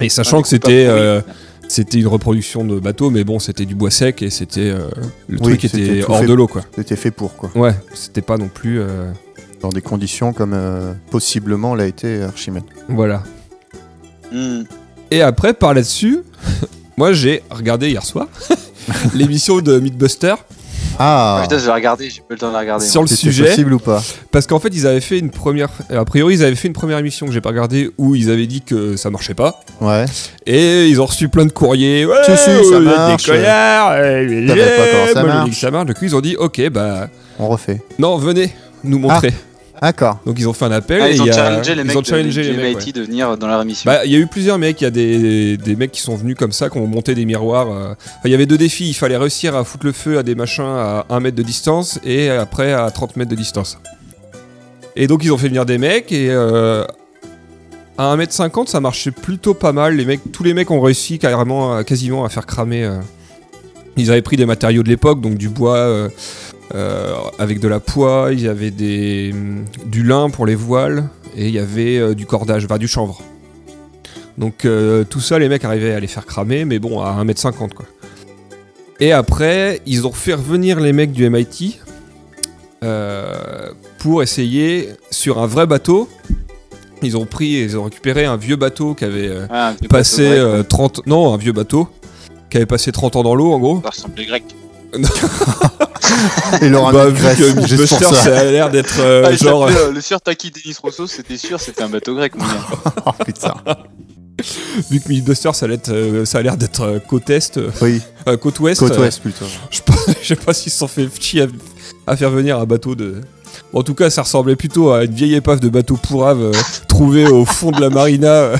Speaker 2: Et
Speaker 3: Enfin,
Speaker 2: sachant
Speaker 3: des
Speaker 2: que
Speaker 3: coupes pas
Speaker 2: c'était
Speaker 3: pourries.
Speaker 2: euh, c'était une reproduction de bateau, mais bon, c'était du bois sec et c'était euh, le
Speaker 1: Oui,
Speaker 2: truc était
Speaker 1: c'était tout
Speaker 2: hors
Speaker 1: fait.
Speaker 2: de l'eau, quoi.
Speaker 1: C'était fait pour, quoi.
Speaker 2: Ouais, c'était pas non plus. euh,
Speaker 1: Dans des conditions comme euh, possiblement l'a été Archimède.
Speaker 2: voilà.
Speaker 3: Hmm.
Speaker 2: Et après, par là-dessus, moi j'ai regardé hier soir l'émission de Mythbuster
Speaker 3: Ah,
Speaker 1: Ah,
Speaker 3: putain, j'ai regardé, j'ai pas eu le temps de la regarder.
Speaker 2: sur le
Speaker 1: c'était
Speaker 2: sujet.
Speaker 1: possible ou pas
Speaker 2: Parce qu'en fait, ils avaient fait une première. A priori, ils avaient fait une première émission que j'ai pas regardée où ils avaient dit que ça marchait pas.
Speaker 1: Ouais.
Speaker 2: Et ils ont reçu plein de courriers. Ouais,
Speaker 1: Si, si, ça
Speaker 2: vous êtes
Speaker 1: marche.
Speaker 2: Des connards. euh, mais
Speaker 1: T'avais pas comment ça
Speaker 2: moi, j'ai dit
Speaker 1: marche.
Speaker 2: que ça marche. Du coup, ils ont dit Ok, bah,
Speaker 1: On refait.
Speaker 2: non, venez nous montrer.
Speaker 1: Ah. D'accord.
Speaker 2: Donc, ils ont fait un appel.
Speaker 3: Ah,
Speaker 2: et
Speaker 3: ils ont
Speaker 2: il y a-
Speaker 3: challengé les
Speaker 2: ils
Speaker 3: mecs
Speaker 2: ont challengé
Speaker 3: de,
Speaker 2: les mecs, ouais.
Speaker 3: MIT de venir dans leur émission.
Speaker 2: Bah, il y a eu plusieurs mecs, il y a des, des mecs qui sont venus comme ça, qui ont monté des miroirs. euh. Enfin, il y avait deux défis, il fallait réussir à foutre le feu à des machins à 1 mètre de distance et après à 30 mètres de distance. Et donc ils ont fait venir des mecs et euh, à 1 mètre 50 ça marchait plutôt pas mal. Les mecs, tous les mecs ont réussi carrément, à- quasiment à faire cramer. euh. Ils avaient pris des matériaux de l'époque, donc du bois euh, euh, avec de la poix, il y avait des, mm, du lin pour les voiles et il y avait euh, du cordage, enfin du chanvre. Donc euh, tout ça, les mecs arrivaient à les faire cramer, mais bon, à 1m50 quoi. Et après, ils ont fait revenir les mecs du MIT euh, pour essayer sur un vrai bateau. Ils ont pris, ils ont récupéré un vieux bateau qui avait euh,
Speaker 3: Ouais, un petit peu
Speaker 2: passé
Speaker 3: de grec,
Speaker 2: euh, 30... Non, un vieux bateau qui avait passé 30 ans dans l'eau en gros.
Speaker 3: Ça ressemble grec.
Speaker 2: euh,
Speaker 1: Et Laura
Speaker 2: Bah, vu
Speaker 1: Grèce,
Speaker 2: que
Speaker 1: juste pour ça.
Speaker 2: Mythbusters, ça a l'air d'être euh,
Speaker 3: Ah, il
Speaker 2: genre...
Speaker 3: s'appelait, euh, le surtaki Denis Rousseau, c'était sûr, c'était un bateau grec. mon gars.
Speaker 1: Oh putain.
Speaker 2: Vu que Mythbusters, ça a l'air d'être, euh, ça a l'air d'être euh, côte est, euh,
Speaker 1: Oui,
Speaker 2: euh, côte ouest.
Speaker 1: côte
Speaker 2: euh,
Speaker 1: ouest plutôt.
Speaker 2: Je sais pas- je sais pas s'ils se sont fait chier à, à faire venir un bateau de. Bon, en tout cas, ça ressemblait plutôt à une vieille épave de bateau pourrave euh, trouvée au fond de la marina. euh.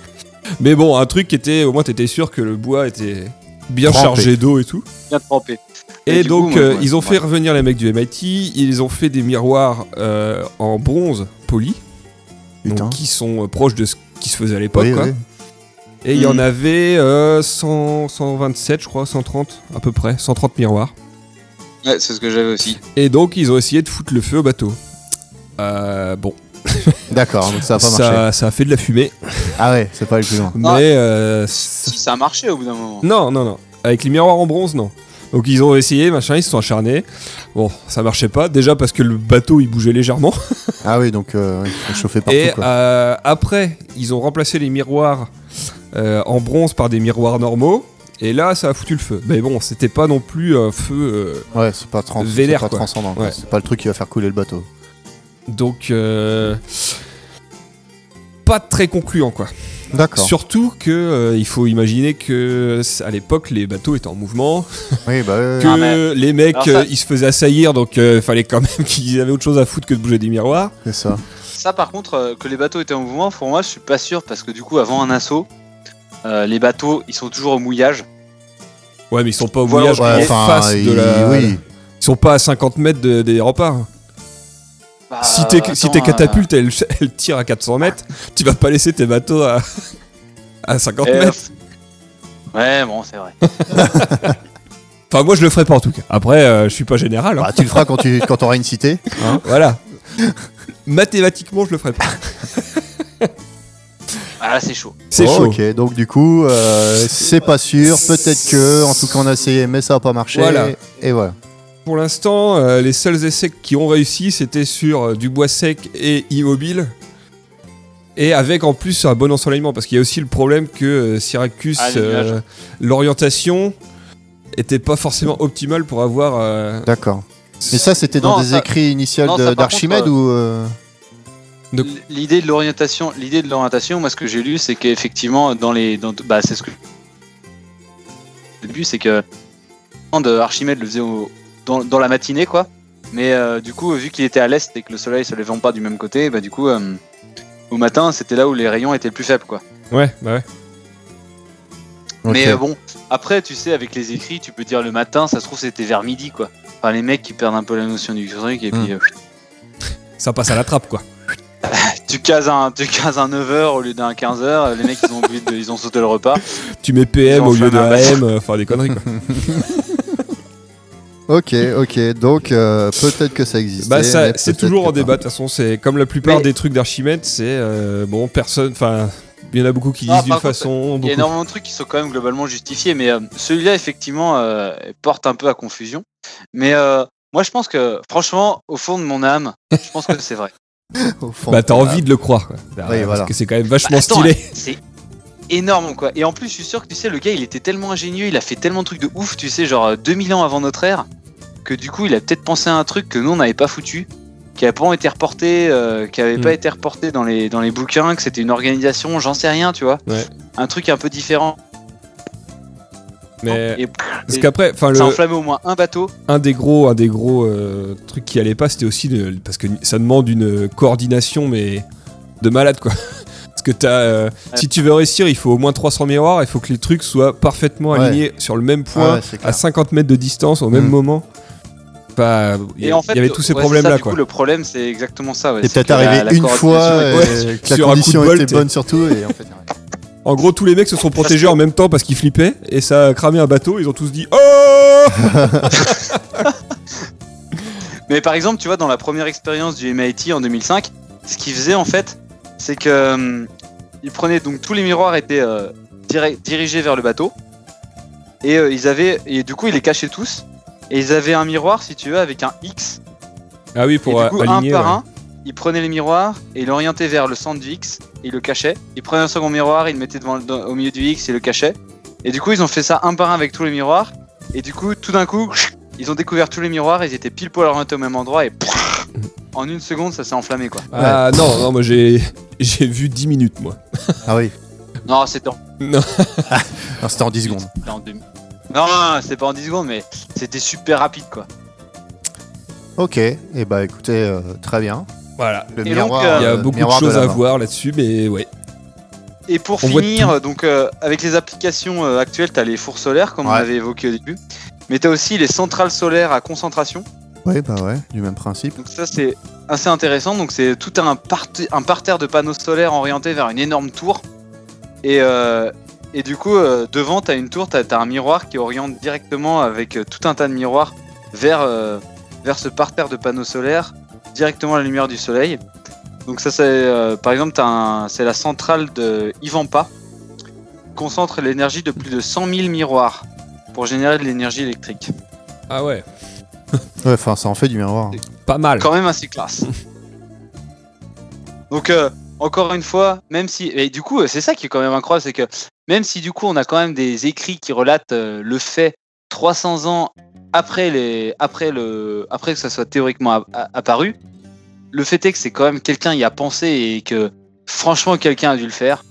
Speaker 2: Mais bon, un truc qui était. Au moins, t'étais sûr que le bois était bien
Speaker 1: Trempé.
Speaker 2: chargé d'eau et tout.
Speaker 3: Bien trempé.
Speaker 2: Et,
Speaker 3: du
Speaker 2: donc,
Speaker 3: coup, moi,
Speaker 2: euh,
Speaker 3: ouais,
Speaker 2: ils ont
Speaker 3: ouais.
Speaker 2: fait revenir les mecs du MIT. Ils ont fait des miroirs euh, en bronze poli,
Speaker 1: Putain.
Speaker 2: donc qui sont euh, proches de ce qui se faisait à l'époque.
Speaker 1: Oui,
Speaker 2: quoi.
Speaker 1: oui.
Speaker 2: Et il y en
Speaker 3: Mhm.
Speaker 2: avait euh, 100 127, je crois, 130 à peu près, 130 miroirs.
Speaker 3: Ouais, c'est ce que j'avais aussi.
Speaker 2: Et donc ils ont essayé de foutre le feu au bateau. Euh, bon,
Speaker 1: D'accord, donc ça a pas marché.
Speaker 2: ça, ça a fait de la fumée,
Speaker 1: Ah ouais, c'est pas le plus loin.
Speaker 2: mais
Speaker 3: Ah.
Speaker 2: euh, ça-
Speaker 3: Si ça a marché au bout d'un moment.
Speaker 2: non, non, non. Avec les miroirs en bronze, non. Donc ils ont essayé, machin, ils se sont acharnés. Bon, ça marchait pas. Déjà parce que le bateau il bougeait légèrement.
Speaker 1: Ah oui, donc euh, ouais, faut chauffer partout
Speaker 2: Et
Speaker 1: quoi.
Speaker 2: euh, après, ils ont remplacé les miroirs euh, en bronze par des miroirs normaux. Et là, ça a foutu le feu. Mais bon, c'était pas non plus un feu. euh,
Speaker 1: ouais, c'est pas, trans-
Speaker 2: vénère,
Speaker 1: c'est pas
Speaker 2: quoi.
Speaker 1: transcendant. quoi.
Speaker 2: Ouais.
Speaker 1: C'est pas le truc qui va faire couler le bateau.
Speaker 2: donc. euh, pas très concluant quoi.
Speaker 1: D'accord.
Speaker 2: Surtout que euh, il faut imaginer que euh, à l'époque les bateaux étaient en mouvement,
Speaker 1: Oui, bah ouais,
Speaker 2: que
Speaker 1: ouais,
Speaker 3: Ah, mais-
Speaker 2: les mecs
Speaker 3: Alors ça-
Speaker 2: euh, ils se faisaient assaillir donc euh, il fallait quand même qu'ils avaient autre chose à foutre que de bouger des miroirs.
Speaker 1: c'est ça.
Speaker 3: Ça, par contre, euh, que les bateaux étaient en mouvement, pour moi, je suis pas sûr parce que du coup, avant un assaut, euh, les bateaux, ils sont toujours au mouillage.
Speaker 2: Ouais mais ils sont pas au
Speaker 3: Voilà,
Speaker 2: voyage
Speaker 3: ouais,
Speaker 2: en face de la
Speaker 1: oui.
Speaker 2: ils sont pas à 50 mètres de- des remparts.
Speaker 3: Bah,
Speaker 2: si tes si
Speaker 3: attends,
Speaker 2: tes
Speaker 3: euh,
Speaker 2: catapultes elles, elles tirent à 400 mètres, tu vas pas laisser tes bateaux à à 50
Speaker 3: eh,
Speaker 2: mètres.
Speaker 3: Ouais, bon, c'est vrai.
Speaker 2: Enfin moi je le ferai pas en tout cas. Après euh, je suis pas général. hein.
Speaker 1: Bah, tu le feras quand tu quand t'auras une cité.
Speaker 3: Bah,
Speaker 1: hein.
Speaker 2: Voilà. Mathématiquement je le ferai pas.
Speaker 3: Ah, là, c'est chaud.
Speaker 2: C'est
Speaker 1: Oh,
Speaker 2: chaud.
Speaker 1: Ok, donc du coup, euh, c'est pas sûr. Peut-être que, en tout cas, on a essayé, mais ça a pas marché.
Speaker 2: Voilà.
Speaker 1: Et voilà.
Speaker 2: Pour l'instant, euh, les seuls essais qui ont réussi, c'était sur euh, du bois sec et immobile. Et avec en plus un bon ensoleillement, parce qu'il y a aussi le problème que euh, Syracuse,
Speaker 3: Ah, les
Speaker 2: euh,
Speaker 3: nuages.
Speaker 2: l'orientation était pas forcément optimale pour avoir. euh,
Speaker 1: D'accord. Mais ça, c'était dans
Speaker 3: Non,
Speaker 1: des
Speaker 3: ça-
Speaker 1: écrits initiaux
Speaker 3: non, ça,
Speaker 1: de-
Speaker 3: par
Speaker 1: d'Archimède
Speaker 3: contre,
Speaker 1: ou euh,
Speaker 2: Donc-
Speaker 3: L- L'idée de l'orientation, l'idée de l'orientation, moi ce que j'ai lu, c'est qu'effectivement dans les, dans, bah c'est ce que le but, c'est que de Archimède le faisait au- dans, dans la matinée quoi. Mais euh, du coup, vu qu'il était à l'est et que le soleil se levait pas du même côté, bah du coup euh, au matin, c'était là où les rayons étaient le plus faibles quoi.
Speaker 2: Ouais, bah ouais.
Speaker 3: Mais
Speaker 1: Ok.
Speaker 3: euh, bon, après, tu sais, avec les écrits, tu peux dire le matin, ça se trouve, c'était vers midi, quoi. Enfin, les mecs qui perdent un peu la notion du truc, et
Speaker 1: Hmm.
Speaker 3: puis euh,
Speaker 2: Ça passe à la trappe, quoi.
Speaker 3: tu cases un, tu cases un 9h au lieu d'un 15h, les mecs, ils ont, oublié de- ils ont sauté le repas.
Speaker 2: Tu mets PM
Speaker 3: Ils ont
Speaker 2: au lieu de
Speaker 3: fait un
Speaker 2: AM, euh, enfin des conneries, quoi.
Speaker 1: Ok, ok. Donc euh, peut-être que ça existe.
Speaker 2: Bah, ça- c'est toujours en débat, de toute façon, c'est comme la plupart
Speaker 3: Mais-
Speaker 2: des trucs d'Archimède, c'est euh, bon, personne, enfin, il y en a beaucoup qui
Speaker 3: Ah,
Speaker 2: disent d'une
Speaker 3: par contre,
Speaker 2: façon,
Speaker 3: Il y a
Speaker 2: beaucoup.
Speaker 3: énormément de trucs qui sont quand même globalement justifiés, mais euh, celui-là, effectivement, euh, porte un peu à confusion. Mais euh, moi, je pense que, franchement, au fond de mon âme, je pense que c'est vrai.
Speaker 2: Bah, t'as envie de le croire, quoi. Bah,
Speaker 1: Oui, voilà.
Speaker 2: Parce que c'est quand même
Speaker 3: Bah,
Speaker 2: vachement
Speaker 3: attends,
Speaker 2: stylé.
Speaker 3: C'est énorme, quoi. Et en plus, je suis sûr que, tu sais, le gars, il était tellement ingénieux, il a fait tellement de trucs de ouf, tu sais, genre euh, 2000 ans avant notre ère, que du coup, il a peut-être pensé à un truc que nous, on n'avait pas foutu, qui n'avait pas été reporté, euh, qui avait
Speaker 2: Hmm.
Speaker 3: pas été reporté dans les, dans les bouquins, que c'était une organisation, j'en sais rien, tu vois.
Speaker 2: Ouais.
Speaker 3: Un truc un peu différent.
Speaker 2: Mais
Speaker 3: Et
Speaker 2: parce qu'après, enfin, le,
Speaker 3: ça a enflammé au moins un bateau.
Speaker 2: un des gros, un des gros euh, trucs qui allait pas, c'était aussi de- parce que ça demande une coordination, mais de malade quoi. Parce que t'as, euh, si tu veux réussir, il faut au moins 300 miroirs, il faut que les trucs soient parfaitement
Speaker 1: Ouais.
Speaker 2: alignés sur le même
Speaker 1: Ah
Speaker 2: point,
Speaker 1: ouais, c'est clair.
Speaker 2: à 50 mètres de distance, au même
Speaker 1: Mm.
Speaker 2: moment. Enfin, il y,
Speaker 3: Et en fait,
Speaker 2: avait tous ces
Speaker 3: ouais, c'est
Speaker 2: problèmes
Speaker 3: ça,
Speaker 2: là
Speaker 3: du
Speaker 2: quoi.
Speaker 3: coup, le problème, c'est exactement ça. Ouais.
Speaker 1: C'est peut-être
Speaker 3: que la-
Speaker 1: arrivé
Speaker 3: la
Speaker 1: une
Speaker 3: coordination
Speaker 1: fois euh,
Speaker 3: est-
Speaker 1: et que la
Speaker 2: Sur un coup de
Speaker 1: condition
Speaker 2: bol,
Speaker 1: était
Speaker 2: t'es-
Speaker 1: bonne surtout et en fait.
Speaker 2: En gros, tous les mecs se sont protégés en même temps parce qu'ils flippaient et ça a cramé un bateau. Ils ont tous dit Oh
Speaker 3: Mais par exemple, tu vois, dans la première expérience du MIT en 2005, ce qu'ils faisaient en fait, c'est que hum, ils prenaient donc tous les miroirs étaient euh, diri- dirigés vers le bateau et euh, ils avaient et du coup ils les cachaient tous et ils avaient un miroir si tu veux avec un X
Speaker 2: Ah oui,
Speaker 3: et
Speaker 2: pour
Speaker 3: du
Speaker 2: euh,
Speaker 3: coup
Speaker 2: aligner.
Speaker 3: un par
Speaker 2: ouais.
Speaker 3: un ils prenaient les miroirs et ils l'orientaient vers le centre du X et ils le cachaient ils prenaient un second miroir ils le mettaient devant, dans- au milieu du X et le cachaient et du coup ils ont fait ça un par un avec tous les miroirs et du coup tout d'un coup ils ont découvert tous les miroirs ils étaient pile poil orientés au même endroit et en une seconde ça s'est enflammé quoi
Speaker 2: Ah non, non, moi j'ai j'ai vu 10 minutes moi.
Speaker 1: Ah oui,
Speaker 3: non c'était en,
Speaker 1: Non, c'était en 10 secondes.
Speaker 3: c'était en deux- non, non, non, c'était pas en 10 secondes mais c'était super rapide quoi
Speaker 1: Ok, et bah écoutez, euh, très bien.
Speaker 2: Voilà.
Speaker 1: Le
Speaker 3: Et
Speaker 1: miroir,
Speaker 3: donc, euh,
Speaker 2: Il y a
Speaker 1: euh,
Speaker 2: beaucoup de
Speaker 1: miroir
Speaker 2: choses
Speaker 1: la
Speaker 2: à
Speaker 1: main.
Speaker 2: voir là-dessus, mais ouais.
Speaker 3: Et pour
Speaker 2: On voit
Speaker 3: finir, donc euh, avec les applications euh, actuelles, t'as les fours solaires comme on
Speaker 1: Ouais.
Speaker 3: avait évoqué au début, mais t'as aussi les centrales solaires à concentration.
Speaker 1: Ouais, bah ouais, du même principe.
Speaker 3: Donc ça c'est assez intéressant. Donc c'est tout un, parte- un parterre de panneaux solaires orientés vers une énorme tour. Et, euh, et du coup euh, devant t'as une tour, t'as t'as un miroir qui oriente directement avec euh, tout un tas de miroirs vers euh, vers ce parterre de panneaux solaires directement à la lumière du soleil. Donc ça c'est euh, par exemple t'as un- c'est la centrale de Ivanpa qui concentre l'énergie de plus de 100 000 miroirs pour générer de l'énergie électrique.
Speaker 2: Ah ouais,
Speaker 1: Ouais, enfin, ça en fait du miroir.
Speaker 2: pas mal.
Speaker 3: quand même assez classe. Donc euh, encore une fois, même si et du coup euh, c'est ça qui est quand même incroyable, c'est que même si du coup on a quand même des écrits qui relatent euh, le fait 300 ans après les après le après que ça soit théoriquement a- a- apparu, le fait est que c'est quand même quelqu'un y a pensé et que franchement quelqu'un a dû le faire.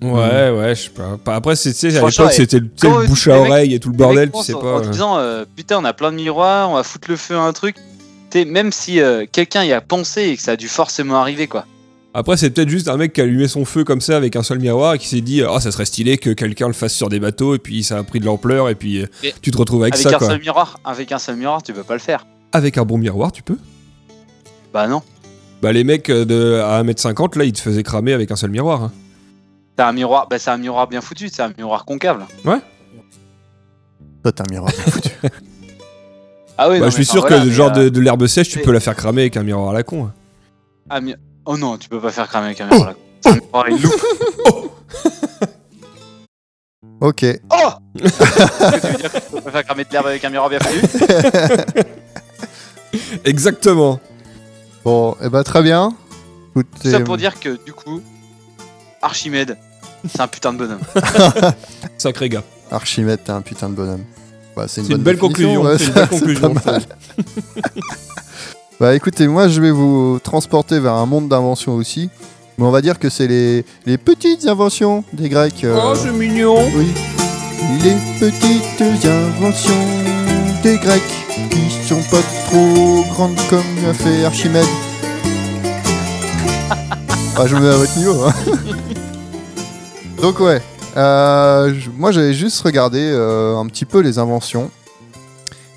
Speaker 2: Ouais, ouais, je sais pas. Enfin, Après, c'est- tu sais, à
Speaker 3: Franchement,
Speaker 2: l'époque,
Speaker 3: et
Speaker 2: c'était le tu sais,
Speaker 3: comment
Speaker 2: le
Speaker 3: les
Speaker 2: bouche à
Speaker 3: mecs-
Speaker 2: oreille et tout le
Speaker 3: Les mecs
Speaker 2: bordel, tu
Speaker 3: pensent
Speaker 2: sais
Speaker 3: en-
Speaker 2: pas.
Speaker 3: En disant euh, putain on a plein de miroirs, on va foutre le feu à un truc. Tu sais, même si euh, quelqu'un y a pensé et que ça a dû forcément arriver quoi.
Speaker 2: Après, c'est peut-être juste un mec qui a allumé son feu comme ça avec un seul miroir et qui s'est dit Ah, ça serait stylé que quelqu'un le fasse sur des bateaux, et puis ça a pris de l'ampleur, et puis euh,
Speaker 3: Mais-
Speaker 2: tu te retrouves avec,
Speaker 3: Avec
Speaker 2: ça,
Speaker 3: un
Speaker 2: quoi.
Speaker 3: seul miroir, avec un seul miroir, tu peux pas le faire.
Speaker 2: Avec un bon miroir, tu peux
Speaker 3: Bah non.
Speaker 2: Bah, les mecs euh, de, à 1m50, là, ils te faisaient cramer avec un seul miroir. hein.
Speaker 3: C'est un miroir, bah c'est un miroir bien foutu, c'est un miroir concave. là.
Speaker 1: Toi, t'as un miroir.
Speaker 3: Ah oui, non, mais
Speaker 2: bah, je suis
Speaker 3: enfin,
Speaker 2: sûr
Speaker 3: voilà,
Speaker 2: que,
Speaker 3: mais,
Speaker 2: genre,
Speaker 3: euh,
Speaker 2: de, de l'herbe sèche, tu
Speaker 3: mais-
Speaker 2: peux la faire cramer avec un miroir à la con. hein.
Speaker 3: un mi- Oh non, tu peux pas faire cramer avec un
Speaker 2: Oh.
Speaker 3: miroir. là. C'est un miroir avec une loupe.
Speaker 1: ok.
Speaker 3: Oh Est-ce que tu veux dire que tu peux pas faire cramer de l'herbe avec un miroir bien foutu
Speaker 2: Exactement.
Speaker 1: Bon, et bah très bien. Écoutez,
Speaker 3: Tout ça pour dire que du coup, Archimède, c'est un putain de bonhomme.
Speaker 2: Sacré gars.
Speaker 1: Archimède, t'es un putain de bonhomme. Bah, c'est une,
Speaker 2: C'est une
Speaker 1: bonne
Speaker 2: belle
Speaker 1: définition,
Speaker 2: conclusion.
Speaker 1: ouais,
Speaker 2: C'est une
Speaker 1: ça,
Speaker 2: belle conclusion.
Speaker 1: pas
Speaker 2: je trouve.
Speaker 1: Bah écoutez, moi je vais vous transporter vers un monde d'inventions aussi. Mais on va dire que c'est les, les petites inventions des Grecs. euh,
Speaker 2: Oh, c'est mignon.
Speaker 1: Oui. Les petites inventions des Grecs qui sont pas trop grandes comme l'a fait Archimède. Ah, je me mets à votre niveau. hein. Donc ouais, Euh, je- moi, j'avais juste regardé euh, un petit peu les inventions.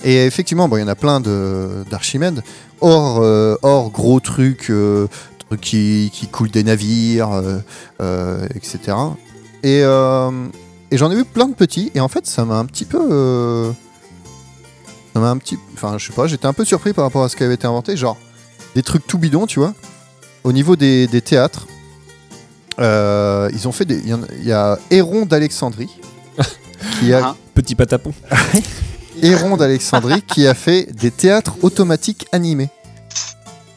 Speaker 1: Et effectivement, bon, il y en a plein de- d'Archimède. Or, euh, or, gros trucs, euh, trucs qui, qui coulent des navires, euh, euh, etc. Et, euh, et j'en ai vu plein de petits. Et en fait, ça m'a un petit peu. euh, ça m'a un petit. Enfin, je sais pas, j'étais un peu surpris par rapport à ce qui avait été inventé. Genre, des trucs tout bidons, tu vois. Au niveau des, des théâtres, euh, ils ont fait des. Il y en a- il y, a Héron d'Alexandrie. qui a,
Speaker 3: Ah.
Speaker 2: Petit patapon.
Speaker 1: Héron d'Alexandrie qui a fait des théâtres automatiques animés.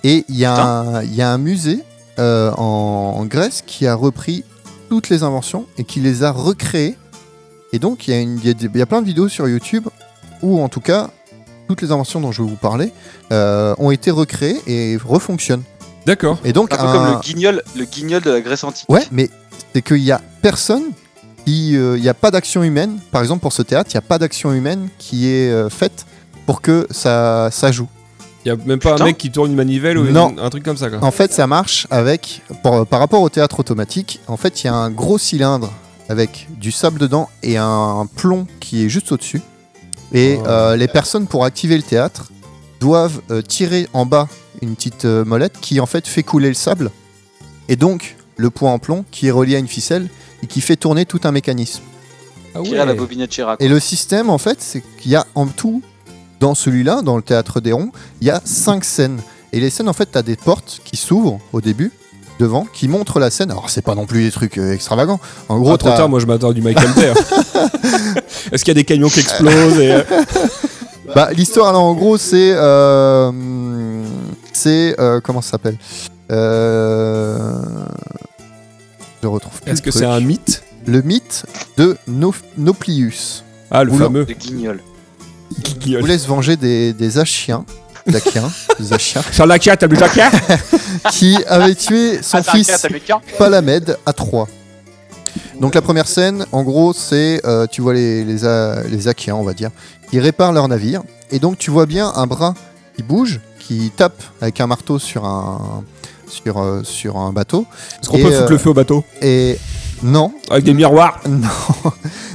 Speaker 1: Et il y, a un- il y a un musée euh, en, en Grèce qui a repris toutes les inventions et qui les a recréées. Et donc, il y, a une- il y a des- il y a plein de vidéos sur YouTube où, en tout cas, toutes les inventions dont je vais vous parler euh, ont été recréées et refonctionnent.
Speaker 2: D'accord.
Speaker 1: Et donc,
Speaker 3: Un peu comme le guignol, le guignol de la Grèce antique.
Speaker 1: Ouais, mais c'est qu'il y a personne qui. euh, Il n'y a pas d'action humaine. Par exemple, pour ce théâtre, il n'y a pas d'action humaine qui est euh, faite pour que ça, ça joue.
Speaker 2: Il y a même pas
Speaker 3: Putain.
Speaker 2: un mec qui tourne une manivelle ou une-
Speaker 1: Non.
Speaker 2: un truc comme ça. Quoi.
Speaker 1: En fait, ça marche avec. pour- par rapport au théâtre automatique, en fait, il y a un gros cylindre avec du sable dedans et un plomb qui est juste au-dessus. Et
Speaker 2: Oh.
Speaker 1: euh, les personnes, pour activer le théâtre, doivent euh, tirer en bas une petite euh, molette qui, en fait, fait couler le sable. Et donc, le poids en plomb qui est relié à une ficelle et qui fait tourner tout un mécanisme.
Speaker 2: Ah
Speaker 3: Tirer à la bobinette Chirac.
Speaker 1: Et le système, en fait, c'est qu'il y a en tout, dans celui-là, dans le théâtre des ronds, il y a cinq scènes. Et les scènes, en fait, t'as des portes qui s'ouvrent au début, devant, qui montrent la scène. Alors, c'est pas non plus des trucs euh, extravagants. En gros,
Speaker 2: Ah, trop
Speaker 1: t'as-
Speaker 2: tard, moi je m'attends à du Michael Bay. Est-ce qu'il y a des camions qui explosent et, euh,
Speaker 1: bah, l'histoire, là, en gros, c'est. euh, c'est. euh, comment ça s'appelle Euh, Je retrouve plus.
Speaker 2: Est-ce
Speaker 1: le
Speaker 2: que
Speaker 1: truc.
Speaker 2: c'est un mythe
Speaker 1: Le mythe de No- Nauplius.
Speaker 2: Ah, le
Speaker 1: Oula.
Speaker 2: fameux.
Speaker 3: Le guignol.
Speaker 1: Je vous laisse venger des, des Achiens. Des Achiens. des Achiens.
Speaker 2: Sur la carte, t'as bu la carte
Speaker 1: qui avait tué son
Speaker 3: Attends,
Speaker 1: fils
Speaker 3: attends, mais quand
Speaker 1: Palamède à Troie. Donc la première scène, en gros, c'est euh, tu vois les les, A- les Achaéens, on va dire, qui réparent leur navire, et donc tu vois bien un bras qui bouge, qui tape avec un marteau sur un sur euh, sur un bateau,
Speaker 2: Est-ce qu'on
Speaker 1: Et,
Speaker 2: peut foutre
Speaker 1: euh,
Speaker 2: le feu au bateau
Speaker 1: et non,
Speaker 2: Avec des miroirs
Speaker 1: non.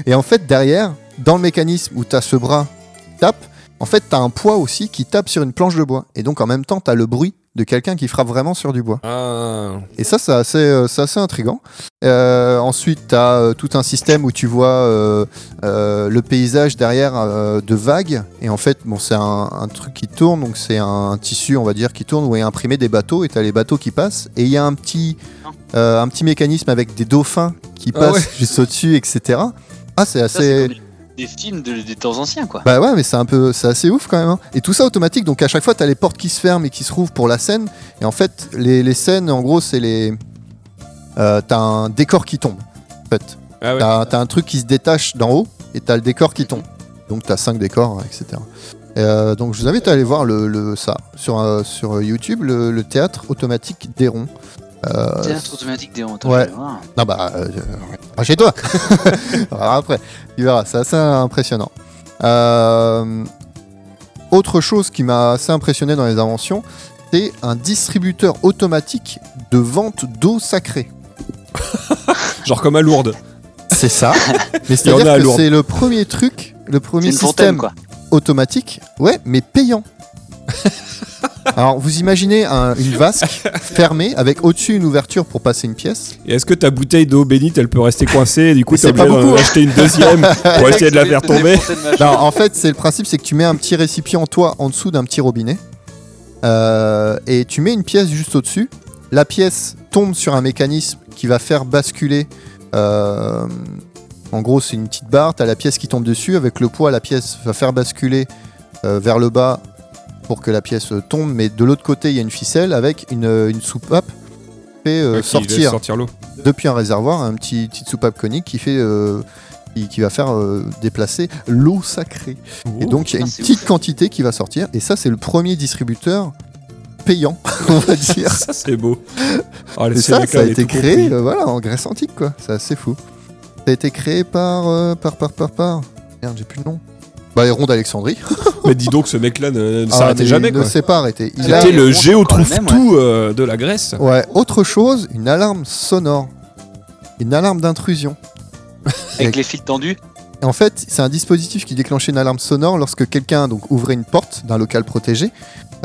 Speaker 1: Et en fait, derrière, dans le mécanisme où tu as ce bras qui tape, en fait, tu as un poids aussi qui tape sur une planche de bois. Et donc, en même temps, tu as le bruit de quelqu'un qui frappe vraiment sur du bois.
Speaker 2: Ah,
Speaker 1: Et ça, c'est assez, euh, c'est assez intriguant. Euh, ensuite, tu as tout un système où tu vois euh, euh, le paysage derrière euh, de vagues. Et en fait, bon, c'est un, un truc qui tourne, donc c'est un, tissu, on va dire, qui tourne où est imprimé des bateaux. Et tu as les bateaux qui passent. Et il y a un petit, euh, un petit mécanisme avec des dauphins qui
Speaker 2: Ah
Speaker 1: passent
Speaker 2: ouais.
Speaker 1: juste au-dessus, etc. Ah, c'est
Speaker 3: Ça, c'est
Speaker 1: assez.
Speaker 3: comme des- des films de- des temps anciens, quoi.
Speaker 1: Bah ouais, mais c'est un peu, c'est assez ouf quand même. hein. Et tout ça automatique, donc à chaque fois, t'as les portes qui se ferment et qui se rouvent pour la scène. Et en fait, les, les scènes, en gros, c'est les. euh, t'as un décor qui tombe. En fait,
Speaker 2: ah ouais.
Speaker 1: t'as, t'as un truc qui se détache d'en haut et t'as le décor qui tombe. Donc t'as cinq décors, etc. Euh, donc je vous invite à aller voir le, le- ça sur, euh, sur YouTube, le, le théâtre automatique des ronds. Euh,
Speaker 3: Théâtre automatique des Ah, hontes.
Speaker 1: ouais. non bah, euh, euh, pas chez toi. On verra après, tu verras, c'est assez impressionnant. Euh, autre chose qui m'a assez impressionné dans les inventions, c'est un distributeur automatique de vente d'eau sacrée.
Speaker 2: Genre comme à Lourdes.
Speaker 1: C'est ça. Mais
Speaker 2: Il y en a à
Speaker 1: c'est-à-dire que
Speaker 2: Lourdes.
Speaker 1: c'est le premier truc, le
Speaker 3: C'est
Speaker 1: premier
Speaker 3: une fontaine,
Speaker 1: système
Speaker 3: quoi.
Speaker 1: automatique, ouais, mais payant. Alors vous imaginez un- une vasque fermée avec au-dessus une ouverture pour passer une pièce.
Speaker 2: Et est-ce que ta bouteille d'eau bénite, elle peut rester coincée et du coup,
Speaker 1: Mais
Speaker 2: t'es
Speaker 1: c'est pas
Speaker 2: obligé d'en
Speaker 1: beaucoup. hein.
Speaker 2: acheter une deuxième pour essayer de la faire tomber
Speaker 1: Non, en fait, c'est le principe, c'est que tu mets un petit récipient toi en dessous d'un petit robinet euh, et tu mets une pièce juste au-dessus. La pièce tombe sur un mécanisme qui va faire basculer. euh, en gros, c'est une petite barre. T'as la pièce qui tombe dessus avec le poids, la pièce va faire basculer euh, vers le bas pour que la pièce euh, tombe. Mais de l'autre côté, il y a une ficelle avec une, euh, une soupape qui fait euh,
Speaker 2: Ok, il laisse
Speaker 1: sortir
Speaker 2: sortir l'eau.
Speaker 1: depuis un réservoir, un petit petite soupape conique qui fait euh, qui, qui va faire euh, déplacer l'eau sacrée. Et donc il y a
Speaker 3: putain,
Speaker 1: une
Speaker 3: c'est
Speaker 1: petite
Speaker 3: ouf.
Speaker 1: quantité qui va sortir et ça c'est le premier distributeur payant, on va dire.
Speaker 2: ça, c'est beau. Ah, le
Speaker 1: Et ça,
Speaker 2: Sénéca,
Speaker 1: ça a
Speaker 2: il est
Speaker 1: été
Speaker 2: tout
Speaker 1: créé
Speaker 2: compris.
Speaker 1: euh, voilà, en Grèce antique quoi, c'est assez fou. Ça a été créé par euh, par par par par merde, j'ai plus le nom. Bah les ronds d'Alexandrie.
Speaker 2: Mais dis donc, ce mec-là ne, ne
Speaker 1: Ah,
Speaker 2: s'arrêtait
Speaker 1: mais
Speaker 2: jamais,
Speaker 1: il
Speaker 2: quoi.
Speaker 1: ne s'est pas arrêté. Il a
Speaker 2: C'était le
Speaker 3: Ouais,
Speaker 2: géo
Speaker 3: encore le
Speaker 2: trouve
Speaker 3: même,
Speaker 2: tout euh, de la Grèce.
Speaker 1: Ouais, autre chose, une alarme sonore. Une alarme d'intrusion.
Speaker 3: avec les fils tendus.
Speaker 1: Et En fait, c'est un dispositif qui déclenchait une alarme sonore lorsque quelqu'un donc ouvrait une porte d'un local protégé.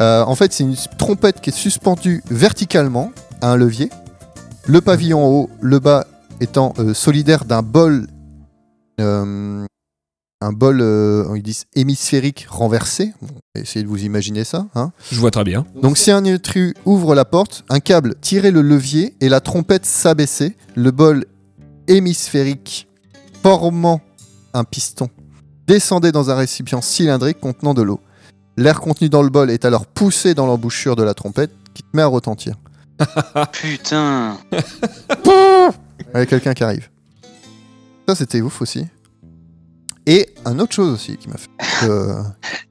Speaker 1: Euh, en fait, c'est une trompette qui est suspendue verticalement à un levier. Le pavillon en haut, le bas étant euh, solidaire d'un bol, euh, un bol, euh, ils disent hémisphérique renversé. Bon, essayez de vous imaginer ça. Hein.
Speaker 2: Je vois très bien.
Speaker 1: Donc si un intrus ouvre la porte, un câble tirait le levier et la trompette s'abaissait, le bol hémisphérique formant un piston descendait dans un récipient cylindrique contenant de l'eau. L'air contenu dans le bol est alors poussé dans l'embouchure de la trompette qui te met à retentir.
Speaker 3: Ah. Putain.
Speaker 1: Il y a quelqu'un qui arrive. Ça c'était ouf aussi. Et un autre chose aussi qui m'a fait... euh,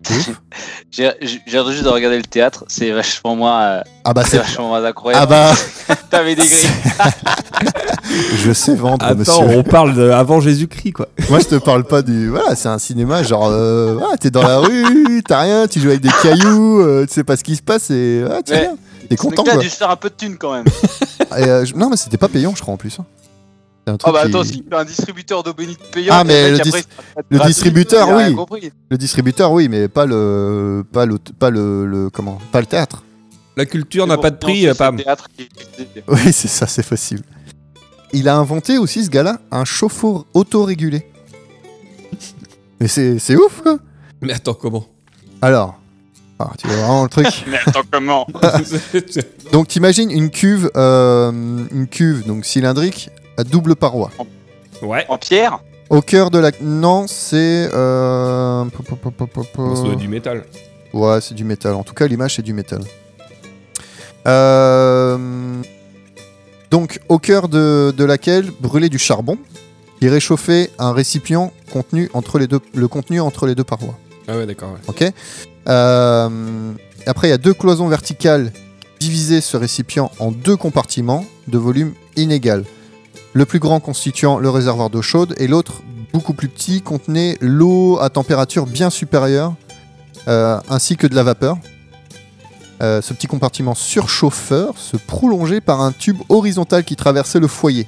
Speaker 1: ouf.
Speaker 3: J'ai j'ai- j'ai juste de regarder le théâtre, c'est vachement moins, euh,
Speaker 1: Ah bah
Speaker 3: c'est
Speaker 1: c'est...
Speaker 3: vachement moins
Speaker 1: Ah
Speaker 3: incroyable.
Speaker 1: bah
Speaker 3: T'avais des grilles.
Speaker 1: je sais vendre
Speaker 2: Attends,
Speaker 1: bah, monsieur.
Speaker 2: on parle de avant Jésus-Christ, quoi.
Speaker 1: Moi, je te parle pas du. Voilà, c'est un cinéma genre. Euh, voilà, t'es dans la rue, t'as rien, tu joues avec des cailloux, euh, tu sais pas ce qui se passe et. Ah, tu
Speaker 3: Ouais.
Speaker 1: viens. T'es
Speaker 3: Ce
Speaker 1: content
Speaker 3: mec-là a
Speaker 1: quoi.
Speaker 3: dû se faire un peu de thune quand même.
Speaker 1: Et, euh, je- Non, mais c'était pas payant, je crois en plus. hein. C'est un
Speaker 3: Oh
Speaker 1: truc
Speaker 3: bah
Speaker 1: qui-
Speaker 3: attends, si tu fais un distributeur d'eau bénite payant,
Speaker 1: Ah,
Speaker 3: et
Speaker 1: mais
Speaker 3: mec,
Speaker 1: le
Speaker 3: après,
Speaker 1: dis-
Speaker 3: il se fait
Speaker 1: le
Speaker 3: gratuit,
Speaker 1: distributeur,
Speaker 3: il a rien
Speaker 1: oui.
Speaker 3: compris.
Speaker 1: Le distributeur, oui, mais pas le. Pas le. Pas le. le- Comment Pas le théâtre.
Speaker 2: La culture
Speaker 3: C'est
Speaker 2: n'a
Speaker 3: bon,
Speaker 2: pas de
Speaker 3: non,
Speaker 2: prix,
Speaker 3: c'est
Speaker 2: euh,
Speaker 3: ce
Speaker 2: Pam.
Speaker 3: théâtre qui- qui-
Speaker 1: Oui, c'est ça, c'est possible. Il a inventé aussi, ce gars-là, un chauffe-eau autorégulé. Mais c'est c'est ouf quoi
Speaker 2: Mais attends, comment
Speaker 1: Alors. Alors, tu vois vraiment le truc.
Speaker 3: Mais attends, comment
Speaker 1: Donc t'imagines une cuve, euh, une cuve donc cylindrique à double paroi.
Speaker 2: Ouais.
Speaker 3: En pierre
Speaker 1: Au cœur de la, non c'est, euh, po- po- po- po- po- po-
Speaker 2: On se doit du métal.
Speaker 1: ouais c'est du métal. En tout cas l'image c'est du métal. Euh, Donc au cœur de, de laquelle brûlait du charbon, il réchauffait un récipient contenu entre les deux, le contenu entre les deux parois.
Speaker 2: Ah ouais, d'accord. ouais.
Speaker 1: Ok. Euh, après, il y a deux cloisons verticales qui divisaient ce récipient en deux compartiments de volume inégal. Le plus grand constituant le réservoir d'eau chaude et l'autre, beaucoup plus petit, contenait l'eau à température bien supérieure euh, ainsi que de la vapeur. Euh, ce petit compartiment surchauffeur se prolongeait par un tube horizontal qui traversait le foyer.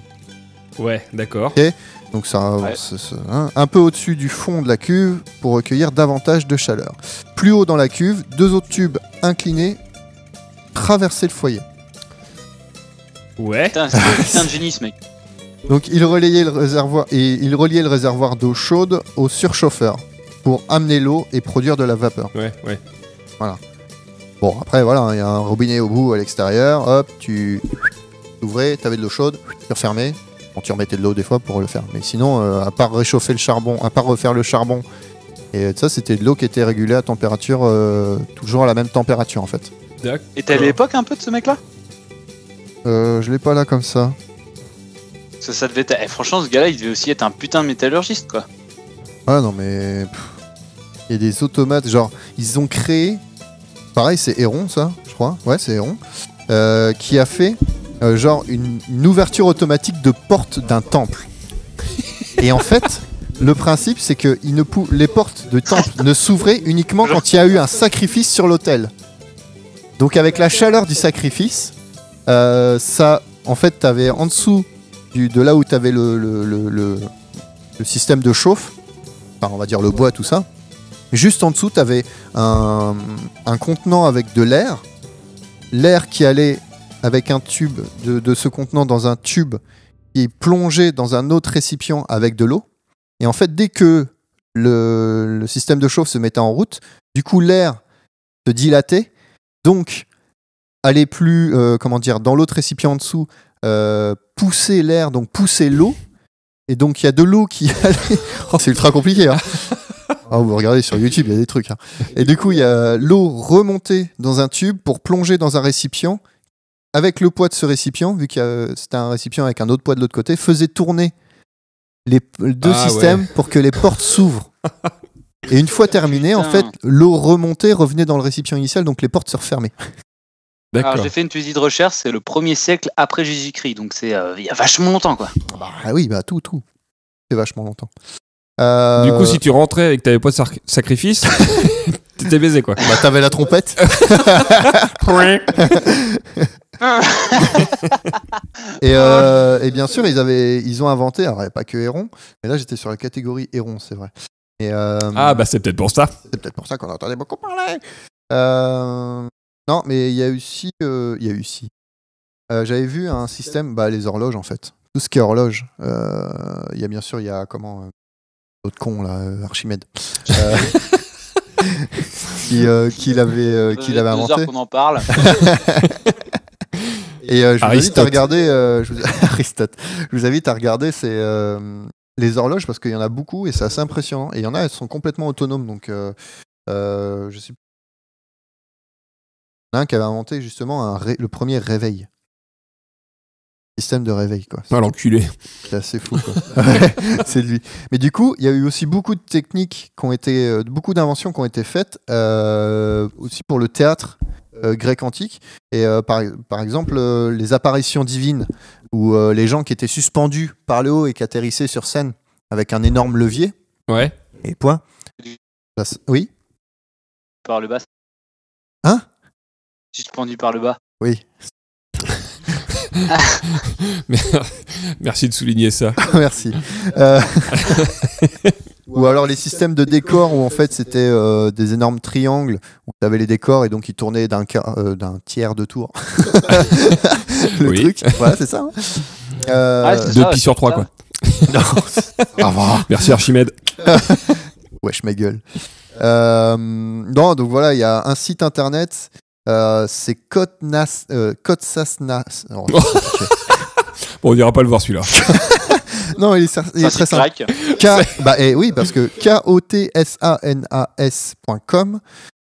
Speaker 2: Ouais, d'accord.
Speaker 1: Donc ça,
Speaker 3: Ouais.
Speaker 1: c'est- c'est- hein, un peu au-dessus du fond de la cuve pour recueillir davantage de chaleur. Plus haut dans la cuve, deux autres tubes inclinés traversaient le foyer.
Speaker 2: Ouais.
Speaker 3: Putain, c'est un putain de génie ce mec.
Speaker 1: Donc il relayait le réservoir et il reliait le réservoir d'eau chaude au surchauffeur pour amener l'eau et produire de la vapeur.
Speaker 2: Ouais, ouais.
Speaker 1: Bon après voilà, hein, il y a un robinet au bout à l'extérieur, hop, tu ouvrais, t'avais de l'eau chaude, tu refermais. Bon, tu remettais de l'eau des fois pour le faire. Mais sinon, euh, à part réchauffer le charbon, à part refaire le charbon, et euh, ça, c'était de l'eau qui était régulée à température, euh, toujours à la même température en fait.
Speaker 2: D'accord.
Speaker 3: Et t'as l'époque un peu de ce mec-là
Speaker 1: Euh, je l'ai pas là comme ça.
Speaker 3: Parce que ça devait être- eh, franchement, ce gars-là, il devait aussi être un putain de métallurgiste, quoi.
Speaker 1: Ah non, mais. pff. Il y a des automates, genre, ils ont créé. Pareil, c'est Héron, ça, je crois. Ouais, c'est Héron. euh, qui a fait, euh, genre, une, une ouverture automatique de porte d'un temple. Et en fait, le principe, c'est que il ne pou- les portes de temple ne s'ouvraient uniquement quand il y a eu un sacrifice sur l'autel. Donc, avec la chaleur du sacrifice, euh, ça. En fait, t'avais en dessous du, de là où t'avais le- le- le- le, le système de chauffe enfin on va dire le bois, tout ça. Juste en dessous, tu avais un, un contenant avec de l'air. L'air qui allait avec un tube de, de ce contenant dans un tube qui est plongé dans un autre récipient avec de l'eau. Et en fait, dès que le, le système de chauffe se mettait en route, du coup, l'air se dilatait. Donc, allait plus, euh, comment dire, dans l'autre récipient en dessous, euh, pousser l'air, donc pousser l'eau. Et donc, il y a de l'eau qui allait Oh, c'est ultra compliqué. Hein. Ah, vous regardez sur YouTube, il y a des trucs. hein. Et du coup, il y a l'eau remontée dans un tube pour plonger dans un récipient. Avec le poids de ce récipient, vu que euh, c'était un récipient avec un autre poids de l'autre côté, faisait tourner les p- les deux
Speaker 2: Ah, ouais.
Speaker 1: systèmes pour que les portes s'ouvrent. Et une fois terminé, en fait,
Speaker 3: Putain.
Speaker 1: l'eau remontée revenait dans le récipient initial, donc les portes se refermaient.
Speaker 3: Alors, Ah, j'ai fait une petite recherche, c'est le 1er siècle après Jésus-Christ, donc c'est euh, il y a vachement longtemps, quoi.
Speaker 1: Ah oui, bah tout, tout. C'est vachement longtemps. Euh,
Speaker 2: Du coup, si tu rentrais et que t'avais pas de sarc- sacrifice, t'étais baisé, quoi.
Speaker 1: bah, t'avais la trompette. Et, euh, et bien sûr, ils, avaient, ils ont inventé, alors il n'y a pas que Héron, mais là j'étais sur la catégorie Héron, c'est vrai. Et, euh,
Speaker 2: Ah, bah c'est peut-être pour ça.
Speaker 1: C'est peut-être pour ça qu'on entendait beaucoup parler. Euh, non, mais il y a eu si. euh, Il y a eu si. Euh, J'avais vu un système, bah, les horloges en fait. Tout ce qui est horloge. Euh, Il y a bien sûr, il y a comment. euh, L'autre con là, euh, Archimède. Euh, qui euh, qui l'avait euh, qui
Speaker 3: Ça fait
Speaker 1: l'avait
Speaker 3: deux heures
Speaker 1: inventé.
Speaker 3: qu'on en parle.
Speaker 1: Et euh, je, vous invite à
Speaker 2: Aristote.
Speaker 1: regarder, euh, je, vous... Aristote. je vous invite à regarder ces, euh, les horloges parce qu'il y en a beaucoup et c'est assez impressionnant. Et il y en a, elles sont complètement autonomes. Donc, euh, euh, je sais plus. Il y en a un qui avait inventé justement un ré- le premier réveil. Système de réveil, quoi.
Speaker 2: Ah, l'enculé.
Speaker 1: C'est assez fou, quoi. Ouais, c'est lui. Mais du coup, il y a eu aussi beaucoup de techniques qui ont été, euh, beaucoup d'inventions qui ont été faites euh, aussi pour le théâtre euh, grec antique. Et euh, par, par exemple, euh, les apparitions divines où euh, les gens qui étaient suspendus par le haut et qui atterrissaient sur scène avec un énorme levier
Speaker 2: Ouais.
Speaker 1: et point. Ça, c'est- oui,
Speaker 3: par le bas.
Speaker 1: Hein
Speaker 3: Suspendu par le bas.
Speaker 1: oui.
Speaker 2: Mais- Merci de souligner ça.
Speaker 1: Merci. Euh, Ou alors les systèmes de décors où en fait c'était euh, des énormes triangles où tu avais les décors et donc ils tournaient d'un quart- euh, d'un tiers de tour. le
Speaker 2: Oui.
Speaker 1: truc, voilà, c'est ça. hein. Euh,
Speaker 3: Ouais, c'est
Speaker 2: Deux
Speaker 3: ça,
Speaker 2: pi sur
Speaker 3: c'est
Speaker 2: trois,
Speaker 3: ça.
Speaker 2: quoi.
Speaker 1: non, c'est- Ah, bah,
Speaker 2: Merci Archimède.
Speaker 1: wesh ma gueule. Euh, non, donc voilà, il y a un site internet, euh, c'est Cotnas, euh, Cotsasnas. alors,
Speaker 3: Oh.
Speaker 2: Bon, on ira pas le voir celui-là.
Speaker 1: non, il est, il
Speaker 3: Ça,
Speaker 1: est
Speaker 3: c'est
Speaker 1: très simple.
Speaker 3: grec.
Speaker 1: K, bah, eh oui, parce que K-O-T-S-A-N-A-S.com,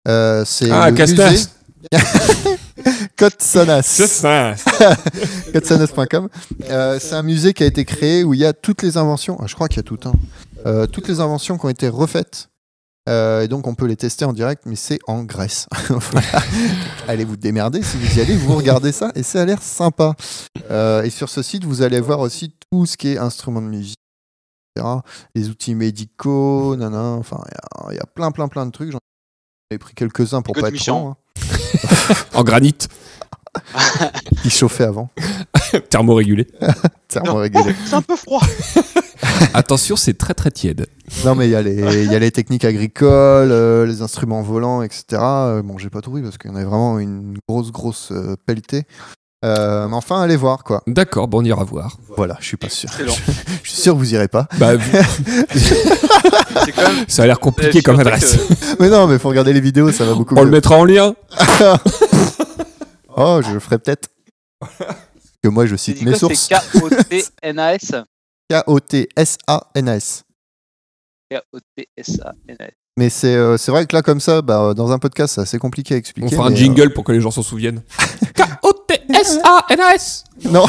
Speaker 1: euh, c'est
Speaker 2: Ah,
Speaker 1: le
Speaker 2: Castas.
Speaker 1: musée.
Speaker 2: C'est
Speaker 1: Kotsanas.
Speaker 2: ça.
Speaker 1: Kotsanas.com. Euh, c'est un musée qui a été créé où il y a toutes les inventions. Ah, je crois qu'il y a tout, hein. Euh, toutes les inventions qui ont été refaites. Euh, et donc on peut les tester en direct, mais c'est en Grèce. Voilà. allez vous démerder si vous y allez, vous regardez ça et ça a l'air sympa. Euh, et sur ce site, vous allez voir aussi tout ce qui est instruments de musique, etc. Les outils médicaux, nanana, enfin il y a- il y, a plein plein plein de trucs. J'en ai pris quelques-uns pour
Speaker 3: Écoute,
Speaker 1: pas être
Speaker 3: Michan.
Speaker 1: trop long,
Speaker 2: En granit,
Speaker 1: hein. Ils chauffaient avant.
Speaker 2: thermorégulé.
Speaker 1: Thermo
Speaker 4: Oh,
Speaker 1: régulé.
Speaker 4: c'est un peu froid.
Speaker 2: Attention, c'est très très tiède.
Speaker 1: Non, mais il y, a les- il y a les techniques agricoles, euh, les instruments volants, etc. Euh, bon, j'ai pas trouvé parce qu'il y en avait vraiment une grosse, grosse euh, pelletée. Euh, mais enfin, allez voir quoi.
Speaker 2: D'accord, bon, on ira voir.
Speaker 1: Voilà, je suis pas sûr.
Speaker 3: Excellent.
Speaker 1: Je suis sûr que vous irez pas.
Speaker 2: Bah, vu-
Speaker 3: C'est quand même. Euh,
Speaker 2: ça a l'air compliqué comme adresse.
Speaker 1: Mais non, mais faut regarder les vidéos, ça va beaucoup
Speaker 2: On le
Speaker 1: mieux.
Speaker 2: mettra en lien.
Speaker 1: Oh, je le ferai peut-être. que moi, je
Speaker 3: C'est
Speaker 1: cite mes sources.
Speaker 3: K-O-T-N-A-S.
Speaker 1: K-O-T-S-A-N-A-S.
Speaker 3: K-O-T-S-A-N-A-S.
Speaker 1: Mais c'est euh, c'est vrai que là, comme ça, bah, euh, dans un podcast, c'est assez compliqué à expliquer.
Speaker 2: On fera un
Speaker 1: mais, euh,
Speaker 2: jingle pour que les gens s'en souviennent. K-O-T-S-A-N-A-S.
Speaker 1: Non.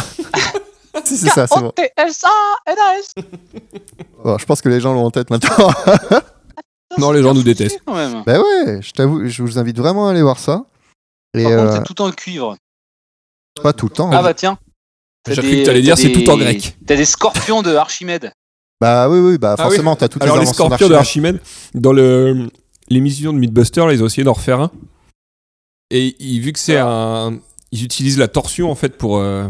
Speaker 1: si, c'est
Speaker 2: Ah,
Speaker 1: ça, c'est bon.
Speaker 4: K-O-T-S-A-N-A-S.
Speaker 1: Bon, Je pense que les gens l'ont en tête maintenant.
Speaker 2: Non, les gens nous détestent.
Speaker 3: Quand même.
Speaker 1: Bah ouais, je t'avoue, je vous invite vraiment à aller voir ça. Et
Speaker 3: Par contre,
Speaker 1: euh,
Speaker 3: c'est tout en cuivre.
Speaker 1: pas tout le temps.
Speaker 3: Ah
Speaker 1: hein.
Speaker 3: bah tiens.
Speaker 2: J'ai
Speaker 3: T'as
Speaker 2: cru
Speaker 3: des-
Speaker 2: que t'allais
Speaker 3: t'as
Speaker 2: dire, c'est
Speaker 3: des-
Speaker 2: tout en grec.
Speaker 3: T'as des scorpions de Archimède.
Speaker 1: Bah oui, oui, bah
Speaker 2: Ah
Speaker 1: forcément, t'as toutes
Speaker 2: Alors,
Speaker 1: les
Speaker 2: les
Speaker 1: inventions
Speaker 2: scorpions
Speaker 1: d'Archimède.
Speaker 2: d'Archimède, dans le- l'émission de Mythbuster, là, ils ont essayé d'en refaire un. Et ils- vu que c'est un. Ils utilisent la torsion, en fait, pour, euh,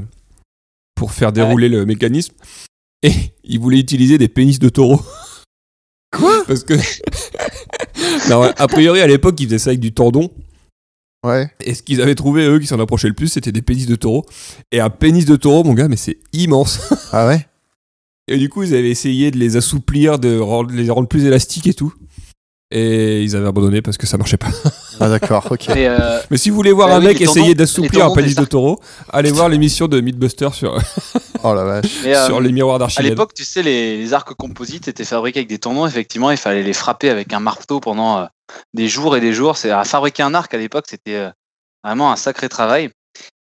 Speaker 2: pour faire dérouler le mécanisme. Et ils voulaient utiliser des pénis de taureau. Quoi Parce que. Non, a priori, à l'époque, ils faisaient ça avec du tendon.
Speaker 1: Ouais.
Speaker 2: Et ce qu'ils avaient trouvé, eux, qui s'en approchaient le plus, c'était des pénis de taureau. Et un pénis de taureau, mon gars, mais c'est immense.
Speaker 1: Ah ouais
Speaker 2: Et du coup, ils avaient essayé de les assouplir, de rendre- les rendre plus élastiques et tout. Et ils avaient abandonné parce que ça marchait pas.
Speaker 1: Ah d'accord, ok.
Speaker 3: Et euh,
Speaker 2: Mais si vous voulez voir
Speaker 3: Bah
Speaker 2: un
Speaker 3: oui,
Speaker 2: mec
Speaker 3: les
Speaker 2: essayer
Speaker 3: tendons- les
Speaker 2: d'assouplir un
Speaker 3: tendons
Speaker 2: pénis
Speaker 3: des
Speaker 2: de taureau, allez voir l'émission de Mythbuster sur,
Speaker 1: Oh la vache.
Speaker 3: mais, euh,
Speaker 2: sur les miroirs
Speaker 3: À
Speaker 2: d'Archimède.
Speaker 3: l'époque, tu sais, les, les arcs composites étaient fabriqués avec des tendons. Effectivement, il fallait les frapper avec un marteau pendant euh, des jours et des jours. C'est à fabriquer un arc à l'époque, c'était euh, vraiment un sacré travail.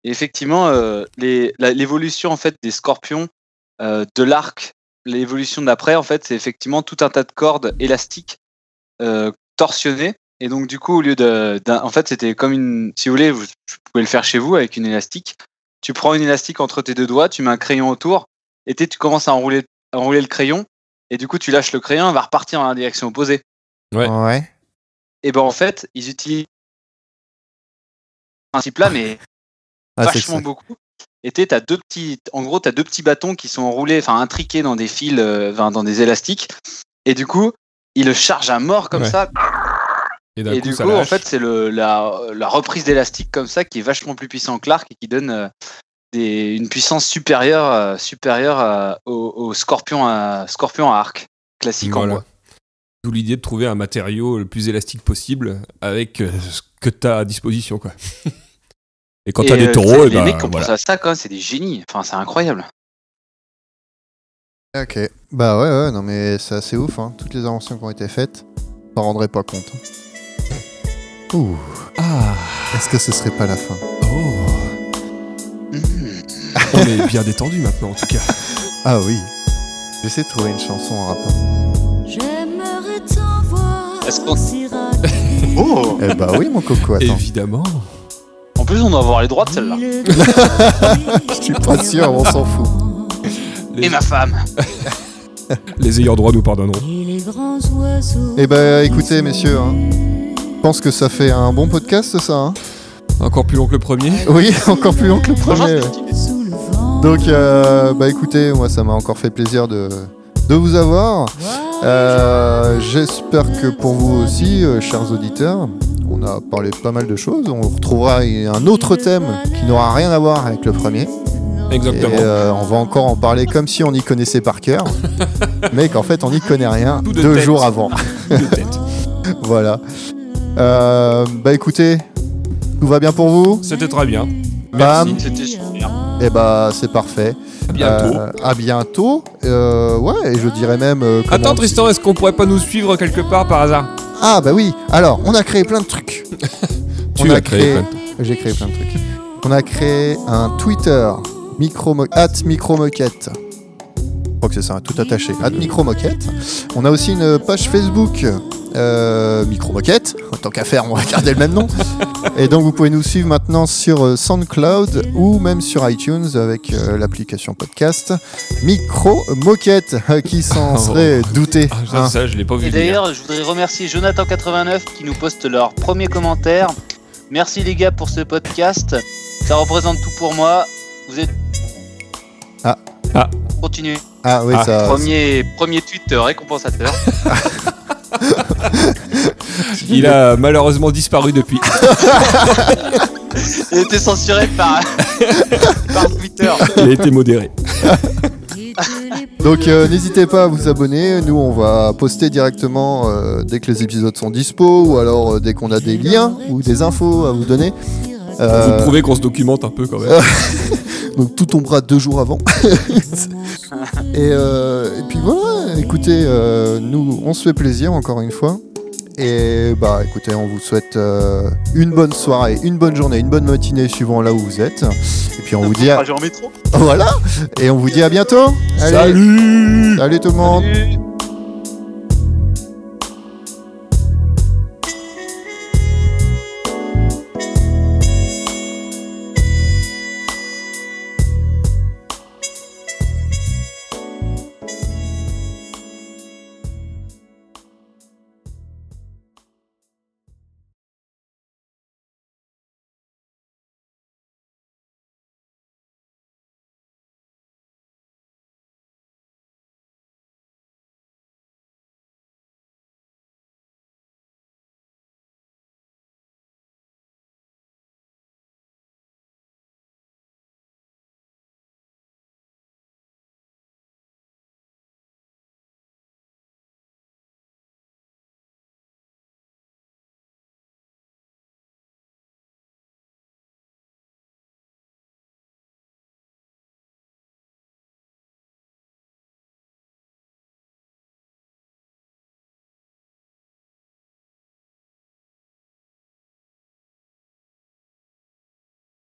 Speaker 3: Et effectivement, euh, les- la- l'évolution en fait des scorpions, euh, de l'arc, l'évolution d'après, en fait, c'est effectivement tout un tas de cordes élastiques euh, torsionnées. Et donc, du coup, au lieu de, d'un- en fait, c'était comme une, si vous voulez, vous, vous pouvez le faire chez vous avec une élastique. Tu prends une élastique entre tes deux doigts, tu mets un crayon autour et tu sais, tu commences à enrouler, à enrouler le crayon, et du coup tu lâches le crayon, il va repartir dans la direction opposée.
Speaker 2: Ouais.
Speaker 1: Ah Ouais.
Speaker 3: Et ben en fait, ils utilisent ce principe-là, mais
Speaker 1: Ah, c'est que
Speaker 3: vachement
Speaker 1: ça.
Speaker 3: beaucoup. était t'as deux petits, en gros t'as deux petits bâtons qui sont enroulés, enfin intriqués dans des fils, euh, enfin, dans des élastiques, et du coup il le charge à mort comme
Speaker 2: Ouais.
Speaker 3: ça,
Speaker 2: Et
Speaker 3: et du
Speaker 2: ça
Speaker 3: coup en
Speaker 2: lâche.
Speaker 3: fait c'est le la, la reprise d'élastique comme ça qui est vachement plus puissant que l'arc et qui donne euh, des, une puissance supérieure euh, supérieure euh, au, au scorpion à scorpion à arc classique en
Speaker 2: Voilà.
Speaker 3: bois.
Speaker 2: D'où l'idée de trouver un matériau le plus élastique possible avec euh, ce que t'as à disposition, quoi. Et quand
Speaker 3: Et,
Speaker 2: t'as
Speaker 3: euh,
Speaker 2: des
Speaker 3: c'est-
Speaker 2: taureaux, eh
Speaker 3: les
Speaker 2: ben,
Speaker 3: mecs qui ont
Speaker 2: voilà.
Speaker 3: pensé à ça quand même, c'est des génies. Enfin c'est incroyable.
Speaker 1: Ok. Bah ouais, ouais, non mais c'est assez ouf, hein. toutes les inventions qui ont été faites, on s'en rendrait pas compte. hein. Ouh,
Speaker 2: Ah,
Speaker 1: est-ce que ce serait pas la fin
Speaker 2: oh.
Speaker 3: Mmh.
Speaker 2: On est bien détendu maintenant, en tout cas.
Speaker 1: Ah oui, j'essaie de trouver une chanson en rapport.
Speaker 5: J'aimerais t'en voir
Speaker 3: Est-ce qu'on-
Speaker 5: si rapide.
Speaker 3: Oh
Speaker 1: Eh bah oui, mon coco, attends.
Speaker 2: Évidemment.
Speaker 3: En plus on doit avoir les droits de celle-là.
Speaker 5: Mmh. Je
Speaker 1: suis pas sûr, on s'en
Speaker 5: fout.
Speaker 2: Les,
Speaker 3: Et ma femme.
Speaker 2: les ayants droit nous pardonneront.
Speaker 5: Et les grands oiseaux.
Speaker 1: Eh ben, écoutez, messieurs, hein. Je pense que ça fait un bon podcast, ça. Hein
Speaker 2: Encore plus long que le premier.
Speaker 1: oui, encore plus long que le
Speaker 3: Franchement,
Speaker 1: premier.
Speaker 3: c'est
Speaker 1: ouais.
Speaker 3: stylé.
Speaker 5: Sous le vent.
Speaker 1: Donc, euh, bah écoutez, moi, ça m'a encore fait plaisir de, de vous avoir. Euh, J'espère que pour vous aussi, euh, chers auditeurs, on a parlé de pas mal de choses. On retrouvera un autre thème qui n'aura rien à voir avec le premier. Et
Speaker 2: Exactement.
Speaker 1: euh, on va encore en parler comme si on y connaissait par cœur, mais qu'en fait on n'y connaît rien
Speaker 2: Tout de
Speaker 1: deux
Speaker 2: tête.
Speaker 1: jours avant.
Speaker 2: De tête.
Speaker 1: Voilà. Euh, bah écoutez, tout va bien pour vous
Speaker 2: C'était très bien.
Speaker 1: Bam.
Speaker 2: Merci.
Speaker 3: C'était super.
Speaker 1: Eh bah c'est parfait.
Speaker 2: À bientôt.
Speaker 1: Euh, à bientôt. Euh, ouais, et je dirais même. euh, comment-
Speaker 2: Attends, Tristan, est-ce qu'on pourrait pas nous suivre quelque part par hasard
Speaker 1: Ah bah oui. Alors, on a créé plein de trucs.
Speaker 2: Tu as créé plein de
Speaker 1: J'ai créé plein de trucs. On a créé un Twitter micro at micro moquette. Je crois que c'est ça, tout attaché. At micro moquette. On a aussi une page Facebook. euh, micro moquette, en tant qu'à faire, on va garder le même nom. Et donc vous pouvez nous suivre maintenant sur euh, SoundCloud ou même sur iTunes avec euh, l'application podcast Micro Moquette, euh, qui s'en
Speaker 2: Oh.
Speaker 1: serait douté.
Speaker 2: Ah,
Speaker 1: hein.
Speaker 2: ça, ça, je l'ai pas vu.
Speaker 3: Et
Speaker 2: venir.
Speaker 3: d'ailleurs, je voudrais remercier Jonathan89 qui nous poste leur premier commentaire. Merci les gars pour ce podcast. Ça représente tout pour moi. Vous êtes.
Speaker 1: Ah.
Speaker 2: Ah.
Speaker 3: Continuez.
Speaker 1: Ah oui,
Speaker 2: Ah,
Speaker 1: ça.
Speaker 3: Premier, premier tweet euh, récompensateur.
Speaker 2: Il a malheureusement disparu depuis.
Speaker 3: Il a été censuré par, par Twitter.
Speaker 2: Il a été modéré.
Speaker 1: Donc euh, n'hésitez pas à vous abonner, nous on va poster directement euh, dès que les épisodes sont dispo ou alors euh, dès qu'on a des liens ou des infos à vous donner.
Speaker 2: Vous
Speaker 1: Euh,
Speaker 2: prouvez qu'on se documente un peu quand même.
Speaker 1: donc tout tombera deux jours avant. et, euh, et puis voilà, écoutez, euh, nous on se fait plaisir encore une fois. Et bah écoutez, on vous souhaite euh, une bonne soirée, une bonne journée, une bonne matinée suivant là où vous êtes. Et puis on vous dit à...
Speaker 3: en Ah, métro.
Speaker 1: voilà, et on vous dit à bientôt. Allez,
Speaker 2: Salut
Speaker 1: salut tout le monde.
Speaker 3: Salut.